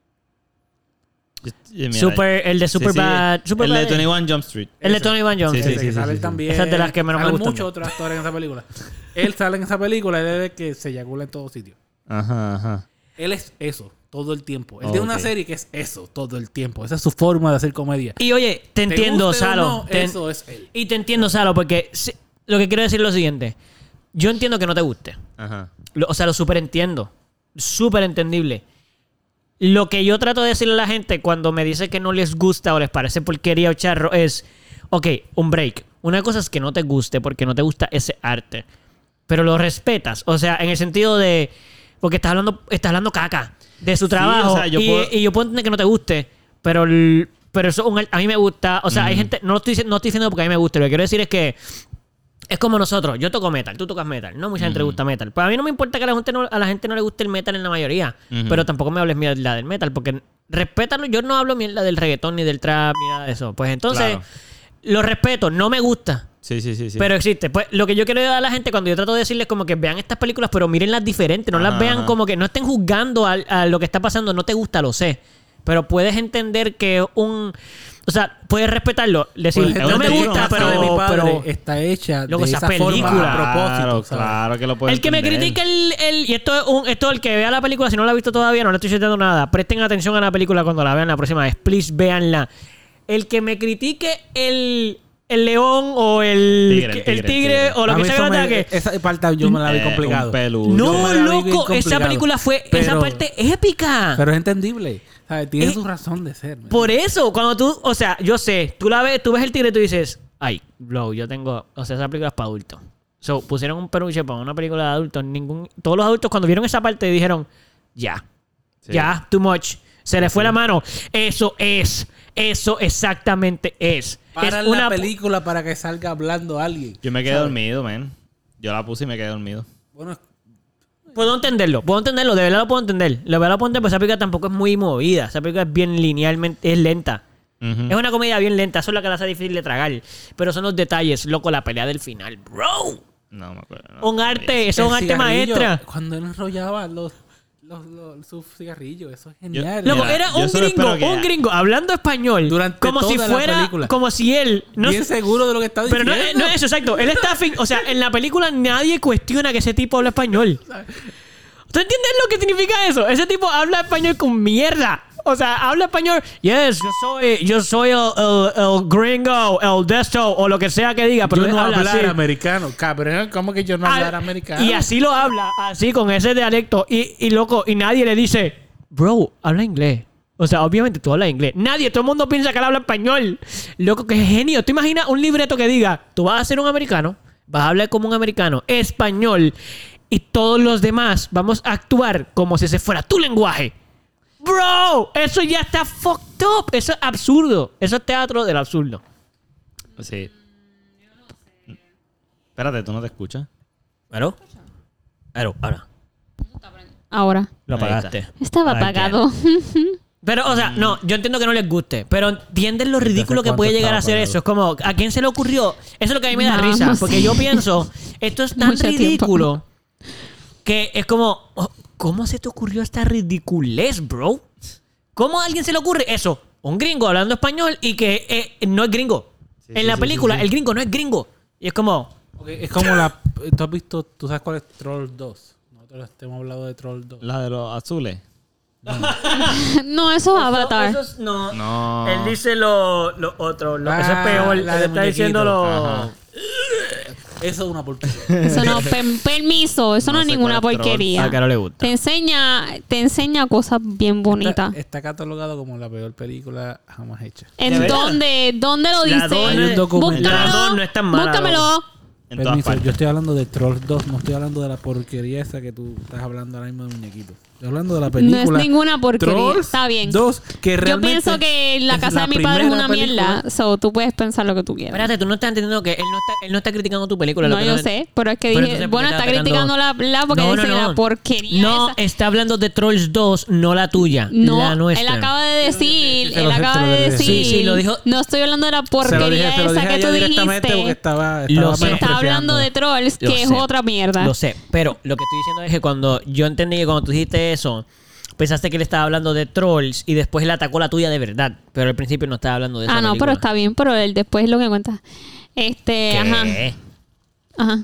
A: Yo- yo- mira, eh,
B: Super, el de
A: sí, sí.
B: Superbad...
A: el
B: Superbad
A: de
B: es-
A: 21 Jump Street.
B: el de Tony Van Jones.
A: Sí, sí,
D: Ese que sale él
A: sí.
D: también.
B: Esa es de las que menos me
D: Salen
B: gustan.
D: muchos otros actores en esa película. él sale en esa película, él es el que se eyacula en todo sitio.
A: Ajá, ajá.
D: Él es eso, todo el tiempo. Él
A: Ok.
D: tiene una serie que es eso, todo el tiempo. Esa es su forma de hacer comedia.
B: Y oye, te entiendo,
D: guste o
B: Salo.
D: no,
B: te-
D: eso es él.
B: Y te entiendo, Salo, porque si- lo que quiero decir es lo siguiente. Yo entiendo que no te guste.
A: Ajá.
B: Lo- o sea, lo súper entiendo. Súper entendible. Lo que yo trato de decirle a la gente cuando me dice que no les gusta o les parece porquería o charro es, ok, un break. Una cosa es que no te guste porque no te gusta ese arte. Pero lo respetas. O sea, en el sentido de, porque estás hablando, estás hablando caca de su trabajo.
A: o sea, yo
B: y,
A: puedo-
B: y yo puedo entender que no te guste, pero, el- pero eso es un ar- a mí me gusta. O sea,
A: Mm.
B: hay gente, no lo estoy, dic- no estoy diciendo porque a mí me guste. Lo que quiero decir es que... Es como nosotros, yo toco metal, tú tocas metal. No mucha gente le gusta metal. Pues a mí no me importa que a la gente no, a la gente no le guste el metal en la mayoría.
A: Ujú.
B: Pero tampoco me hables mierda del metal, porque respétalo. Yo no hablo mierda del reggaetón, ni del trap, ni nada de eso. Pues entonces,
A: Claro.
B: lo respeto, no me gusta.
A: Sí, sí, sí. sí.
B: Pero existe. Pues lo que yo quiero dar a la gente cuando yo trato de decirles como que vean estas películas, pero mírenlas diferentes. No las
A: Ajá,
B: vean
A: ajá.
B: como que no estén juzgando al- a, lo que está pasando. No te gusta, lo sé. Pero puedes entender que un. O sea, puedes respetarlo. Decir,
D: Pues,
A: es
B: no
A: una
B: me gusta,
A: película
B: Ah, pero.
D: de mi padre
B: pero-
D: está hecha
B: Luego,
D: de
B: esa
D: esa, forma
B: película.
D: a propósito.
A: Claro,
D: ¿sabes?
A: claro que lo puedo
B: El que me
A: entender.
B: critique el, el- y esto es un, esto el que vea la película, si no la ha visto todavía, no le estoy diciendo nada. Presten atención a la película cuando la vean la próxima vez. Please véanla. El que me critique el, el león o el
A: Tigre, el
B: el
A: tigre, el
B: tigre,
A: tigre.
B: o
D: A
B: lo
D: mí
B: que sea
D: eso
B: que
D: me-
B: ataque.
D: Esa parte yo me la vi
A: Eh,
D: complicado.
A: un peluche.
D: Yo
B: No,
D: me la vi bien
B: loco, esa
D: complicado.
B: película fue esa
D: Pero-
B: parte épica.
D: Pero es entendible. ¿sabes? Tiene
B: Eh,
D: su razón de ser. man.
B: Por eso, cuando tú, o sea, yo sé, tú la ves, tú ves el tigre y tú dices, ay, bro, yo tengo, o sea, esa película es para adultos. So, pusieron un peluche para una película de adultos. Ningún, todos los adultos cuando vieron esa parte dijeron, ya,
A: Sí.
B: ya, too much. Se le fue la mano. Eso es, eso exactamente es.
D: Paran
B: es una
D: la película para que salga hablando alguien.
A: Yo me quedé dormido, man. Yo la puse y me quedé dormido.
D: Bueno,
B: Puedo entenderlo, puedo entenderlo, de verdad lo puedo entender. De verdad lo puedo entender, pero esa película tampoco es muy movida. Esa película es bien linealmente, es lenta.
A: Ujú.
B: Es una comedia bien lenta, eso es lo que la hace difícil de tragar. Pero son los detalles, loco, la pelea del final, bro.
A: No me acuerdo. no.
B: Un arte, eso
D: el
B: es un arte
D: cigarrillo,
B: maestra.
D: Cuando él enrollaba los, los, los- sus cigarrillos, eso es
A: Yo-
D: genial.
B: Loco, eh,
A: Mira,
B: era
A: yo
B: un
A: solo
B: gringo,
A: espero que-
B: un gringo, hablando español.
D: Durante
B: como si
D: toda la
B: fuera,
D: película.
B: como si él. No,
D: Bien seguro de lo que está
B: pero
D: diciendo.
B: no, no es eso, exacto. Él está, fin- o sea, en la película nadie cuestiona que ese tipo habla español. ¿Tú entiendes lo que significa eso? Ese tipo habla español con mierda. O sea, habla español. Yes, yo soy, yo soy el, el- el gringo, el desto o lo que sea que diga, pero
D: yo
B: él
D: no
B: habla
D: hablar
B: así.
D: americano. Cabrón, ¿cómo que yo no hablar
B: Ah,
D: americano?
B: Y así lo habla, así con ese dialecto. Y, y loco, y nadie le dice, bro, habla inglés. O sea, obviamente tú hablas inglés. Nadie, todo el mundo piensa que él habla español. Loco, qué genio. ¿Tú imaginas un libreto que diga, tú vas a ser un americano, vas a hablar como un americano, español, y todos los demás vamos a actuar como si ese fuera tu lenguaje? Bro, eso ya está fucked up. Eso es absurdo. Eso es teatro del absurdo.
A: Sí. Espérate, ¿tú no te escuchas?
B: ¿Claro? Claro, ahora.
C: Ahora.
B: Lo
A: Ahí está.
B: apagaste.
C: Estaba
B: Ah,
C: apagado.
B: Pero, o sea, no, yo entiendo que no les guste, pero entienden lo ridículo que
D: Mm. cuánto
B: puede llegar a
D: estaba
B: ser eso. Es como, ¿a quién se le ocurrió? Eso es lo que a mí me da
C: No,
B: risa,
C: no
B: porque
C: sé.
B: yo pienso, esto es tan
C: Mucho tiempo.
B: ridículo que es como, oh, ¿cómo se te ocurrió esta ridiculez, bro? ¿Cómo a alguien se le ocurre eso? Un gringo hablando español y que eh, no es gringo. en la película, el gringo no es gringo. Y es como,
D: Ok, es como la. Tú has visto, tú sabes cuál es Troll 2. Nosotros te hemos hablado de Troll 2.
A: La de los azules.
C: no, eso es Avatar.
B: Eso es- no.
A: No.
B: Él dice lo, lo otro, lo, eso es
D: Ah,
B: peor.
D: la
B: Él
D: de
B: está diciendo lo...
A: Ajá.
D: Eso es una porquería.
C: Eso no, per- permiso. Eso no,
A: No
C: es
A: sé
C: ninguna
A: cuál es troll. Ah,
B: A
C: porquería.
B: Caro le gusta.
C: Te enseña, te enseña cosas bien
D: Está,
C: bonitas.
D: está catalogado como la peor película jamás hecha.
B: ¿De
C: ¿En
B: verdad?
C: dónde? ¿Dónde lo
B: La dos
C: dice?
B: no es-
D: Hay un documental.
B: La
C: Búscamelo.
B: dos no es tan mala,
C: Búscamelo.
A: En todas
D: Permiso,
A: partes.
D: yo estoy hablando de Trolls 2, no estoy hablando de la porquería esa que tú estás hablando ahora mismo de muñequito. Estoy hablando de la película.
C: No es ninguna porquería.
D: Trolls
C: Está bien.
D: 2, que
C: Yo
D: realmente
C: pienso que la
D: es
C: casa
D: la
C: de mi padre es
D: primera
C: una
D: película.
C: mierda. So, tú puedes pensar lo que tú quieras.
B: Espérate, tú no estás entendiendo que él no está, él no está criticando tu película. lo
C: No,
B: que
C: yo sé, pero es que
B: Pero
C: dije,
B: entonces, ¿por
C: bueno,
B: qué
C: está
B: atacando-
C: criticando la, la porque
B: No, no,
C: dice
B: no.
C: la porquería.
B: No,
C: esa.
B: está hablando de Trolls 2, no la tuya.
C: No,
B: la nuestra.
C: él acaba de decir,
D: sí, se
C: él
D: lo- se
C: acaba
D: lo
C: de
D: dije.
C: decir.
B: Sí, sí, lo dijo-
C: No estoy hablando de la
D: Se lo dije,
C: porquería
D: se
C: esa
D: lo dije a
C: que
D: ella
C: tú
D: directamente porque
C: dijiste.
D: estaba,
B: Lo
D: estaba
B: sé.
C: Se está
D: menospreciando.
C: hablando de trolls,
B: Lo
C: que es
B: sé.
C: otra mierda.
B: Lo sé, pero lo que estoy diciendo es que cuando yo entendí que cuando tú dijiste eso, pensaste que él estaba hablando de Trolls y después él atacó la tuya de verdad. Pero al principio no estaba hablando de esa
C: Ah, no, pero
B: película.
C: está bien, pero él después lo que cuenta. Este, ajá,
B: ¿Qué?
C: ajá.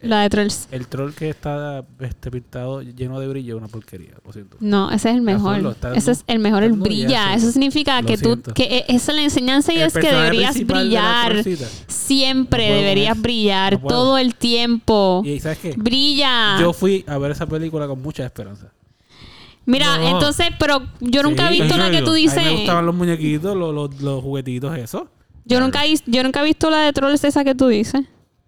C: La de trolls.
D: El troll que está este, pintado lleno de brillo es una porquería, lo siento.
C: No, ese es el
D: Azul,
C: mejor.
D: está-
C: Ese es el mejor, el
D: está- no, ya
C: brilla.
D: sé.
C: Eso significa
D: Lo
C: que tú,
D: siento.
C: que e- esa es la enseñanza y
D: El
C: es que
D: personaje
C: deberías
D: principal de la
C: brillar.
D: trollcita.
C: Siempre
D: No puedo con
C: deberías
D: eso.
C: brillar,
D: No puedo.
C: todo el tiempo.
D: Y ¿sabes qué?
C: Brilla.
D: Yo fui a ver esa película con mucha esperanza.
C: Mira,
B: No.
C: entonces, pero yo nunca
D: Sí.
C: he visto la que tú
D: A mí me
C: dices.
D: gustaban los muñequitos, los, los, los juguetitos, eso.
C: Yo nunca, he- yo nunca he visto la de trolls esa que tú dices.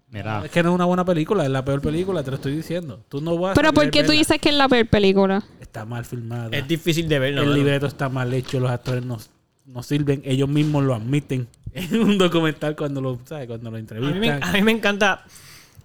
A: Mira.
D: Ah. Es que no es una buena película, es la peor película, te lo estoy diciendo. Tú no vas a
C: Pero ¿por
D: querer
C: qué tú
D: verla.
C: dices que es la peor película?
D: Está mal filmada.
B: Es difícil de ver, ¿no?
D: el libreto está mal hecho, los actores no, no sirven, ellos mismos lo admiten en un documental cuando lo, ¿sabes? Cuando lo
B: A mí, me,
D: entrevistan.
B: a mí me encanta.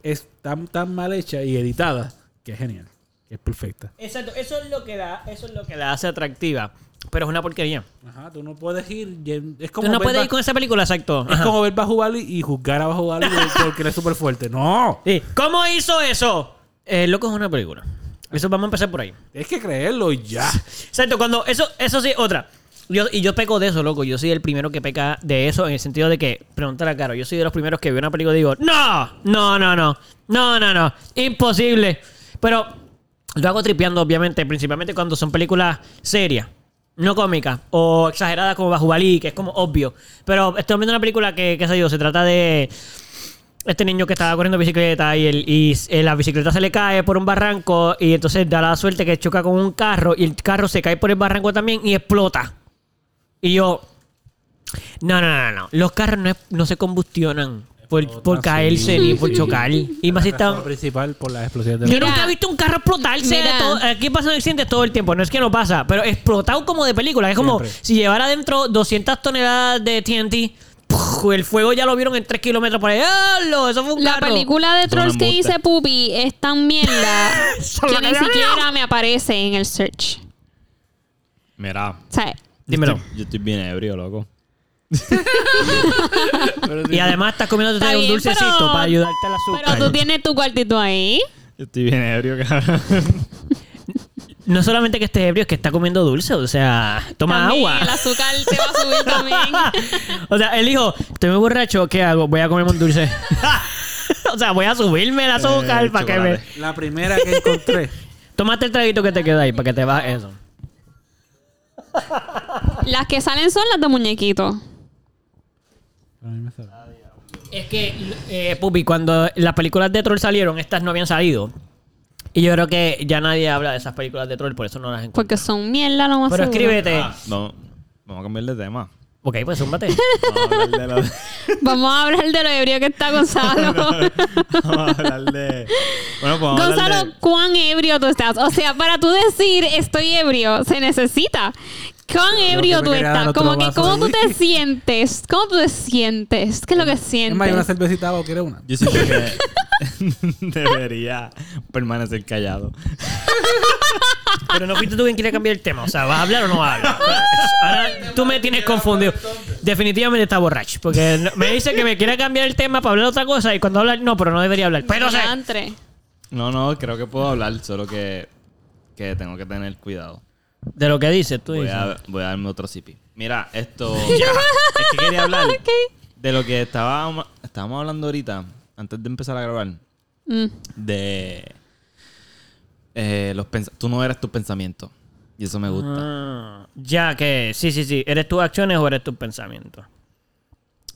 D: Es tan, tan mal hecha y editada que es genial, que es perfecta.
B: Exacto, eso es lo que da, eso es lo que la hace atractiva. Pero es una porquería.
D: Ajá, tú no puedes ir, y- es como
B: Tú no
D: ver
B: puedes
D: Ba-
B: ir con esa película, exacto.
D: es
B: Ajá.
D: como ver Bajo Bali y juzgar a Bajo Bali porque él es súper fuerte. No,
B: Sí, ¿Cómo hizo eso? Eh, loco es una película. Eso vamos a empezar por ahí.
D: tienes que creerlo y ya.
B: Exacto, cuando eso, eso sí, otra. Yo, y yo peco de eso, loco. Yo soy el primero que peca de eso en el sentido de que, preguntar a Caro, yo soy de los primeros que veo una película y digo, no, no, no, no, no, no, no, imposible. Pero lo hago tripeando, obviamente, principalmente cuando son películas serias, no cómicas o exageradas como Bajubalí, que es como obvio. Pero estoy viendo una película que, qué sé yo, se trata de este niño que estaba corriendo bicicleta y, el, y s- eh, la bicicleta se le cae por un barranco y entonces da la suerte que choca con un carro y el carro se cae por el barranco también y explota. Y yo, no, no, no, no, los carros no, es- no se combustionan por, por
D: Explotan,
B: caerse
D: sí.
B: ni por chocar. Y más si
D: Razón
B: están...
D: principal por las explosiones de
B: Yo
C: Mira.
B: nunca he visto un carro explotarse. de
C: Mira.
B: todo- aquí pasan accidentes todo el tiempo. No es que no pasa, pero explotado como de película. Es como
D: Siempre.
B: si llevara adentro 200 toneladas de TNT. ¡puf! El fuego ya lo vieron en 3 kilómetros por ahí. ¡Halo! Eso fue un
C: La
B: carro.
C: película de
A: Eso no
C: trolls
A: me
C: que
A: gusta.
C: hice Pupi es tan mierda
B: Solo
C: que
B: que
C: ni
B: yo
C: siquiera me aparece en el search.
A: Mira.
C: O sea,
B: Dímelo.
A: Yo estoy, yo estoy bien ebrio, loco.
B: Y además estás comiéndote
C: Está
B: un
C: bien,
B: dulcecito
C: pero-
B: para ayudarte al azúcar.
C: pero tú tienes tu cuartito ahí.
A: Yo estoy bien ebrio, cabrón.
B: No solamente que estés ebrio, es que está comiendo dulce. O sea, toma
C: También
B: agua.
C: El azúcar te va a subir también.
B: o sea, él dijo, estoy muy borracho, ¿qué hago? Voy a comerme un dulce. o sea, voy a subirme el azúcar
A: Eh,
B: para que me...
A: chocolate.
D: La primera que encontré.
B: Tómate el traguito que te queda ahí para que te bajes eso.
C: Las que salen son las de muñequito.
D: A mí me sabe.
B: Es que, eh, Pupi, cuando las películas de troll salieron, estas no habían salido. Y yo creo que ya nadie habla de esas películas de troll, por eso no las encuentro.
C: Porque son mierda lo más
B: Pero
C: seguro.
B: escríbete.
A: Ah, vamos, vamos a cambiar de tema.
B: Ok, pues zúmbate.
A: Vamos a hablar de la-
C: Vamos a hablar de lo ebrio que está Gonzalo.
A: Vamos a hablar de. Bueno, pues vamos a hablar
C: Gonzalo,
A: de.
C: ¿cuán ebrio tú estás? O sea, para tú decir estoy ebrio, se necesita. ¿Cuán ebrio
D: me
C: tú
D: quería dar
C: estás?
D: otro
C: Como que,
D: vaso
C: ¿cómo
D: de
C: tú te
D: whisky.
C: sientes? ¿Cómo tú te sientes? ¿Qué es lo que
D: Es más, ¿hay una
C: sientes?
D: cervecita o quieres una?
A: Yo siento que debería permanecer callado.
B: Pero no fuiste tú quien quiere cambiar el tema. O sea, ¿vas a hablar o no vas a hablar? Ahora tú me tienes confundido. Definitivamente está borracho. Porque no- me dice que me quiere cambiar el tema para hablar otra cosa. Y cuando habla, no, pero no debería hablar. Pero sé.
C: Diantre.
A: No, no, creo que puedo hablar, solo que, que tengo que tener cuidado.
B: De lo que dices tú.
A: Voy
B: dices.
A: a, voy a darme otro sipi. Mira, esto. Es que quería hablar de lo que estábamos, estábamos hablando ahorita, antes de empezar a grabar,
C: Mm.
A: de. eh, los pens- tú no eres tus pensamientos. Y eso me gusta.
B: Ah, ya que, sí, sí, sí. ¿Eres tus acciones o eres tus pensamientos?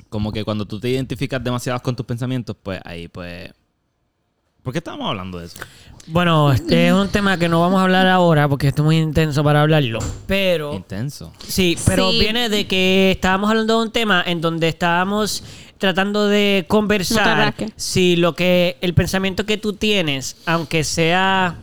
A: Como que cuando tú te identificas demasiado con tus pensamientos, pues ahí, pues. ¿Por qué estábamos hablando de eso?
B: Bueno, este es un tema que no vamos a hablar ahora porque esto es muy intenso para hablarlo. Pero.
A: Intenso.
B: Sí, pero
C: Sí.
B: viene de que estábamos hablando de un tema en donde estábamos tratando de conversar
C: rasques.
B: si lo que el pensamiento que tú tienes, aunque sea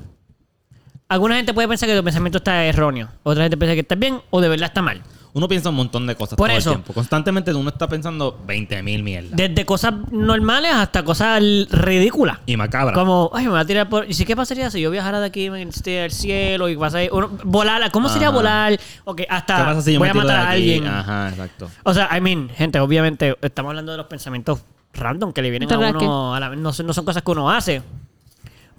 B: alguna gente puede pensar que tu pensamiento está erróneo, otra gente piensa que está bien o de verdad está mal.
A: Uno piensa un montón de cosas
B: Por
A: todo
B: eso.
A: el tiempo. Constantemente uno está pensando 20.000 mierdas.
B: Desde cosas normales hasta cosas l- ridículas.
A: Y macabra.
B: Como, ay, me va a tirar por. ¿Y si qué pasaría si yo viajara de aquí y me esté al cielo y pasa ahí? Uno- volar, ¿cómo sería
A: Ajá.
B: volar? Ok, hasta.
A: ¿Qué pasa si yo
B: voy
A: me
B: a
A: tiro de
B: matar a
A: aquí?
B: alguien.
A: Ajá, exacto.
B: O sea, I mean, gente, obviamente estamos hablando de los pensamientos random que le vienen a
C: ¿Verdad
B: uno. a la- no, son- no son cosas que uno hace.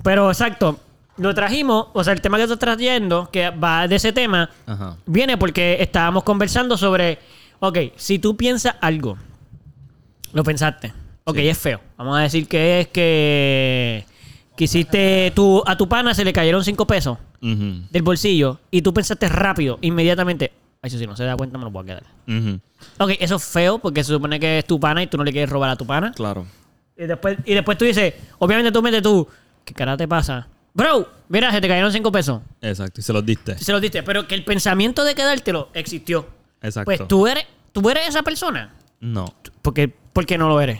B: Pero exacto, lo trajimos, o sea, el tema que estás trayendo, que va de ese tema,
A: Ajá.
B: viene porque estábamos conversando sobre, ok, si tú piensas algo, lo pensaste, ok,
A: Sí.
B: es feo. Vamos a decir que es que, que hiciste, tu, a tu pana se le cayeron cinco pesos
A: Ujú,
B: del bolsillo y tú pensaste rápido, inmediatamente, ay, eso sí, no se da cuenta, me lo puedo quedar.
A: ujú.
B: Ok, eso es feo porque se supone que es tu pana y tú no le quieres robar a tu pana.
A: Claro.
B: Y después, y después tú dices, obviamente tú metes tú, ¿qué cara te pasa? Bro, mira, se te cayeron cinco pesos.
A: Exacto. Y se los diste.
B: Se los diste, pero que el pensamiento de quedártelo existió.
A: Exacto.
B: Pues tú eres, tú eres esa persona.
A: No.
B: Porque, ¿Por qué no lo eres?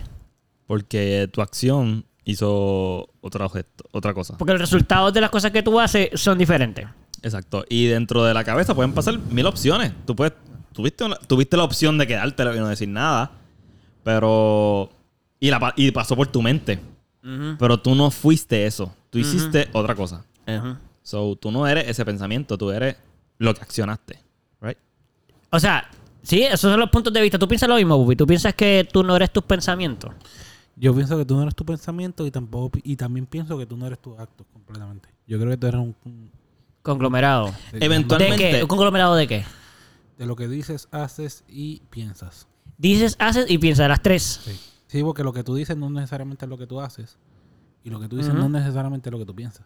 A: Porque tu acción hizo otra, gesto- otra cosa.
B: Porque los resultados de las cosas que tú haces son diferentes.
A: Exacto. Y dentro de la cabeza pueden pasar mil opciones. Tú puedes, tuviste, una- tuviste la opción de quedártelo y no decir nada. Pero. Y, la, pa- y pasó por tu mente. Pero tú no fuiste eso. Tú hiciste otra cosa. So, tú no eres ese pensamiento. Tú eres lo que accionaste. Right?
B: O sea, sí, esos son los puntos de vista. Tú piensas lo mismo, Bubi. Tú piensas que tú no eres tus pensamientos.
D: Yo pienso que tú no eres tu pensamiento y tampoco pi- y también pienso que tú no eres tus actos completamente. Yo creo que tú eres un, un-
B: Conglomerado. ¿De
A: Eventualmente.
B: qué? ¿Un conglomerado de qué?
D: de lo que dices, haces y piensas.
B: Dices, haces y piensas las tres.
D: Sí. Sí, porque lo que tú dices no necesariamente es lo que tú haces y lo que tú dices
B: Ujú.
D: no necesariamente es lo que tú piensas.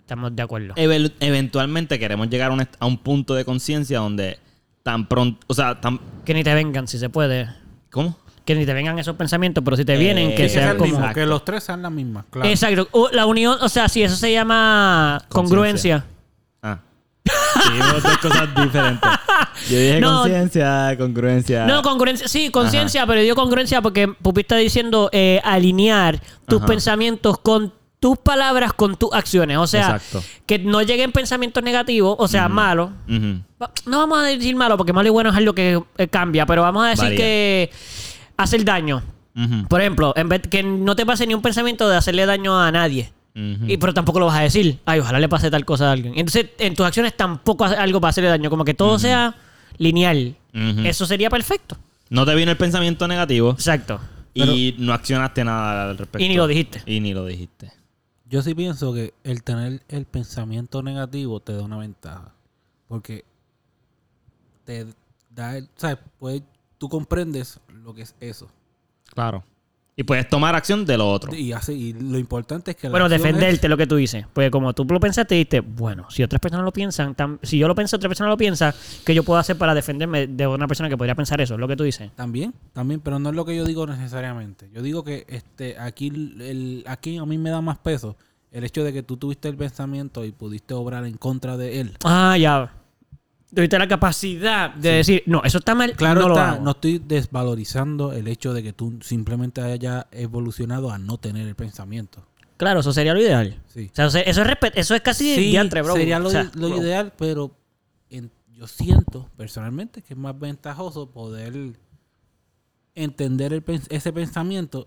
B: Estamos de acuerdo.
A: Evel- eventualmente queremos llegar a un, est- a un punto de conciencia donde tan pronto. O sea, tan.
B: Que ni te vengan, si se puede.
A: ¿Cómo?
B: Que ni te vengan esos pensamientos, pero si te vienen,
A: Eh,
B: que
A: que sea
B: sean
A: el
B: como...
A: mismo.
D: que los tres sean las mismas, claro.
B: Exacto. O la unión, o sea, si eso se llama
A: Conciencia.
B: congruencia.
A: Ah. Sí, dos cosas diferentes. Yo dije
B: No.
A: conciencia, congruencia.
B: No, congruencia, sí, conciencia, pero dio congruencia porque Pupi está diciendo eh, alinear tus
A: Ajá.
B: pensamientos con tus palabras, con tus acciones. O sea,
A: Exacto.
B: que no lleguen pensamientos negativos, o sea, malos.
A: Ujú.
B: Va- No vamos a decir malo, porque malo y bueno es algo que eh, cambia, pero vamos a decir
A: Varía.
B: que hacer daño.
A: Ujú.
B: Por ejemplo, en vez que no te pase ni un pensamiento de hacerle daño a nadie.
A: Ujú.
B: Y, pero tampoco lo vas a decir. Ay, ojalá le pase tal cosa a alguien. Entonces, en tus acciones tampoco haces algo para hacerle daño. Como que todo sea lineal.
A: Ujú.
B: Eso sería perfecto.
A: No te vino el pensamiento negativo
B: Exacto.
A: y no accionaste nada al respecto.
B: Y ni lo dijiste.
A: Y ni lo dijiste.
D: Yo sí pienso que el tener el pensamiento negativo te da una ventaja. Porque te da, el- ¿sabes? Pues, tú comprendes lo que es eso.
A: Claro. Y puedes tomar acción de lo otro.
D: Y, así, y lo importante es que... la
B: Bueno,
D: acción es-
B: defenderte lo que tú dices. Porque como tú lo pensaste, dijiste, bueno, si otras personas lo piensan, tam- si yo lo pienso, otra persona lo piensa, ¿qué yo puedo hacer para defenderme de una persona que podría pensar eso? Lo que tú dices.
D: También, también, pero no es lo que yo digo necesariamente. Yo digo que este aquí, el- el, aquí a mí me da más peso el hecho de que tú tuviste el pensamiento y pudiste obrar en contra de él.
B: Ah, ya. Tuviste la capacidad de decir, no, eso está mal.
D: Claro
B: no lo
D: está,
B: hago.
D: no estoy desvalorizando el hecho de que tú simplemente hayas evolucionado a no tener el pensamiento.
B: Claro, eso sería lo ideal.
D: Sí.
B: O sea, eso es, respe- eso es casi
D: Sí,
B: diantre, bro.
D: sería lo,
B: O sea,
D: lo
B: bro.
D: ideal, pero en- yo siento personalmente que es más ventajoso poder entender el pens- ese pensamiento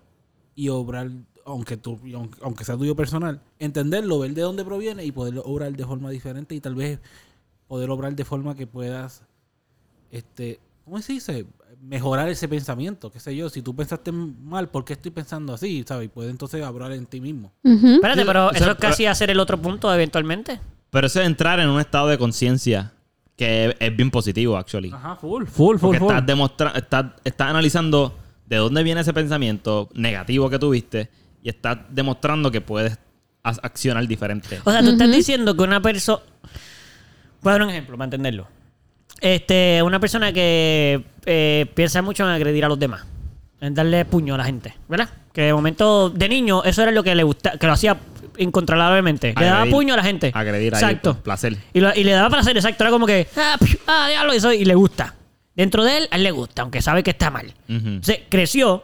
D: y obrar, aunque, tú, y aunque, aunque sea tuyo personal, entenderlo, ver de dónde proviene y poderlo obrar de forma diferente y tal vez poder obrar de forma que puedas, este, ¿cómo se dice? Mejorar ese pensamiento, qué sé yo, si tú pensaste mal, ¿por qué estoy pensando así? ¿Sabes? Y puedes entonces obrar en ti mismo.
C: Ujú.
B: Espérate, pero
A: O sea,
B: eso es
A: pero-
B: casi hacer el otro punto eventualmente.
A: Pero eso es entrar en un estado de conciencia que es, es bien positivo, actually.
D: Ajá, full, full, full,
A: Porque estás, demostra- estás, estás analizando de dónde viene ese pensamiento negativo que tuviste y estás demostrando que puedes as- accionar diferente.
B: O sea, tú estás diciendo que una persona. Voy a dar un ejemplo para entenderlo. Este, una persona que eh, piensa mucho en agredir a los demás, en darle puño a la gente, ¿verdad? Que de momento, de niño, eso era lo que le gusta, que lo hacía incontrolablemente. Le daba
A: Agredir-
B: puño a la gente.
A: Agredir a
B: Exacto.
A: alguien. Placer.
B: Y, lo- y le daba placer, exacto. Era como que, ah, piu, ah, diablo, y, eso, y le gusta. Dentro de él, a él le gusta, aunque sabe que está mal.
A: Ujú.
B: Se creció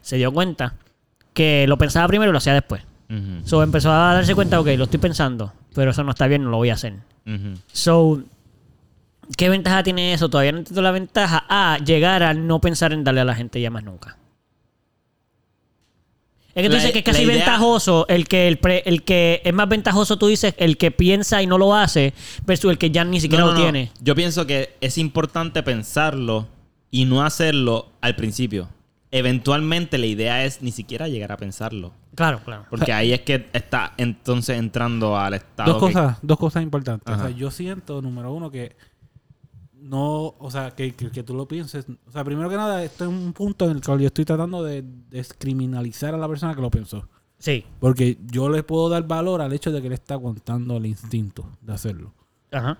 B: se dio cuenta que lo pensaba primero y lo hacía después. So empezó a darse cuenta, ok, lo estoy pensando, pero eso no está bien, no lo voy a hacer. So, ¿qué ventaja tiene eso? Todavía no entiendo la ventaja a llegar a no pensar en darle a la gente ya más nunca. Es que tú
A: La-
B: dices que es
A: la
B: casi
A: idea-
B: ventajoso el que, el, pre- el que es más ventajoso, tú dices, el que piensa y no lo hace, versus el que ya ni siquiera
A: No,
B: lo
A: no, no.
B: tiene.
A: Yo pienso que es importante pensarlo y no hacerlo al principio. Eventualmente la idea es ni siquiera llegar a pensarlo.
B: Claro, claro.
A: Porque ahí es que está entonces entrando al estado.
D: Dos
A: que-
D: cosas, dos cosas importantes. O
A: Ajá.
D: sea, yo siento, número uno, que no, o sea, que, que, que tú lo pienses. O sea, primero que nada, esto es un punto en el cual yo estoy tratando de descriminalizar a la persona que lo pensó.
B: Sí.
D: Porque yo le puedo dar valor al hecho de que él está contando el instinto de hacerlo.
B: Ajá.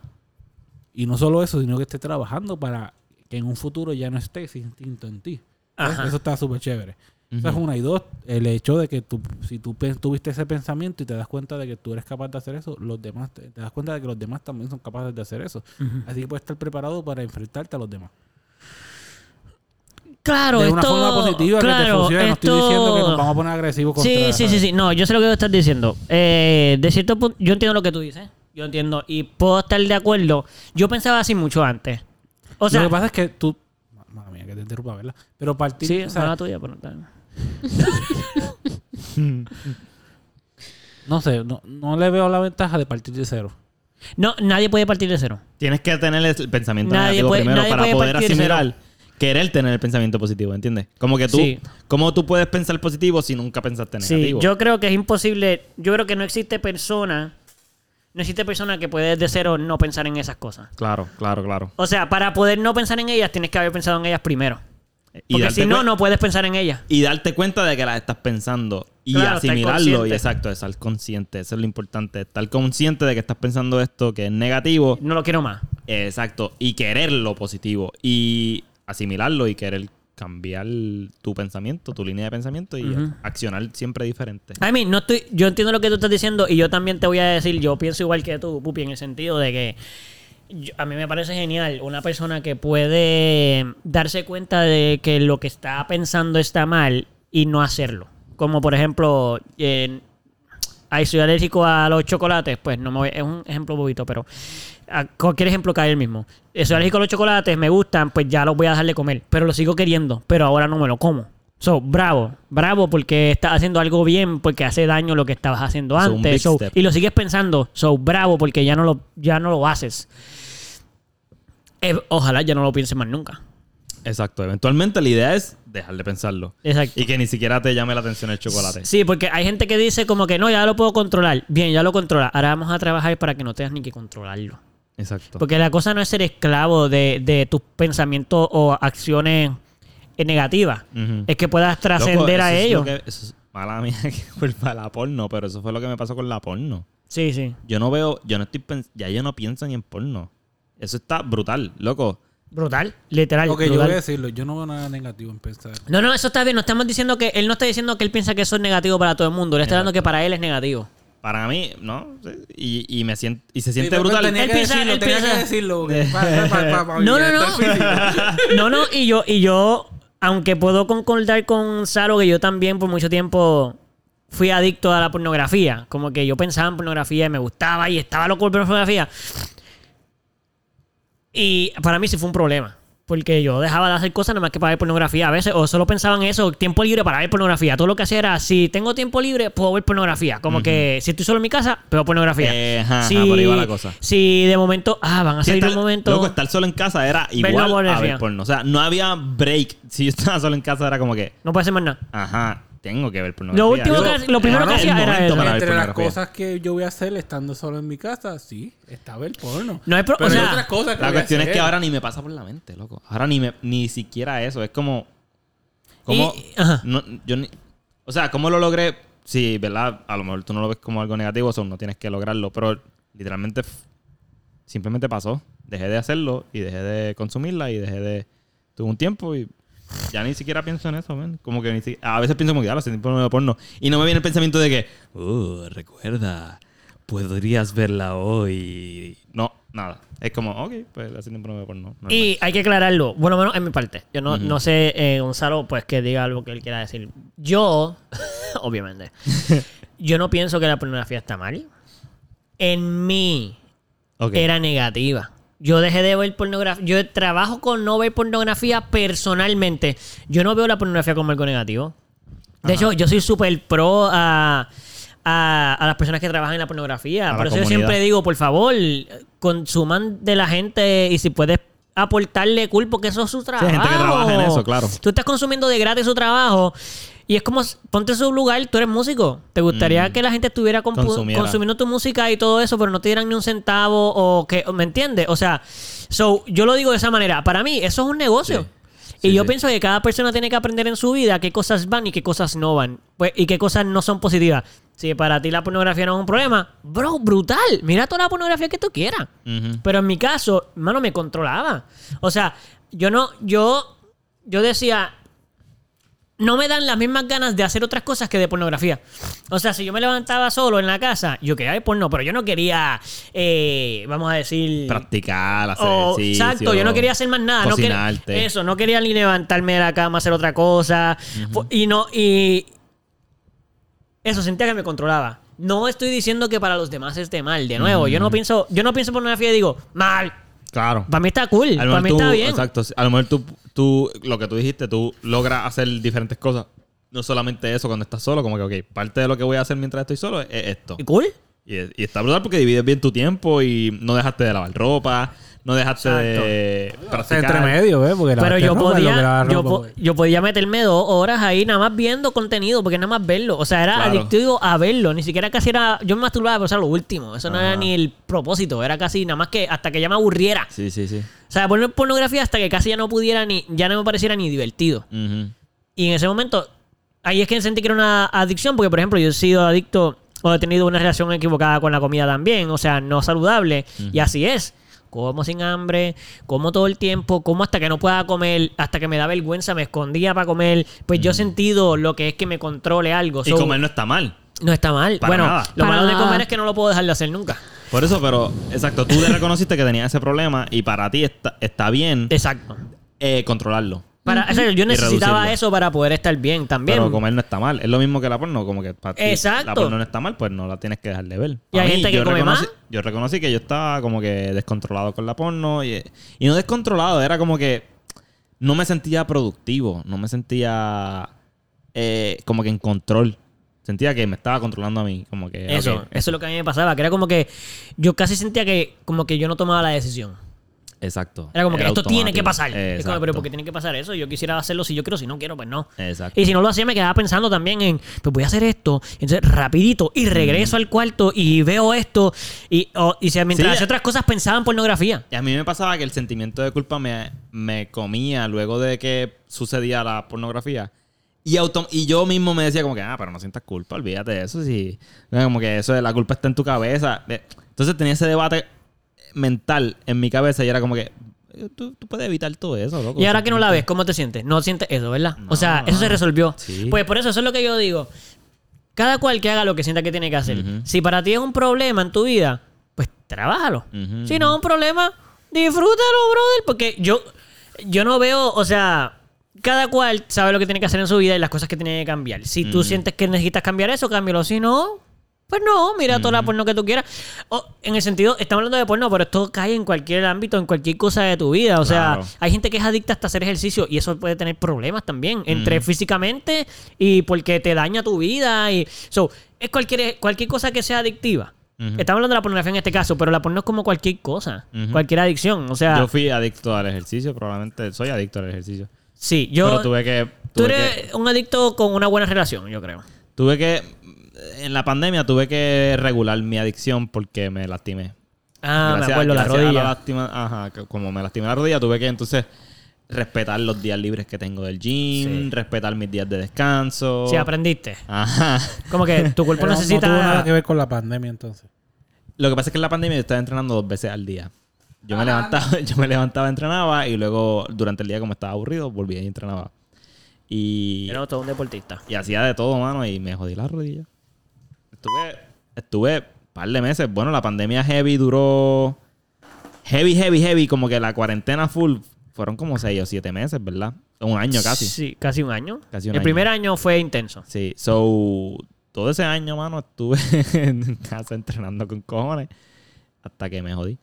D: Y no solo eso, sino que esté trabajando para que en un futuro ya no esté ese instinto en ti.
B: Ajá.
D: Eso está súper chévere. Esa es una y dos. El hecho de que tú, si tú pe- tuviste ese pensamiento y te das cuenta de que tú eres capaz de hacer eso, los demás te, te das cuenta de que los demás también son capaces de hacer eso. Así que puedes estar preparado para enfrentarte a los demás.
B: Claro,
D: de una
B: esto-
D: forma positiva que te
B: claro,
D: funcione. No estoy
B: esto-
D: diciendo que nos vamos a poner agresivos contra
B: Sí, sí, sí, sí. No, yo sé lo que tú estás diciendo. Eh, de cierto punto, yo entiendo lo que tú dices. Yo entiendo. Y puedo estar de acuerdo. Yo pensaba así mucho antes. O sea,
D: lo que pasa es que tú. Madre mía, que te interrumpa, ¿verdad? Pero partir.
B: sí,
D: o sea,
B: mala tuya, pero tal.
D: no sé, no, no le veo la ventaja de partir de cero.
B: No, nadie puede partir de cero.
A: Tienes que tener el pensamiento
B: Nadie
A: negativo
B: puede-
A: primero
B: nadie
A: para
B: puede
A: poder
B: partir,
A: asimilar. Querer tener el pensamiento positivo, ¿entiendes? Como que tú,
B: Sí.
A: ¿cómo tú puedes pensar positivo si nunca pensaste negativo?
B: Sí, yo creo que es imposible. Yo creo que no existe persona. No existe persona que puede desde cero no pensar en esas cosas.
A: Claro, claro, claro.
B: O sea, para poder no pensar en ellas, tienes que haber pensado en ellas primero. Porque si
A: darte
B: no,
A: cuen-
B: no puedes pensar en ellas.
A: Y darte cuenta de que la estás pensando y
B: Claro, estar
A: asimilarlo. Y
B: consciente.
A: exacto, estar consciente. Eso es lo importante. Estar consciente de que estás pensando esto que es negativo.
B: No lo quiero más.
A: Exacto. Y querer lo positivo. Y asimilarlo y querer cambiar tu pensamiento, tu línea de pensamiento y accionar siempre diferente.
B: I mean, no estoy, yo entiendo lo que tú estás diciendo y yo también te voy a decir, yo pienso igual que tú, Pupi, en el sentido de que yo- a mí me parece genial una persona que puede darse cuenta de que lo que está pensando está mal y no hacerlo. Como por ejemplo, en- ay, soy alérgico a los chocolates, pues no me voy- es un ejemplo bobito, pero a cualquier ejemplo cae el mismo. Eh, Soy alérgico a los chocolates, me gustan, pues ya los voy a dejar de comer, pero los sigo queriendo, pero ahora no me lo como. So, bravo, bravo porque estás haciendo algo bien, porque hace daño lo que estabas haciendo
A: So, un big
B: antes. So,
A: step.
B: y lo sigues pensando, so bravo porque ya no lo, ya no lo haces. Eh, ojalá ya no lo pienses más nunca.
A: Exacto. Eventualmente la idea es dejar de pensarlo.
B: Exacto.
A: Y que ni siquiera te llame la atención el chocolate.
B: Sí, porque hay gente que dice como que no, ya lo puedo controlar. Bien, ya lo controla. Ahora vamos a trabajar para que no tengas ni que controlarlo.
A: Exacto.
B: Porque la cosa no es ser esclavo de, de tus pensamientos o acciones eh, negativas.
A: Ujú.
B: Es que puedas
A: Loco,
B: trascender a
A: eso es lo
B: ellos.
A: que- eso es mala mía que culpa de la porno, pero eso fue lo que me pasó con la porno.
B: Sí, sí.
A: Yo no veo, yo no estoy pens- ya yo no pienso ni en porno. Eso está brutal, loco.
B: Brutal. Literal.
D: Ok, yo
B: brutal.
D: voy a decirlo, yo no veo nada negativo en pensar.
B: No, no, eso está bien. No estamos diciendo que... Él no está diciendo que él piensa que eso es negativo para todo el mundo. Le está dando que para él es negativo.
A: Para mí, ¿no? Sí, Y, y me siento, y se
D: Sí,
A: siente
D: pero
A: brutal.
D: Tenía
B: Él
D: que
B: piensa-
D: decirlo,
B: él
D: tenía
B: piensa-
D: que decirlo. porque pa- pa- pa- pa-
B: No, no, no.
D: está físico.
B: No, no, y yo, y yo, aunque puedo concordar con Saro, que yo también por mucho tiempo fui adicto a la pornografía. Como que yo pensaba en pornografía y me gustaba y estaba loco por pornografía. Y para mí sí fue un problema. Porque yo dejaba de hacer cosas nada más que para ver pornografía a veces. O solo pensaba en eso, tiempo libre para ver pornografía. Todo lo que hacía era, si tengo tiempo libre, puedo ver pornografía. Como que si estoy solo en mi casa, veo pornografía.
A: Eh, ajá, ajá, por ahí va la cosa.
B: Si de momento, ah, van a
A: Sí,
B: salir
A: estar-
B: un momento.
A: Loco, estar solo en casa era
B: Ver la
A: igual a
B: pornografía.
A: ver porno. O sea, no había break. Si yo estaba solo en casa era como que,
B: No puede hacer más nada.
A: ajá, tengo que ver porno.
B: Lo último que- lo primero que hacía era eso.
A: Para ver
D: Entre las
A: pornografía.
D: cosas que yo voy a hacer estando solo en mi casa, sí, estaba el porno.
B: No hay pro- o
D: Pero hay
B: sea,
D: otras cosas que
A: La
D: voy a
A: cuestión es
D: hacer.
A: que ahora ni me pasa por la mente, loco. Ahora ni me, ni siquiera eso. Es como. como
B: Y- ajá.
A: no, yo ni- o sea, ¿cómo lo logré? Sí, ¿verdad? A lo mejor tú no lo ves como algo negativo, eso no tienes que lograrlo. Pero literalmente f- simplemente pasó. Dejé de hacerlo y dejé de consumirla y dejé de. Tuve un tiempo y. Ya ni siquiera pienso en eso, man. Como que ni si- A veces pienso como que, ah, hace tiempo no veo porno. Y no me viene el pensamiento de que, uh, recuerda, podrías verla hoy. No, nada. Es como, ok, pues así tiempo no veo porno. normal.
B: Y hay que aclararlo, bueno, bueno, en mi parte. Yo no, no sé, eh, Gonzalo, pues que diga algo que él quiera decir. Yo, obviamente, yo no pienso que la pornografía está mal. En mí
A: Ok.
B: era negativa. Yo dejé de ver pornografía. Yo trabajo con no ver pornografía personalmente. Yo no veo la pornografía como algo negativo. De hecho, yo soy súper pro a, a- a las personas que trabajan en la pornografía.
A: A la
B: Por eso yo
A: comunidad.
B: siempre digo, por favor, consuman de la gente y si puedes aportarle cool porque eso es su trabajo.
A: hay gente que trabaja en eso, claro.
B: Tú estás consumiendo de gratis su trabajo y es como, s- ponte en su lugar, tú eres músico. ¿Te gustaría que la gente estuviera compu-
A: Mm. Consumiera.
B: consumiendo tu música y todo eso, pero no te dieran ni un centavo o que, ¿me entiendes? O sea, so, yo lo digo de esa manera. Para mí, eso es un negocio. Y
A: Sí,
B: yo
A: sí.
B: pienso que cada persona tiene que aprender en su vida qué cosas van y qué cosas no van. Pues, y qué cosas no son positivas. Si para ti la pornografía no es un problema, bro, brutal. Mira toda la pornografía que tú quieras.
A: Ujú.
B: Pero en mi caso, mano, me controlaba. O sea, yo no, yo, yo decía, no me dan las mismas ganas de hacer otras cosas que de pornografía. O sea, si yo me levantaba solo en la casa, yo quería ver porno, pero yo no quería, eh, vamos a decir...
A: Practicar, hacer
B: o-
A: ejercicio.
B: Oh, exacto, yo no quería hacer más nada. No quería,
A: cocinarte.
B: eso, no quería ni levantarme de la cama, hacer otra cosa. Fu- Y no, y, eso, sentía que me controlaba. No estoy diciendo que para los demás esté mal, de nuevo. Yo no pienso, yo no pienso en pornografía y digo, mal.
A: Claro.
B: Para mí está cool,
A: A
B: para
A: lo
B: mí
A: mejor
B: está
A: tú,
B: bien.
A: Exacto. A lo mejor tú, tú, lo que tú dijiste, tú logras hacer diferentes cosas. No solamente eso cuando estás solo, como que, ok, parte de lo que voy a hacer mientras estoy solo es esto.
B: ¿Y cool?
A: Y, y está brutal porque divides bien tu tiempo y no dejaste de lavar ropa, no dejaste de practicar.
D: entre medio, ¿ves? Porque
B: Pero
D: lavaste
B: yo
D: ropa, lo que
B: podía,
D: lavas
B: yo,
D: ropa,
B: po-
D: pues.
B: yo podía meterme dos horas ahí nada más viendo contenido, porque nada más verlo. O sea, era
A: Claro.
B: adictivo a verlo. Ni siquiera casi era. Yo me masturbaba, pero eso era lo último. Eso no era ni el propósito. Era casi nada más que hasta que ya me aburriera.
A: Sí, sí, sí.
B: O sea, poner pornografía hasta que casi ya no pudiera ni. Ya no me pareciera ni divertido.
A: Ujú.
B: Y en ese momento, ahí es que sentí que era una adicción, porque por ejemplo, yo he sido adicto o he tenido una relación equivocada con la comida también, o sea, no saludable, y así es. Como sin hambre, como todo el tiempo, como hasta que no pueda comer, hasta que me da vergüenza, me escondía para comer. Pues yo he sentido lo que es que me controle algo.
A: Y
B: so,
A: comer no está mal.
B: no está mal.
A: para
B: bueno,
A: nada.
B: lo
C: Para
B: malo de
C: nada.
B: comer es que no lo puedo dejar de hacer nunca.
A: Por eso, pero, exacto, tú le reconociste que tenías ese problema y para ti está, está bien
B: Exacto.
A: eh, controlarlo.
B: Para, o sea, yo
A: Y
B: necesitaba
A: reducirlo.
B: eso para poder estar bien también.
A: Pero comer no está mal. Es lo mismo que la porno. Como que para ti
B: Exacto.
A: la porno no está mal, pues no la tienes que dejar de ver.
B: Y hay
A: Para
B: gente que
A: yo
B: come
A: reconocí-
B: más.
A: Yo reconocí que yo estaba como que descontrolado con la porno. Y, y no descontrolado, era como que no me sentía productivo. No me sentía eh, como que en control. Sentía que me estaba controlando a mí. Como que.
B: Eso,
A: ok,
B: eso es lo que a mí me pasaba, que era como que yo casi sentía que como que yo no tomaba la decisión.
A: Exacto.
B: Era como que esto tiene
A: automático.
B: que pasar. Es como,
A: Exacto.
B: pero porque tiene que pasar eso, yo quisiera hacerlo si yo quiero, si no quiero, pues no.
A: Exacto.
B: Y si no lo hacía, me quedaba pensando también en, pues voy a hacer esto, entonces rapidito, y regreso al cuarto y veo esto, y, o- y si- mientras
A: Mm. Sí,
B: hacía otras cosas pensaba en pornografía.
A: Y a mí me pasaba que el sentimiento de culpa me, me comía luego de que sucedía la pornografía. Y, autom- y yo mismo me decía como que, ah, pero no sientas culpa, olvídate de eso. Si, como que eso de la culpa está en tu cabeza. Eh, Entonces tenía ese debate mental en mi cabeza y era como que, eh, tú, tú puedes evitar todo eso, loco.
B: Y ahora que no la ves, ¿cómo te sientes? No sientes eso, ¿verdad? o sea, eso se resolvió.
A: Sí.
B: Pues por eso, eso es lo que yo digo. Cada cual que haga lo que sienta que tiene que hacer. Si para ti es un problema en tu vida, pues trabájalo.
A: Ujú,
B: Si no es un problema, disfrútalo, brother. Porque yo, yo no veo, o sea, cada cual sabe lo que tiene que hacer en su vida y las cosas que tiene que cambiar. Si tú sientes que necesitas cambiar eso, cámbialo. Si no, pues no, mira toda la porno que tú quieras. O, en el sentido, estamos hablando de porno, pero esto cae en cualquier ámbito, en cualquier cosa de tu vida. O
A: Claro.
B: sea, hay gente que es adicta hasta hacer ejercicio y eso puede tener problemas también,
A: Mm.
B: entre físicamente y porque te daña tu vida. Y, so, es cualquier, cualquier cosa que sea adictiva. Estamos hablando de la pornografía en este caso, pero la porno es como cualquier cosa,
A: Ujú.
B: cualquier adicción. O sea,
A: Yo fui adicto al ejercicio, probablemente soy adicto al ejercicio.
B: sí, yo.
A: pero tuve que...
B: tú
A: tuve que-
B: eres un adicto con una buena relación, yo creo.
A: Tuve que... En la pandemia tuve que regular mi adicción porque me lastimé.
B: Ah, me
A: Gracias-
B: acuerdo, la
A: gracias a
B: rodilla.
A: lástima- ajá, que como me lastimé la rodilla, tuve que entonces respetar los días libres que tengo del gym,
B: Sí.
A: respetar mis días de descanso.
B: Sí, aprendiste.
A: Ajá.
B: Como que tu cuerpo
D: Pero no-
B: necesita.
D: No tuvo nada que ver con la pandemia, entonces.
A: Lo que pasa es que en la pandemia yo estaba entrenando dos veces al día. Yo me levantaba, yo me levantaba, entrenaba y luego durante el día como estaba aburrido, volvía y entrenaba. Y,
B: Era todo un deportista.
A: y hacía de todo, mano, y me jodí la rodilla. Estuve, estuve un par de meses. Bueno, la pandemia heavy duró heavy, heavy, heavy, como que la cuarentena full fueron como seis o siete meses, ¿verdad? Un año casi. Sí.
B: Sí, casi un año.
A: Casi un
B: el
A: año.
B: primer año fue intenso.
A: So, todo ese año, mano, estuve en casa entrenando con cojones hasta que me jodí.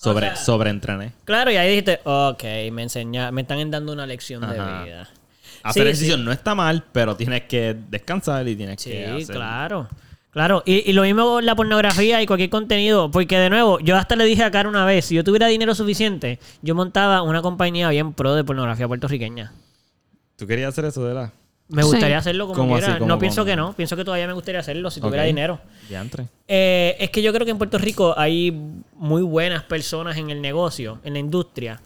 A: Sobre, sobreentrené.
B: Claro, y ahí dijiste, ok, me enseña, me están dando una lección
A: Ajá.
B: de vida.
A: Hacer
B: Sí,
A: ejercicio no está mal, pero tienes que descansar y tienes
B: Sí,
A: que hacer...
B: claro. Claro, y, y lo mismo con la pornografía y cualquier contenido, porque de nuevo, yo hasta le dije a Cara una vez, si yo tuviera dinero suficiente, yo montaba una compañía bien pro de pornografía puertorriqueña.
A: ¿Tú querías hacer eso, de la
B: Me
C: Sí.
B: gustaría hacerlo como
A: ¿Cómo
B: quiera.
A: así? ¿Cómo-
B: no
A: cómo?
B: pienso que no, pienso que todavía me gustaría hacerlo si tuviera
A: Ok.
B: dinero.
A: Diantre.
B: Eh, es que yo creo que en Puerto Rico hay muy buenas personas en el negocio, en la industria,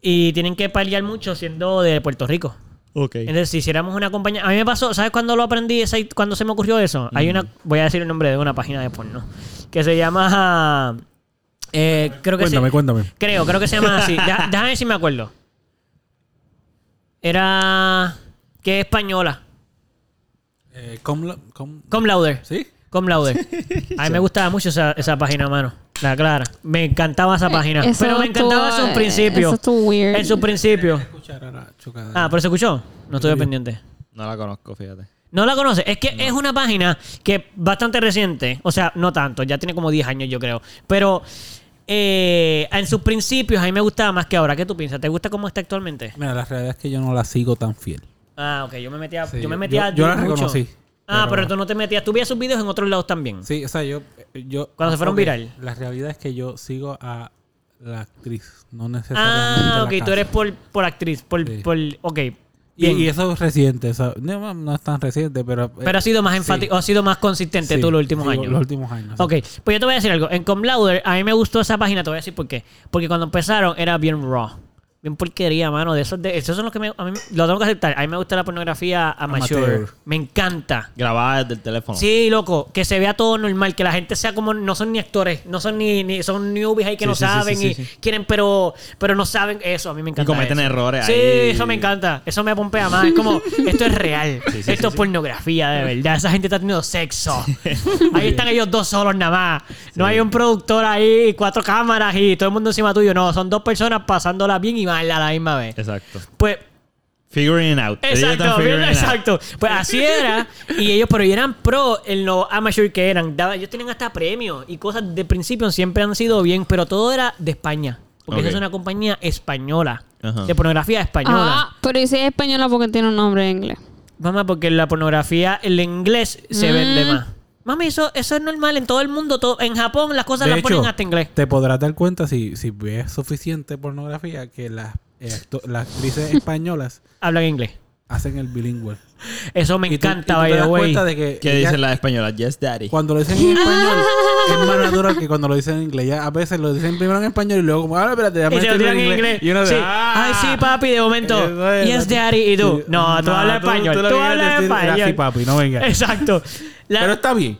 B: y tienen que paliar mucho siendo de Puerto Rico.
A: Ok.
B: Entonces, si hiciéramos una compañía. A mí me pasó, ¿sabes cuándo lo aprendí? Esa- ¿Cuándo se me ocurrió eso? Hay
D: Mm.
B: una. Voy a decir el nombre de una página de porno. Que se llama. eh, creo que se-
D: Cuéntame, cuéntame.
B: Creo, creo que se llama así. Ya- déjame ver si me acuerdo. Era. Que es española.
D: Eh, com, la- com-
B: Comlauder.
D: ¿Sí?
B: Comlauder. A mí me gustaba mucho esa, esa página, mano. La clara. Me encantaba esa página.
C: Eh, Eso
B: pero me encantaba
C: estuvo- eh,
B: en sus principios.
C: eso estuvo weird.
B: En sus principios.
D: Escuchar a la chocada.
B: Ah, pero se escuchó. No estuve pendiente.
A: No la conozco, fíjate.
B: No la conoces. Es que es una página que es bastante reciente. O sea, no tanto. Ya tiene como 10 años, yo creo. Pero eh, en sus principios a mí me gustaba más que ahora. ¿Qué tú piensas? ¿Te gusta cómo está actualmente?
D: Mira, la realidad es que yo no la sigo tan fiel.
B: Ah, ok. Yo me metía...
D: Sí,
B: yo me
D: yo-
B: metía
D: yo la
B: mucho.
D: reconocí,
B: Ah, pero
D: pero-
B: tú no te metías. Tú veías sus videos en otros lados también.
D: Sí, o sea, yo... eh, yo
B: Cuando se fueron
D: Ok,
B: viral.
D: La realidad es que yo sigo a la actriz, no necesariamente
B: Ah,
D: la
B: ok. Tú
D: casa.
B: eres por, por actriz. Por,
D: Sí.
B: por... Ok.
D: Y,
B: Bien.
D: y eso es reciente, eso- no, no es tan reciente, pero... eh,
B: pero ha sido más enfático... Ha sido más consistente tú los últimos años.
D: Los últimos años. sí.
B: Ok, pues yo te voy a decir algo. En Comlauder, a mí me gustó esa página, te voy a decir por qué. Porque cuando empezaron era bien raw. Bien porquería, mano. De esos, de, esos son los que me, a mí me- lo tengo que aceptar. A mí me gusta la pornografía amateur.
D: Amateur.
B: Me encanta.
A: Grabada desde el teléfono.
B: Sí, loco, que se vea todo normal, que la gente sea como no son ni actores, no son ni, ni- son newbies ahí que
A: Sí,
B: no
A: sí, sí,
B: saben
A: sí,
B: y
A: sí, sí.
B: quieren pero pero no saben eso, a mí me encanta.
A: cometen
B: eso.
A: errores
B: Sí,
A: ahí.
B: eso me encanta, eso me pompea más, es como esto es real,
A: Sí, sí, sí,
B: esto es
A: sí.
B: pornografía de verdad, esa gente está teniendo sexo. Ahí están ellos dos solos nada más. No hay un productor ahí, cuatro cámaras y todo el mundo encima tuyo, no, son dos personas pasándola bien y mal a la misma vez.
A: Exacto.
B: Pues
A: Figuring it out. Ellos están
B: Exacto,
A: figuring
B: bien,
A: it out.
B: exacto. Pues así era. Y ellos, pero ellos eran pro en lo amateur que eran. Daba- ellos tenían hasta premios y cosas de principio siempre han sido bien, pero todo era de España. Porque
A: Ok.
B: esa es una compañía española.
A: Ajá.
B: De pornografía española.
C: Ah, pero dice española porque tiene un nombre en inglés.
B: Mamá, porque la pornografía, el inglés se
C: Mm.
B: vende más. Mami, eso, eso es normal en todo el mundo. todo- en Japón las cosas
D: De
B: las ponen
D: hecho,
B: hasta inglés.
D: Te podrás dar cuenta si, si ves suficiente pornografía que las, eh, acto- las actrices españolas
B: Hablan inglés.
D: hacen el bilingüe.
B: Eso me
D: Y tú-
B: encanta,
D: y tú
B: by
D: te
B: the
D: das
B: way.
D: cuenta de que
A: ¿Qué
D: ella-
A: dice la española? Yes, daddy.
D: Cuando lo dicen en español, es más natural que cuando lo dicen en inglés. Ya a veces lo dicen primero en español y luego como, ah, espérate,
B: Y
D: déjame
B: se lo
D: decirlo
B: tiran en inglés.
D: Y uno de,
B: sí.
D: "Ah".
B: Ay, sí, papi, de
D: Eso
B: momento.
D: es,
B: Yes,
D: no,
B: daddy, y tú.
D: sí.
B: No, tú hablas
D: tú-
B: español.
D: tú
B: Tú,
D: lo que quieres
B: hablas
D: decir era,
B: español.
D: "Sí, papi, no venga".
B: Exacto. La-
D: Pero
B: pero
D: está bien.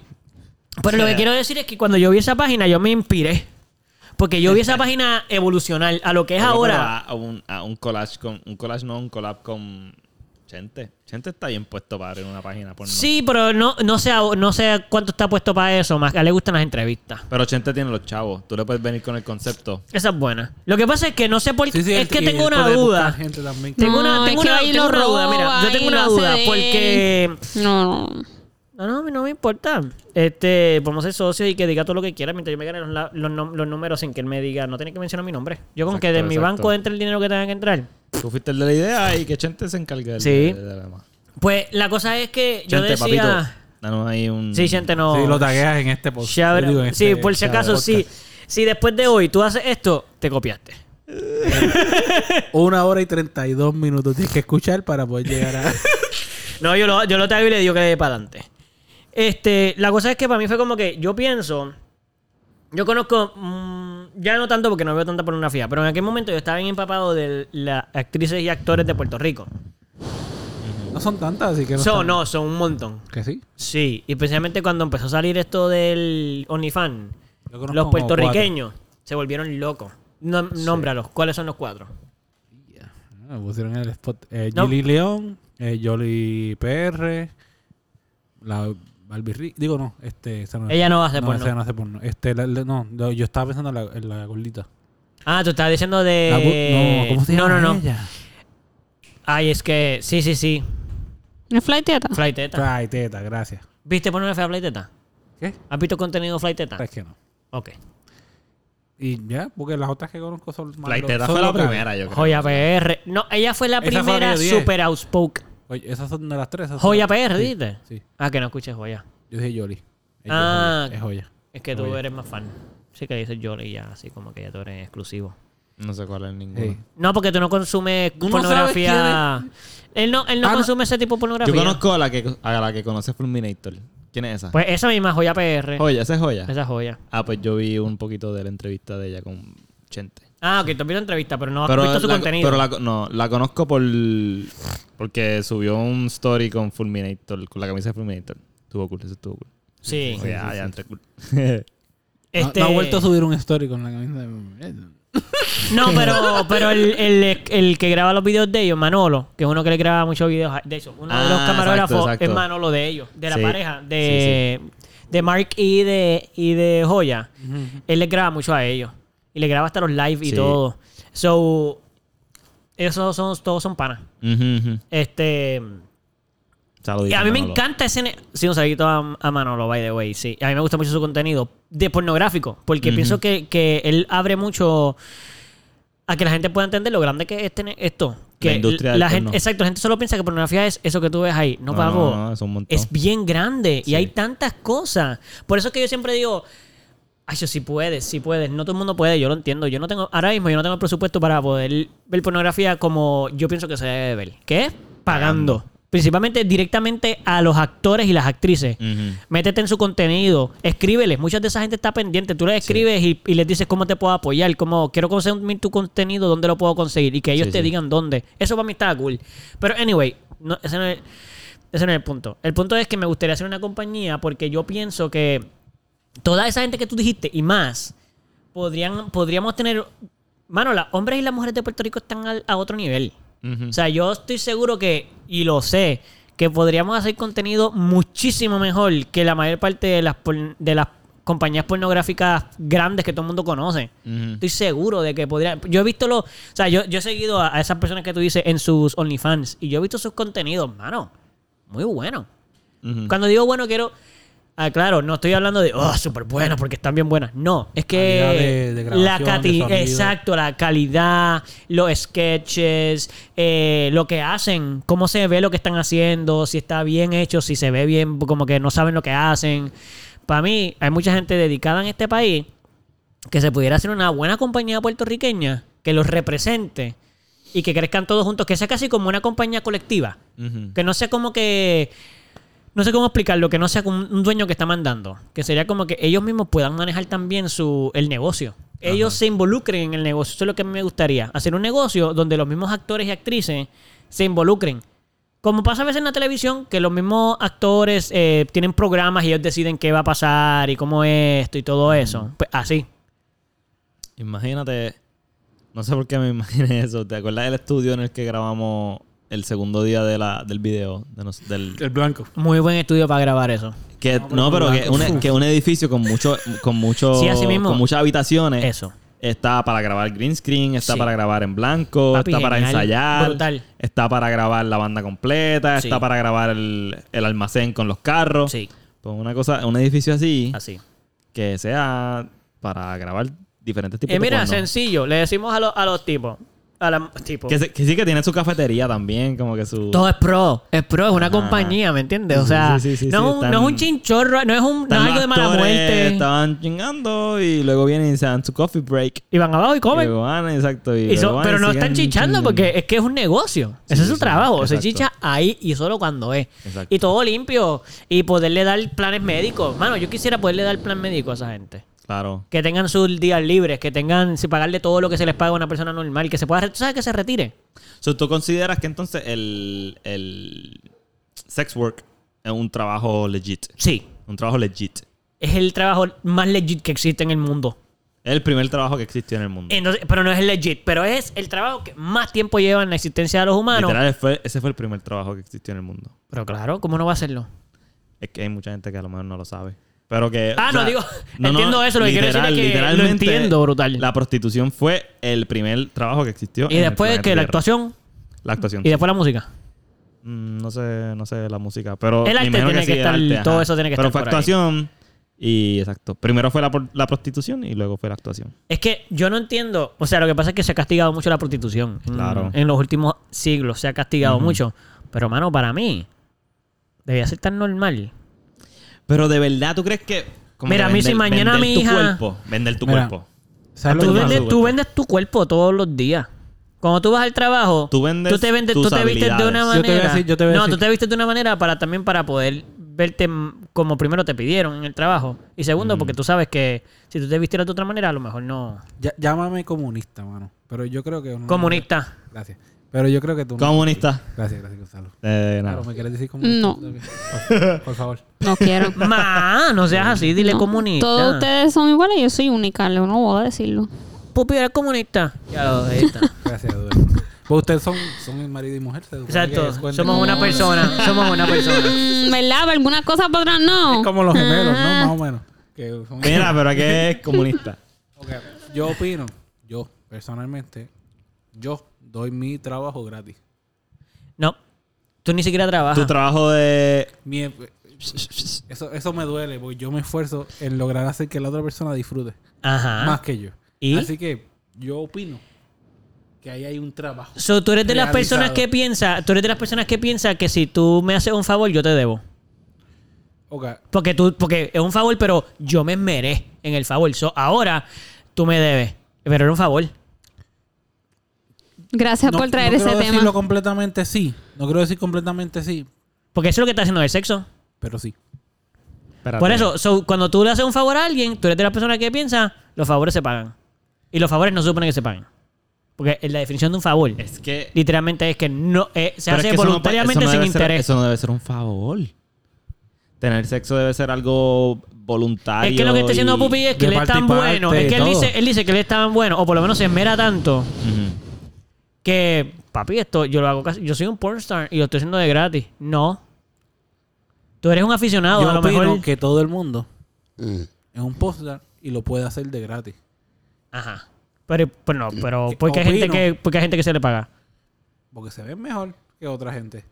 B: lo que quiero decir es que cuando yo vi esa página, yo me inspiré. Porque yo vi esa página evolucionar a lo que es
A: Pero
B: ahora.
A: A un, a un collage con... Un collage no, un collab con... Chente. Chente está bien puesto para abrir una página porno.
B: Sí, pero no, no, sé, a- no sé cuánto está puesto para eso. Más que a él le gustan las entrevistas.
A: Pero Chente tiene los chavos. Tú le puedes venir con el concepto.
B: Esa es buena. Lo que pasa es que no sé por qué.
D: Sí, sí,
B: es
D: él-
B: que
D: y
B: tengo
D: él
B: una
D: puede
B: duda.
D: buscar gente también.
B: Tengo una,
C: No,
B: tengo
C: es que
B: una,
C: ahí
B: tengo
C: lo
B: una duda.
C: roba,
B: Mira, yo
C: ahí
B: tengo
C: lo
B: una
C: hace
B: duda.
C: de él.
B: Porque.
C: No, no.
B: No, no, a mí no me importa. Este, vamos a ser socios y que diga todo lo que quiera mientras yo me gane los, la- los nom- los números sin que él me diga, no tiene que mencionar mi nombre. Yo con
A: Exacto,
B: que de mi
A: exacto.
B: banco entre el dinero que tenga que entrar.
A: Tú fuiste el de la idea y que Chente se encargue del-
B: Sí.
A: de, la demás.
B: Pues la cosa es que yo
A: Chente,
B: decía...
A: papito. Danos ahí un...
B: Sí, gente, no.
D: Sí, lo tagueas en este post.
B: Ya habrá-
D: Digo, en
B: sí,
D: este-
B: por si
D: en este
B: acaso,
D: podcast.
B: sí. Si después de hoy tú haces esto, te copiaste.
D: Una hora y 32 minutos tienes que escuchar para poder llegar a...
B: No, yo lo, yo lo traigo y le digo que le dé para adelante. Este, la cosa es que para mí fue como que yo pienso. Yo conozco. mm, ya no tanto porque no veo tanta pornografía, pero en aquel momento yo estaba bien empapado de las actrices y actores de Puerto Rico.
D: No son tantas, así que no.
B: Son,
D: están-
B: no, son un montón.
D: Que sí.
B: Sí, y especialmente cuando empezó a salir esto del OnlyFans,
D: Yo conozco
B: los
D: como
B: puertorriqueños se volvieron locos. No, Nómbralos, ¿cuáles son los cuatro?
D: Ah, pusieron en el spot. Eh,
B: No.
D: Gilly León, eh, Jolly PR, la Barbie Rick. Digo, no, este, esa no es.
B: Ella no hace porno.
D: esa no hace porno. Este, la- la- no, la- yo estaba pensando en la, en la gordita.
B: Ah, tú estabas diciendo
D: La
B: de.
D: bu- no, ¿cómo se llama?
B: No, no, no.
D: ella?
B: Ay, es que. Sí, sí, sí.
C: ¿Es Flight Theater?
B: Flight Teta.
D: Ay, teta, gracias.
B: ¿Viste porno fea Flight Teta?
D: ¿Qué?
B: ¿Has visto contenido Flight Teta?
D: Es que no.
B: Ok.
D: Y ya, porque las otras que conozco son más
A: Flight
D: lo-
A: Teta
D: son
A: fue la
D: locales.
A: primera, yo creo.
B: Joya PR. No, ella fue la
D: Esa fue la
B: primera
D: que yo dije.
B: super outspoken.
D: Oye, esas son de las tres. esas son
B: Joya
D: las-
B: PR,
D: Sí,
B: ¿viste?
D: Sí.
B: Ah, que no escuches Joya.
D: Yo dije Yoli. Es
B: Ah.
D: Joya, Es joya.
B: Es que tú
D: Joya.
B: eres más fan. Sí que dices Yoli ya, así como que ya tú eres exclusivo.
A: No sé cuál es ninguno.
D: Hey.
B: No, porque tú no consumes
D: Tú no
B: pornografía. Él no, él no
D: Ah, no.
B: consume ese tipo de
A: Yo
B: pornografía.
A: conozco a la que, a la que conoce Fulminator. ¿Quién es esa?
B: Pues esa misma Joya PR.
A: joya, esa es joya.
B: Esa es Joya.
A: Ah, pues yo vi un poquito de la entrevista de ella con Chente.
B: Ah, ok, te has visto entrevista, pero no has
A: Pero,
B: visto su
A: la,
B: contenido.
A: pero la, no, la conozco por porque subió un story con Fulminator, con la camisa de Fulminator. Estuvo cool, eso estuvo cool.
B: Sí.
A: Oye, ah, ya entre cool.
D: No-
B: Este-
D: No, ha vuelto a subir un story con la camisa de...
B: No, pero, pero el, el- el que graba los videos de ellos, Manolo, que es uno que le graba muchos videos de ellos, uno de los
A: Ah,
B: camarógrafos
A: exacto, exacto.
B: es Manolo de ellos, de la
A: Sí.
B: pareja, de, de Mark y de, y de Joya. Él les graba mucho a ellos. Y le graba hasta los live y
A: Sí.
B: todo. So, esos son, todos son panas.
A: Ujú, ujú.
B: Este.
A: Saluditos,
B: Y a mí me
A: Manolo.
B: encanta ese... ne- Sí, un saludito a, a Manolo, by the way, sí. A mí me gusta mucho su contenido de pornográfico, porque pienso que, que él abre mucho a que la gente pueda entender lo grande que es tener esto. Que
A: La industria del
B: la gente,
A: porno.
B: Exacto, la gente solo piensa que pornografía es eso que tú ves ahí. No,
A: No,
B: pago.
A: no, no, es un montón.
B: Es bien grande y hay tantas cosas. Por eso es que yo siempre digo... Ay, yo sí puedes, sí puedes. No todo el mundo puede, yo lo entiendo. Yo no tengo, ahora mismo yo no tengo el presupuesto para poder ver pornografía como yo pienso que se debe ver. ¿Qué? es? Pagando. Principalmente directamente a los actores y las actrices.
A: Ujú.
B: Métete en su contenido, escríbeles. Mucha de esa gente está pendiente. Tú les escribes y, y les dices cómo te puedo apoyar, cómo quiero consumir tu contenido, dónde lo puedo conseguir y que ellos
A: Sí,
B: te
A: sí.
B: digan dónde. Eso para mí está cool. Pero anyway, no, ese, no es, ese no es el punto. El punto es que me gustaría hacer una compañía porque yo pienso que toda esa gente que tú dijiste y más, podrían, podríamos tener... Mano, los hombres y las mujeres de Puerto Rico están al- a otro nivel.
A: Ujú.
B: O sea, yo estoy seguro que, y lo sé, que podríamos hacer contenido muchísimo mejor que la mayor parte de las, por- de las compañías pornográficas grandes que todo el mundo conoce.
A: Ujú.
B: Estoy seguro de que podría. Yo he visto los. O sea, yo, yo he seguido a, a esas personas que tú dices en sus OnlyFans y yo he visto sus contenidos, mano. Muy bueno.
A: Ujú.
B: Cuando digo bueno, quiero. Ah, claro, no estoy hablando de, oh, súper buenas porque están bien buenas. No, es
D: Calidad
B: que
D: de- de
B: la
D: grabación, de
B: cati-
D: sonido.
B: exacto, la calidad, los sketches, eh, lo que hacen, cómo se ve lo que están haciendo, si está bien hecho, si se ve bien, como que no saben lo que hacen. Para mí, hay mucha gente dedicada en este país que se pudiera hacer una buena compañía puertorriqueña que los represente y que crezcan todos juntos, que sea casi como una compañía colectiva.
A: Ujú.
B: Que no sea como que. No sé cómo explicarlo, que no sea como un dueño que está mandando. Que sería como que ellos mismos puedan manejar también su, el negocio. Ellos se involucren en el negocio. Eso es lo que a mí me gustaría. Hacer un negocio donde los mismos actores y actrices se involucren. Como pasa a veces en la televisión, que los mismos actores eh, tienen programas y ellos deciden qué va a pasar y cómo es esto y todo eso. Pues así.
A: Imagínate, no sé por qué me imaginé eso. ¿Te acuerdas del estudio en el que grabamos el segundo día de la, del video? De nos- del,
D: El blanco.
B: Muy buen estudio para grabar eso.
A: Que, no, pero que un, e-, que un edificio con mucho, con mucho,
B: Sí, así mismo.
A: con muchas habitaciones.
B: Eso.
A: Está para grabar green screen, está
B: Sí.
A: para grabar en blanco,
B: Papi,
A: está para
B: genial.
A: ensayar,
B: Brutal.
A: está para grabar la banda completa,
B: Sí.
A: está para grabar el, el almacén con los carros.
B: Sí,
A: Pues una cosa, un edificio así
B: así.
A: que sea para grabar diferentes tipos
B: Eh, mira,
A: de porno.
B: sencillo. Le decimos a los, a los tipos. A la, tipo.
A: Que, se- que sí que tiene su cafetería también, como que su
B: Todo es pro. Es pro, es una
A: Ajá.
B: compañía, ¿me entiendes? O sea,
A: Sí, sí, sí, sí,
B: no, es un-
A: están-
B: no es un chinchorro, no es, un, no
A: Están
B: es
A: los
B: algo de mala
A: actores,
B: muerte.
A: Estaban chingando y luego vienen y se dan su coffee break.
B: Y van abajo y
A: Y
B: comen.
A: luego van, exacto. y
B: Y son-
A: luego van
B: pero
A: y
B: no
A: siguen
B: están chichando
A: chingando.
B: porque es que es un negocio. Ese es
A: sí,
B: su
A: sí,
B: trabajo. Se
A: exacto.
B: chicha ahí y solo cuando es.
A: Exacto.
B: Y todo limpio. Y poderle dar planes médicos. Mano, yo quisiera poderle dar plan médico a esa gente.
A: Claro.
B: Que tengan sus días libres, que tengan, si pagarle todo lo que se les paga a una persona normal, que se pueda, re- ¿tú sabes que se retire?
A: So, ¿Tú consideras que entonces el, el sex work es un trabajo legit?
B: Sí.
A: Un trabajo legit.
B: Es el trabajo más legit que existe en el mundo.
A: Es el primer trabajo que existió en el mundo.
B: Entonces, pero no es legit, pero es el trabajo que más tiempo lleva en la existencia de los humanos.
A: Literal, fue- ese fue el primer trabajo que existió en el mundo.
B: Pero claro, ¿cómo no va a hacerlo?
A: Es que hay mucha gente que a lo mejor no lo sabe. Pero que.
B: Ah, no, digo, entiendo eso, lo que quiero decir es que lo entiendo brutal.
A: La prostitución fue el primer trabajo que existió.
B: Y
A: en el
B: después
A: planeta
B: que la
A: Tierra.
B: actuación
A: La actuación.
B: y después la música.
A: Mm, No sé, no sé la música, pero.
B: El arte
A: me imagino
B: tiene que
A: sí, el
B: estar-
A: arte, ajá.
B: todo eso tiene que
A: Pero
B: estar
A: fue
B: por ahí.
A: actuación y. Exacto. Primero fue la, por- la prostitución y luego fue la actuación.
B: Es que yo no entiendo. O sea, lo que pasa es que se ha castigado mucho la prostitución. En-
A: Claro.
B: En, los últimos siglos se ha castigado mucho. Pero, mano, para mí, debía ser tan normal.
A: Pero de verdad, ¿tú crees que. como
B: Mira,
A: que
B: a mí si mañana
A: vender
B: mi
A: tu
B: hija-
A: Cuerpo, vender tu
D: Mira,
A: cuerpo.
D: ¿Sabes lo
B: Tú
D: que pasa?
B: vendes, tú vendes tu cuerpo todos los días. Cuando tú vas al trabajo,
A: Tú vendes
B: te, vendes-
A: tus
B: tú te vistes de una
A: habilidades.
D: Yo te voy a
B: manera.
D: decir- yo te voy a
B: no,
D: decir-
B: tú te vistes de una manera para también para poder verte mm, como primero te pidieron en el trabajo. Y
A: Mm.
B: segundo, porque tú sabes que si tú te vistieras de otra manera, a lo mejor no.
D: Ya- llámame comunista, mano. Pero yo creo que... no-
B: Comunista.
D: Gracias. Pero yo creo que tú... no-
A: Comunista.
D: Gracias, gracias, Gonzalo.
A: Eh, nada.
D: Claro, ¿me quieres decir comunista?
C: No.
D: Ok. Por favor.
C: No quiero.
B: Ma, no seas así, dile
C: No.
B: comunista.
C: Todos ustedes son iguales y yo soy única, Leo, no voy a decirlo.
B: Pupi, eres comunista. Ya lo ahí está.
D: Gracias, Eduardo. Pues ustedes son, son mi marido y mujer. se supone que
B: Exacto.
D: cuenten
B: Somos
D: como-
B: una persona. Somos una persona.
C: Mm, ¿Verdad? Para algunas cosas, para otras no. Ah.
D: Es como los gemelos, ¿no? Más o menos. Que son-
A: Mira, pero aquí es comunista.
D: Ok, Yo opino, yo personalmente, yo doy mi trabajo gratis.
B: No. Tú ni siquiera
A: Tu
B: trabajas.
A: trabajo de.
D: Mi- eso, eso me duele, porque yo me esfuerzo en lograr hacer que la otra persona disfrute
B: Ajá.
D: más que yo.
B: Ah, ¿Y?
D: Así que yo opino que ahí hay un trabajo.
B: So, tú eres de las
D: Realizado.
B: personas que piensa, tú eres de las personas que piensa que si tú me haces un favor, yo te debo.
D: Ok,
B: Porque tú, porque es un favor, pero yo me esmeré en el favor. So, ahora tú me debes. Pero era un favor.
C: Gracias
D: no,
C: por traer
D: no
C: ese
D: quiero
C: tema.
D: decirlo completamente sí. No quiero decir completamente sí,
B: Porque eso es lo que está haciendo el sexo.
D: pero sí.
A: Espérate.
B: Por eso, so, cuando tú le haces un favor a alguien, tú eres de las personas que piensa, los favores se pagan. Y los favores no se supone que se paguen. Porque la definición de un favor
A: Es que.
B: literalmente es que no eh, se
A: Pero
B: hace
A: es que eso no pa-
B: voluntariamente
A: eso no
B: sin
A: debe ser-
B: interés.
A: eso no debe ser un favor. Tener sexo debe ser algo voluntario.
B: Es que lo que está diciendo
A: y-
B: Pupi es que
D: De
B: él es
D: parte y
B: tan
D: parte,
B: bueno. Es que él
D: todo.
B: dice, él dice que él es tan bueno, o por lo menos se esmera tanto,
A: Ujú.
B: que, papi, esto yo lo hago casi. Yo soy un pornstar y lo estoy haciendo de gratis. No. Tú eres un aficionado,
D: yo
B: a lo
D: opino
B: mejor.
D: que todo el mundo es un postdoc y lo puede hacer de gratis.
B: Ajá. Pero, pero no, pero porque hay,
D: Opino.
B: gente que, porque hay gente que se le paga.
D: Porque se ven mejor que otra gente.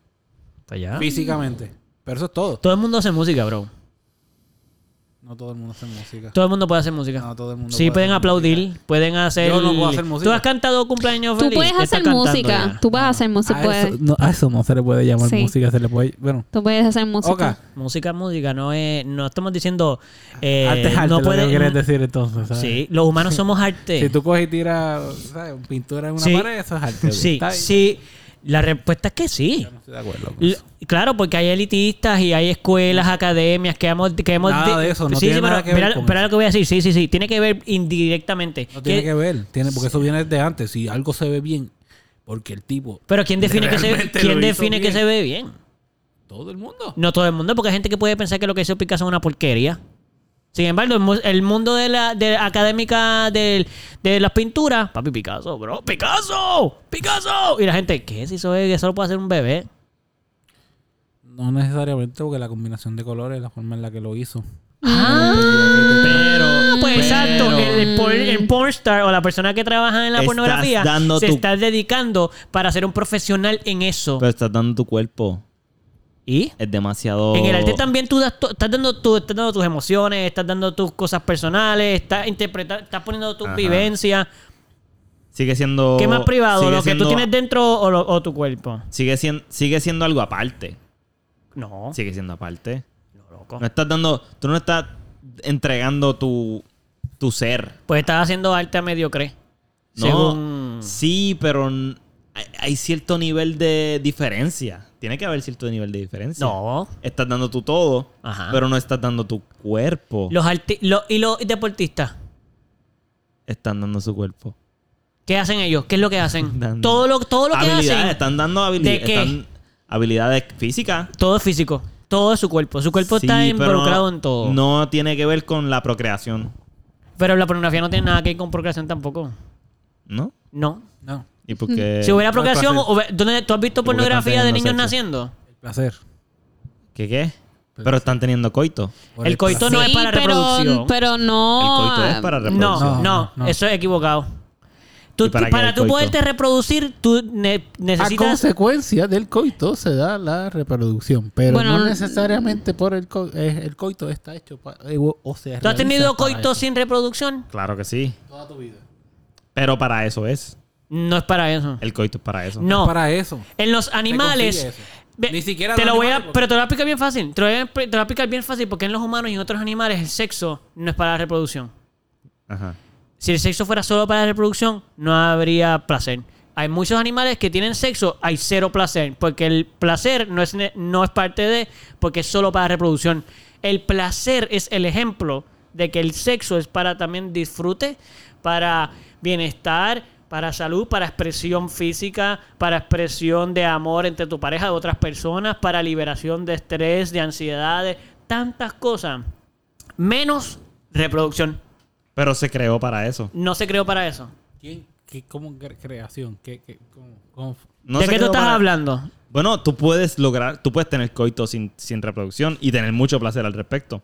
B: Pues ya.
D: Físicamente. Pero eso es todo.
B: Todo el mundo hace música, bro.
D: No todo el mundo hace música.
B: Todo el mundo puede hacer música.
D: No todo el mundo.
B: sí,
D: puede
B: pueden
D: hacer
B: aplaudir,
D: música.
B: pueden hacer.
D: Yo no puedo hacer
B: Tú
D: música.
B: has cantado cumpleaños
C: Tú
B: feliz.
C: puedes
B: Estás
C: hacer
B: cantando
C: música.
B: ya. Ah,
C: Tú puedes hacer música.
D: A eso,
C: Puedes.
D: no, a eso no se le puede llamar
C: Sí.
D: música, se le puede. Bueno,
C: Tú puedes hacer música.
D: ok.
B: Música, música, no es, no estamos diciendo eh,
D: arte es arte,
B: no
D: lo que
B: puede,
D: quieres decir entonces. ¿sabes?
B: sí, los humanos somos
D: Si
B: arte.
D: tú coges y tiras ¿sabes? pintura en una
B: Sí.
D: pared, eso es arte. ok.
B: sí,
D: Está bien.
B: sí, la respuesta es que sí.
D: No estoy de acuerdo. con
B: L-
D: eso.
B: Claro, porque hay elitistas y hay escuelas, academias que hemos... Que hemos
D: Nada de eso, no tiene nada que ver
B: mira-
D: con
B: mira
D: eso.
B: lo que voy a decir, sí, sí, sí, tiene que ver indirectamente.
D: No tiene
B: ¿Qué-
D: que ver. Tiene, porque eso viene desde antes. Si algo se ve bien, porque el tipo.
B: Pero ¿quién define, que se,
D: Realmente
B: ¿quién
D: lo hizo
B: define que
D: bien.
B: se ve bien?
D: Todo el mundo.
B: No todo el mundo, porque hay gente que puede pensar que lo que hizo Picasso es una porquería. Sin embargo, el, mu- el mundo de la de la académica del- de, las pinturas, papi Picasso, bro, Picasso, Picasso. Y la gente, ¿qué es eso? Es? Eso lo puede hacer un bebé.
D: No necesariamente porque la combinación de colores, la forma en la que lo hizo.
B: Ah,
A: pero-
B: pues
A: Mm.
B: exacto, el, el por- el pornstar o la persona que trabaja en la
A: Estás
B: pornografía
A: dando
B: se
A: tu-
B: está dedicando para ser un profesional en eso.
A: Pero estás dando tu cuerpo.
B: ¿Y?
A: Es demasiado.
B: En el arte también tú das to- estás, dando tu- estás dando tus emociones, estás dando tus cosas personales, estás interpretando, estás poniendo tus
A: Ajá.
B: vivencias.
A: Sigue siendo.
B: ¿Qué más privado?
A: sigue
B: ¿Lo que
A: siendo-
B: tú tienes dentro o, lo- o tu cuerpo?
A: Sigue siendo, sigue siendo algo aparte.
B: No.
A: Sigue siendo aparte.
B: No, loco.
A: No estás dando. Tú no estás entregando tu, tu ser.
B: Pues estás haciendo arte a mediocre.
A: No,
B: Según-
A: sí, pero n- hay, hay cierto nivel de diferencia. Tiene que haber cierto nivel de diferencia.
B: No.
A: Estás dando tu todo,
B: Ajá.
A: pero no estás dando tu cuerpo.
B: Los arti- lo- ¿Y los deportistas?
A: Están dando su cuerpo.
B: ¿Qué hacen ellos? ¿Qué es lo que hacen?
A: Dando-
B: Todo lo, todo lo que
A: habilidades,
B: hacen.
A: están dando
B: ¿De
A: habilidades.
B: qué?
A: habilidades físicas.
B: Todo es físico. Todo es su cuerpo. Su cuerpo
A: Sí,
B: está
A: pero
B: involucrado en todo.
A: No tiene que ver con la procreación,
B: Pero la pornografía no tiene nada que ver con procreación tampoco.
A: ¿no?
B: No.
D: No,
A: Y porque...
B: si hubiera
D: no hay
B: procreación,
D: placer.
B: hube- ¿dónde- ¿tú has visto
A: Porque están
B: pornografía de
A: teniendo
B: niños
A: sexo.
B: naciendo?
D: el placer.
A: ¿Qué qué? Pero están teniendo coito.
D: Por
B: El coito
D: placer.
B: no es para reproducción.
C: Pero no.
A: el coito es para reproducción.
B: No, no,
D: No, no.
B: eso es equivocado. Tú-
A: ¿Y para
B: para
A: qué el
B: tú
A: coito?
B: poderte reproducir, tú ne-
D: A
B: necesitas.
D: consecuencia del coito se da la reproducción, pero
C: Bueno,
D: no
C: no-
D: necesariamente por el coito. El coito está hecho para. O sea,
B: ¿Tú has tenido coito sin reproducción?
A: Claro que sí.
D: Toda tu vida.
A: Pero para eso es.
B: No es para eso.
A: El coito es para eso.
B: No.
D: Para eso.
B: En los animales.
D: consigue eso.
B: Ve-
D: Ni siquiera
B: te
D: los
B: lo voy a,
D: animales, porque-
B: Pero te lo voy a explicar bien fácil. Te lo voy a, te lo voy a explicar bien fácil porque en los humanos y en otros animales el sexo no es para la reproducción.
A: Ajá.
B: Si el sexo fuera solo para la reproducción, no habría placer. Hay muchos animales que tienen sexo, hay cero placer, porque el placer no es, ne- no es parte de, porque es solo para reproducción. El placer es el ejemplo de que el sexo es para también disfrute, para bienestar, para salud, para expresión física, para expresión de amor entre tu pareja, de otras personas, para liberación de estrés, de ansiedades, tantas cosas. Menos reproducción.
A: Pero se creó para eso.
B: No se creó para eso.
D: ¿Quién? ¿Qué, ¿Cómo cre- creación? ¿Qué, qué, cómo, cómo fue?
A: No
B: ¿De
A: se
B: qué tú
A: creó
B: estás
A: para-
B: hablando?
A: Bueno, tú puedes lograr, tú puedes tener coito sin, sin reproducción y tener mucho placer al respecto.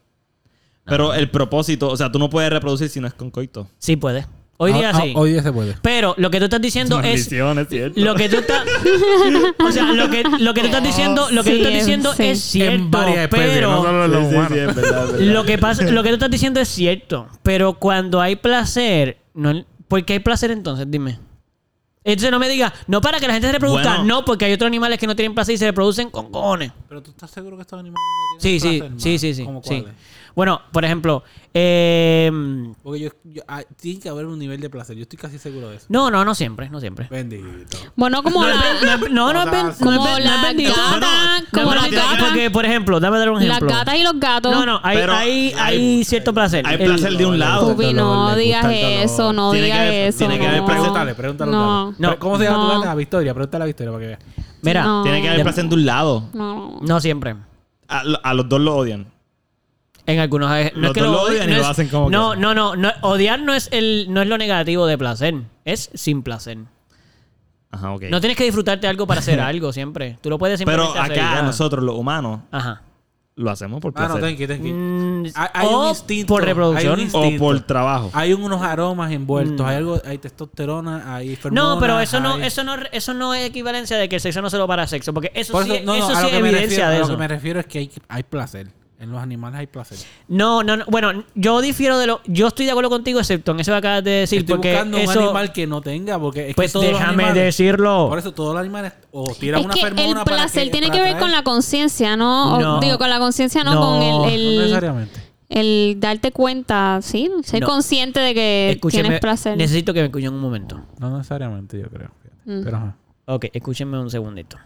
A: Pero el propósito, o sea, tú no puedes reproducir si no es con coito.
B: Sí puede. Hoy día
D: Ah, ah,
B: sí.
D: Hoy día se puede.
B: Pero lo que tú estás diciendo es
A: Maldición, es cierto.
B: lo que tú estás O sea, lo que lo que tú estás diciendo, lo que tú
C: Sí,
B: estás
C: es-
B: diciendo
C: sí.
B: es
D: En
B: cierto,
D: varias especies, no
B: pero
D: solo en los
A: Sí, sí,
D: humanos.
A: sí, es verdad, es verdad.
B: lo que pasa lo que tú estás diciendo es cierto, pero cuando hay placer, no ¿por qué hay placer entonces? Dime. Entonces no me digas, no para que la gente se reproduzca,
A: Bueno.
B: no, porque hay otros animales que no tienen placer y se reproducen con cojones.
D: Pero tú estás seguro que estos animales no
B: Sí,
D: tienen
B: sí, sí,
D: placer, mano?
B: sí, sí,
D: ¿Cómo
B: sí.
D: cuáles?
B: Bueno, por ejemplo, eh,
D: Porque yo, yo- ah, tiene que haber un nivel de placer. Yo estoy casi seguro de eso.
B: No, no, no siempre, no siempre.
D: Bendito.
C: Bueno, como
B: No,
C: la.
B: es ben- no, es- no, no es ben- no es
C: Como
B: ben- no es
C: la
B: bendito.
C: gata,
B: No, no,
C: como
B: no es
C: la
B: bendito,
C: gata.
B: Porque, por ejemplo, dame dar un
C: Las
B: ejemplo.
C: gatas y los gatos.
B: No, no, hay,
A: Pero-
B: hay, hay cierto placer.
A: Hay
B: El-
A: placer de un lado.
C: Pupi, no digas eso, no
A: Tiene que
C: digas
A: haber-
C: eso.
A: tiene que haber-
C: no.
D: Pregúntale, pregúntale.
C: No.
B: No.
D: Pero, ¿Cómo se llama
C: No.
D: tu gata? Victoria, pregúntale a Victoria para que vea. Ah,
B: Mira,
C: No.
A: Tiene que haber placer de un lado.
C: No.
B: no siempre.
A: A, lo- a los dos lo odian.
B: En algunos no
A: Los
B: es que
A: dos lo
B: odi-
A: odian y
B: no
A: lo
B: es-
A: hacen como
B: no,
A: que-
B: no, no, no, odiar no es el no es lo negativo de placer, es sin placer.
A: Ajá, ok.
B: No tienes que disfrutarte algo para hacer algo siempre. Tú lo puedes
A: Pero
B: simplemente hacer y
A: acá
B: ya.
A: nosotros, los humanos,
B: Ajá.
A: lo hacemos por
D: Ah, no,
A: placer.
D: thank you, thank you.
B: Mm,
D: Hay- hay un
B: o
D: instinto,
B: por reproducción.
D: hay un
A: o
D: instinto. Ah.
A: por trabajo.
D: Hay unos aromas envueltos, hay algo, hay testosterona, hay fermona,
B: Mm. No, pero eso no,
D: hay-
B: eso no, eso no es equivalencia de que el sexo no solo para sexo, porque eso
D: Por
B: sí,
D: eso- no, no,
B: eso
D: a
B: sí
D: lo
B: es
D: que me refiero-
B: evidencia de
D: A
B: eso.
D: lo que me refiero es que hay, hay placer. En los animales hay placer.
B: No, no, no, bueno, yo difiero de lo, yo estoy de acuerdo contigo, excepto en eso que acabas de decir,
D: Estoy
B: porque
D: buscando
B: eso,
D: un animal que no tenga, porque es
B: pues
D: que todos los
B: déjame
D: animales-
B: decirlo.
D: Por eso todos los animales o tiran
C: Es
D: una
C: que
D: fermona
C: el
D: para
C: placer tiene que
D: para
C: ver con la
D: atraer.
C: conciencia, ¿no? O-
B: No.
C: Digo, con la conciencia, no,
B: No,
C: con
D: No
C: el, el,
D: necesariamente.
C: el darte cuenta, ¿sí? Ser
B: No.
C: consciente de que
B: Escúcheme,
C: Eh, tienes placer.
B: necesito que me escuchen un momento.
D: No necesariamente, yo creo.
C: Mm.
D: Pero ajá.
B: Ok, escúchenme un segundito.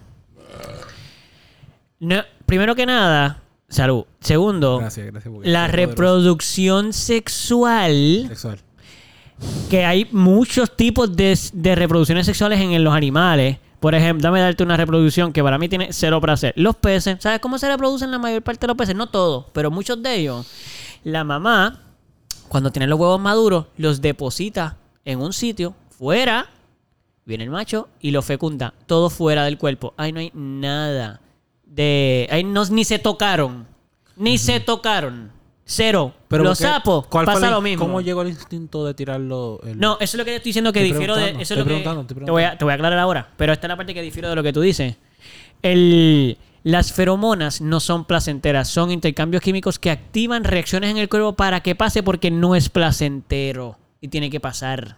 B: No, primero que nada, salud. Segundo,
D: Gracias, gracias. porque
B: la
D: soy poderoso.
B: reproducción sexual
D: Sexual.
B: que hay muchos tipos de, de reproducciones sexuales en, en los animales. Por ejemplo, dame darte una reproducción que para mí tiene cero placer. Los peces, ¿sabes cómo se reproducen la mayor parte de los peces? No todos, pero muchos de ellos. La mamá, cuando tiene los huevos maduros, los deposita en un sitio fuera. Viene el macho y lo fecunda. Todo fuera del cuerpo. Ahí no hay nada de... Ahí no, ni se tocaron. Ni se tocaron. Cero. los
D: porque-
B: sapos,
D: ¿cuál fue
B: pasa
D: el-
B: lo mismo.
D: ¿Cómo llegó el instinto de tirarlo? el-
B: No, eso es lo que te estoy diciendo que
D: Estoy
B: difiero de.
D: preguntando,
B: Eso
D: estoy
B: es lo que,
D: preguntando, estoy
B: Te, voy a, te voy a aclarar ahora. Pero esta es la parte que difiero de lo que tú dices. El- las feromonas no son placenteras, son intercambios químicos que activan reacciones en el cuerpo para que pase porque no es placentero y tiene que pasar.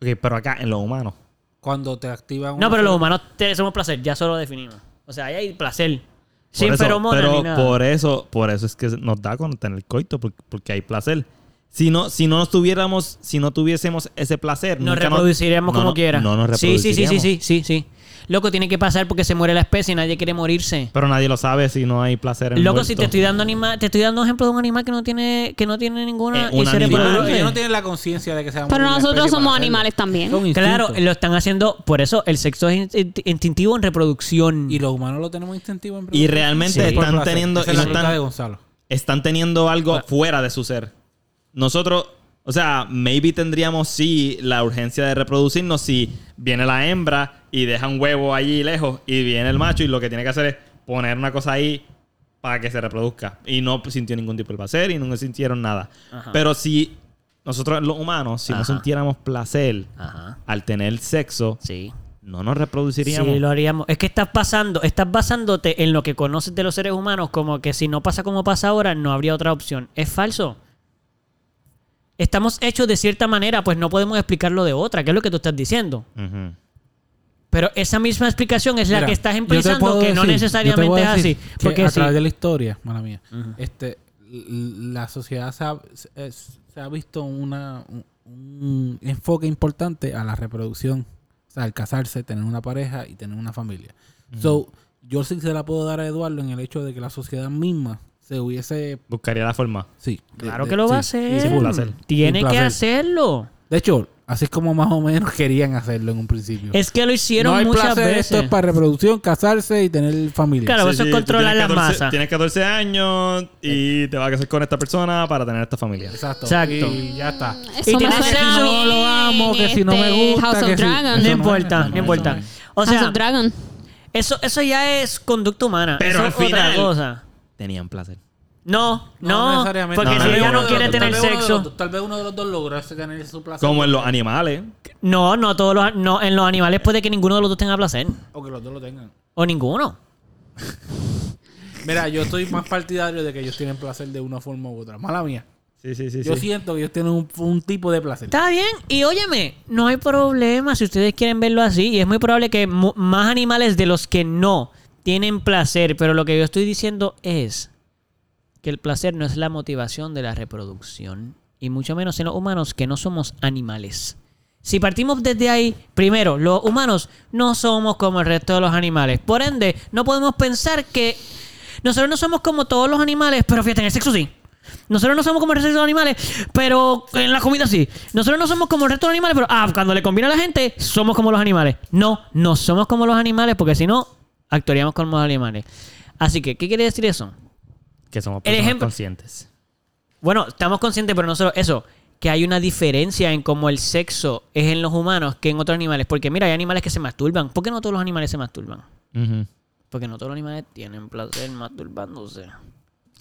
A: Ok, pero acá, en los humanos.
D: Cuando te activan.
B: No,
D: una
B: pero los
D: fer-
B: humanos tenemos placer, ya solo lo definimos. O sea, ahí hay placer.
A: Por
B: Sin
A: eso,
B: feromonas
A: pero
B: ni nada.
A: por eso, por eso es que nos da con tener coito, porque, porque hay placer. Si no, si no nos tuviéramos, si no tuviésemos ese placer,
B: Nos
A: nunca
B: reproduciremos
A: no,
B: como
A: no,
B: quiera.
A: No nos
B: sí, sí, sí,
A: reproduciríamos.
B: sí, sí, sí, sí. Loco, tiene que pasar porque se muere la especie y nadie quiere morirse.
A: Pero nadie lo sabe si no hay placer en
B: Loco, si te estoy dando anima- te estoy dando ejemplo de un animal que no tiene, que no tiene ninguna
A: Eh, un
B: y se
A: animal.
D: Pero
B: reproduce.
D: ellos Ah, no tienen la conciencia de que se van a
C: Pero
D: morir la
C: nosotros
D: especie para
C: somos
D: hacerlo.
C: animales también.
D: Son
B: Claro,
D: instintos.
B: lo están haciendo, por eso el sexo es in- in- instintivo en reproducción.
D: Y los humanos lo tenemos instintivo en
A: Y realmente
B: Sí.
A: están teniendo,
D: Esa
A: y
D: es
A: no
D: la ruta de
A: están,
D: Gonzalo.
A: están teniendo algo
B: Ah.
A: fuera de su ser. Nosotros, o sea, maybe tendríamos sí la urgencia de reproducirnos si viene la hembra y deja un huevo allí lejos y viene el macho y lo que tiene que hacer es poner una cosa ahí para que se reproduzca. Y no sintió ningún tipo de placer y no sintieron nada. Pero si nosotros los humanos, si no
B: Ajá.
A: sintiéramos placer
B: Ajá.
A: al tener sexo,
B: Sí.
A: no nos reproduciríamos.
B: Sí, lo haríamos. Es que estás pasando, estás basándote en lo que conoces de los seres humanos, como que si no pasa como pasa ahora, no habría otra opción. Es falso. Estamos hechos de cierta manera, pues no podemos explicarlo de otra, que es lo que tú estás diciendo.
A: Ujú.
B: Pero esa misma explicación es la
D: Mira,
B: que estás
D: yo te
B: empezando,
D: puedo
B: que no
D: decir- yo te
B: necesariamente
D: puedo
B: es así.
D: decir que
B: Porque
D: a
B: sí.
D: través de la historia, mala mía, este, l- la sociedad se ha, se- es- se ha visto una, un, un enfoque importante a la reproducción. O sea, al casarse, tener una pareja y tener una familia. So, yo sí se la puedo dar a Eduardo en el hecho de que la sociedad misma se hubiese...
A: Buscaría la forma.
D: Sí. de-
B: Claro
D: de-
B: que lo va a
D: sí,
B: hacer.
D: full.
A: placer.
B: Tiene
D: Sin
B: que
D: placer.
B: hacerlo.
D: De hecho, así es como más o menos querían hacerlo en un principio.
B: Es que lo hicieron
D: no hay
B: muchas
D: placer,
B: veces.
D: esto es para reproducción, casarse y tener familia.
B: Claro, eso es
A: tú
B: controlar
A: tienes
B: la masa.
A: Tienes 14 años y te vas a casar con esta persona para tener esta familia.
D: Exacto.
B: Exacto.
D: Y ya está.
C: Eso
B: Y
C: me
B: tienes-
C: suena
B: si
D: no lo
C: bien,
D: amo, que si no me
C: este,
D: gusta,
C: House of
D: que si-
C: Dragon.
B: No
D: Eso
B: importa,
D: no,
B: no
D: eso
B: importa.
D: no.
B: O
C: House
B: sea,
C: of Dragon.
B: Eso, eso ya es conducta humana.
A: Pero
B: Eso
A: al
B: es otra
A: final-
B: cosa.
A: Tenían placer.
B: No,
D: No,
B: no.
D: necesariamente.
B: porque
A: No,
B: si
A: no,
B: ella
A: no,
B: no,
A: no,
B: quiere
A: no,
B: tener
D: Tal vez uno de los
B: sexo.
D: dos- tal vez uno de los dos logra ese tener su placer.
A: Como en los animales.
B: No, no, todos los, no, en los animales puede que ninguno de los dos tenga placer.
D: O que los dos lo tengan.
B: O ninguno.
D: Mira, yo estoy más partidario de que ellos tienen placer de una forma u otra. Mala mía.
A: Sí, sí, sí.
D: Yo
A: sí.
D: siento que ellos tienen un, un tipo de placer.
B: Está bien. Y óyeme, no hay problema si ustedes quieren verlo así. Y es muy probable que mu- más animales de los que no tienen placer. Pero lo que yo estoy diciendo es que el placer no es la motivación de la reproducción. Y mucho menos en los humanos que no somos animales. Si partimos desde ahí, primero, los humanos no somos como el resto de los animales. Por ende, no podemos pensar que nosotros no somos como todos los animales, pero fíjate, en el sexo sí. Nosotros no somos como el resto de los animales, pero en la comida sí. Nosotros no somos como el resto de los animales, pero ah, cuando le conviene a la gente, somos como los animales. No, no somos como los animales, porque si no, actuaríamos como los animales. Así que, ¿qué quiere decir eso?
A: Que somos
B: El
A: personas
B: ejemplo-
A: conscientes.
B: Bueno, estamos conscientes, pero no solo eso, que hay una diferencia en cómo el sexo es en los humanos que en otros animales. Porque mira, hay animales que se masturban. ¿Por qué no todos los animales se masturban?
A: Ujú.
B: Porque no todos los animales tienen placer masturbándose.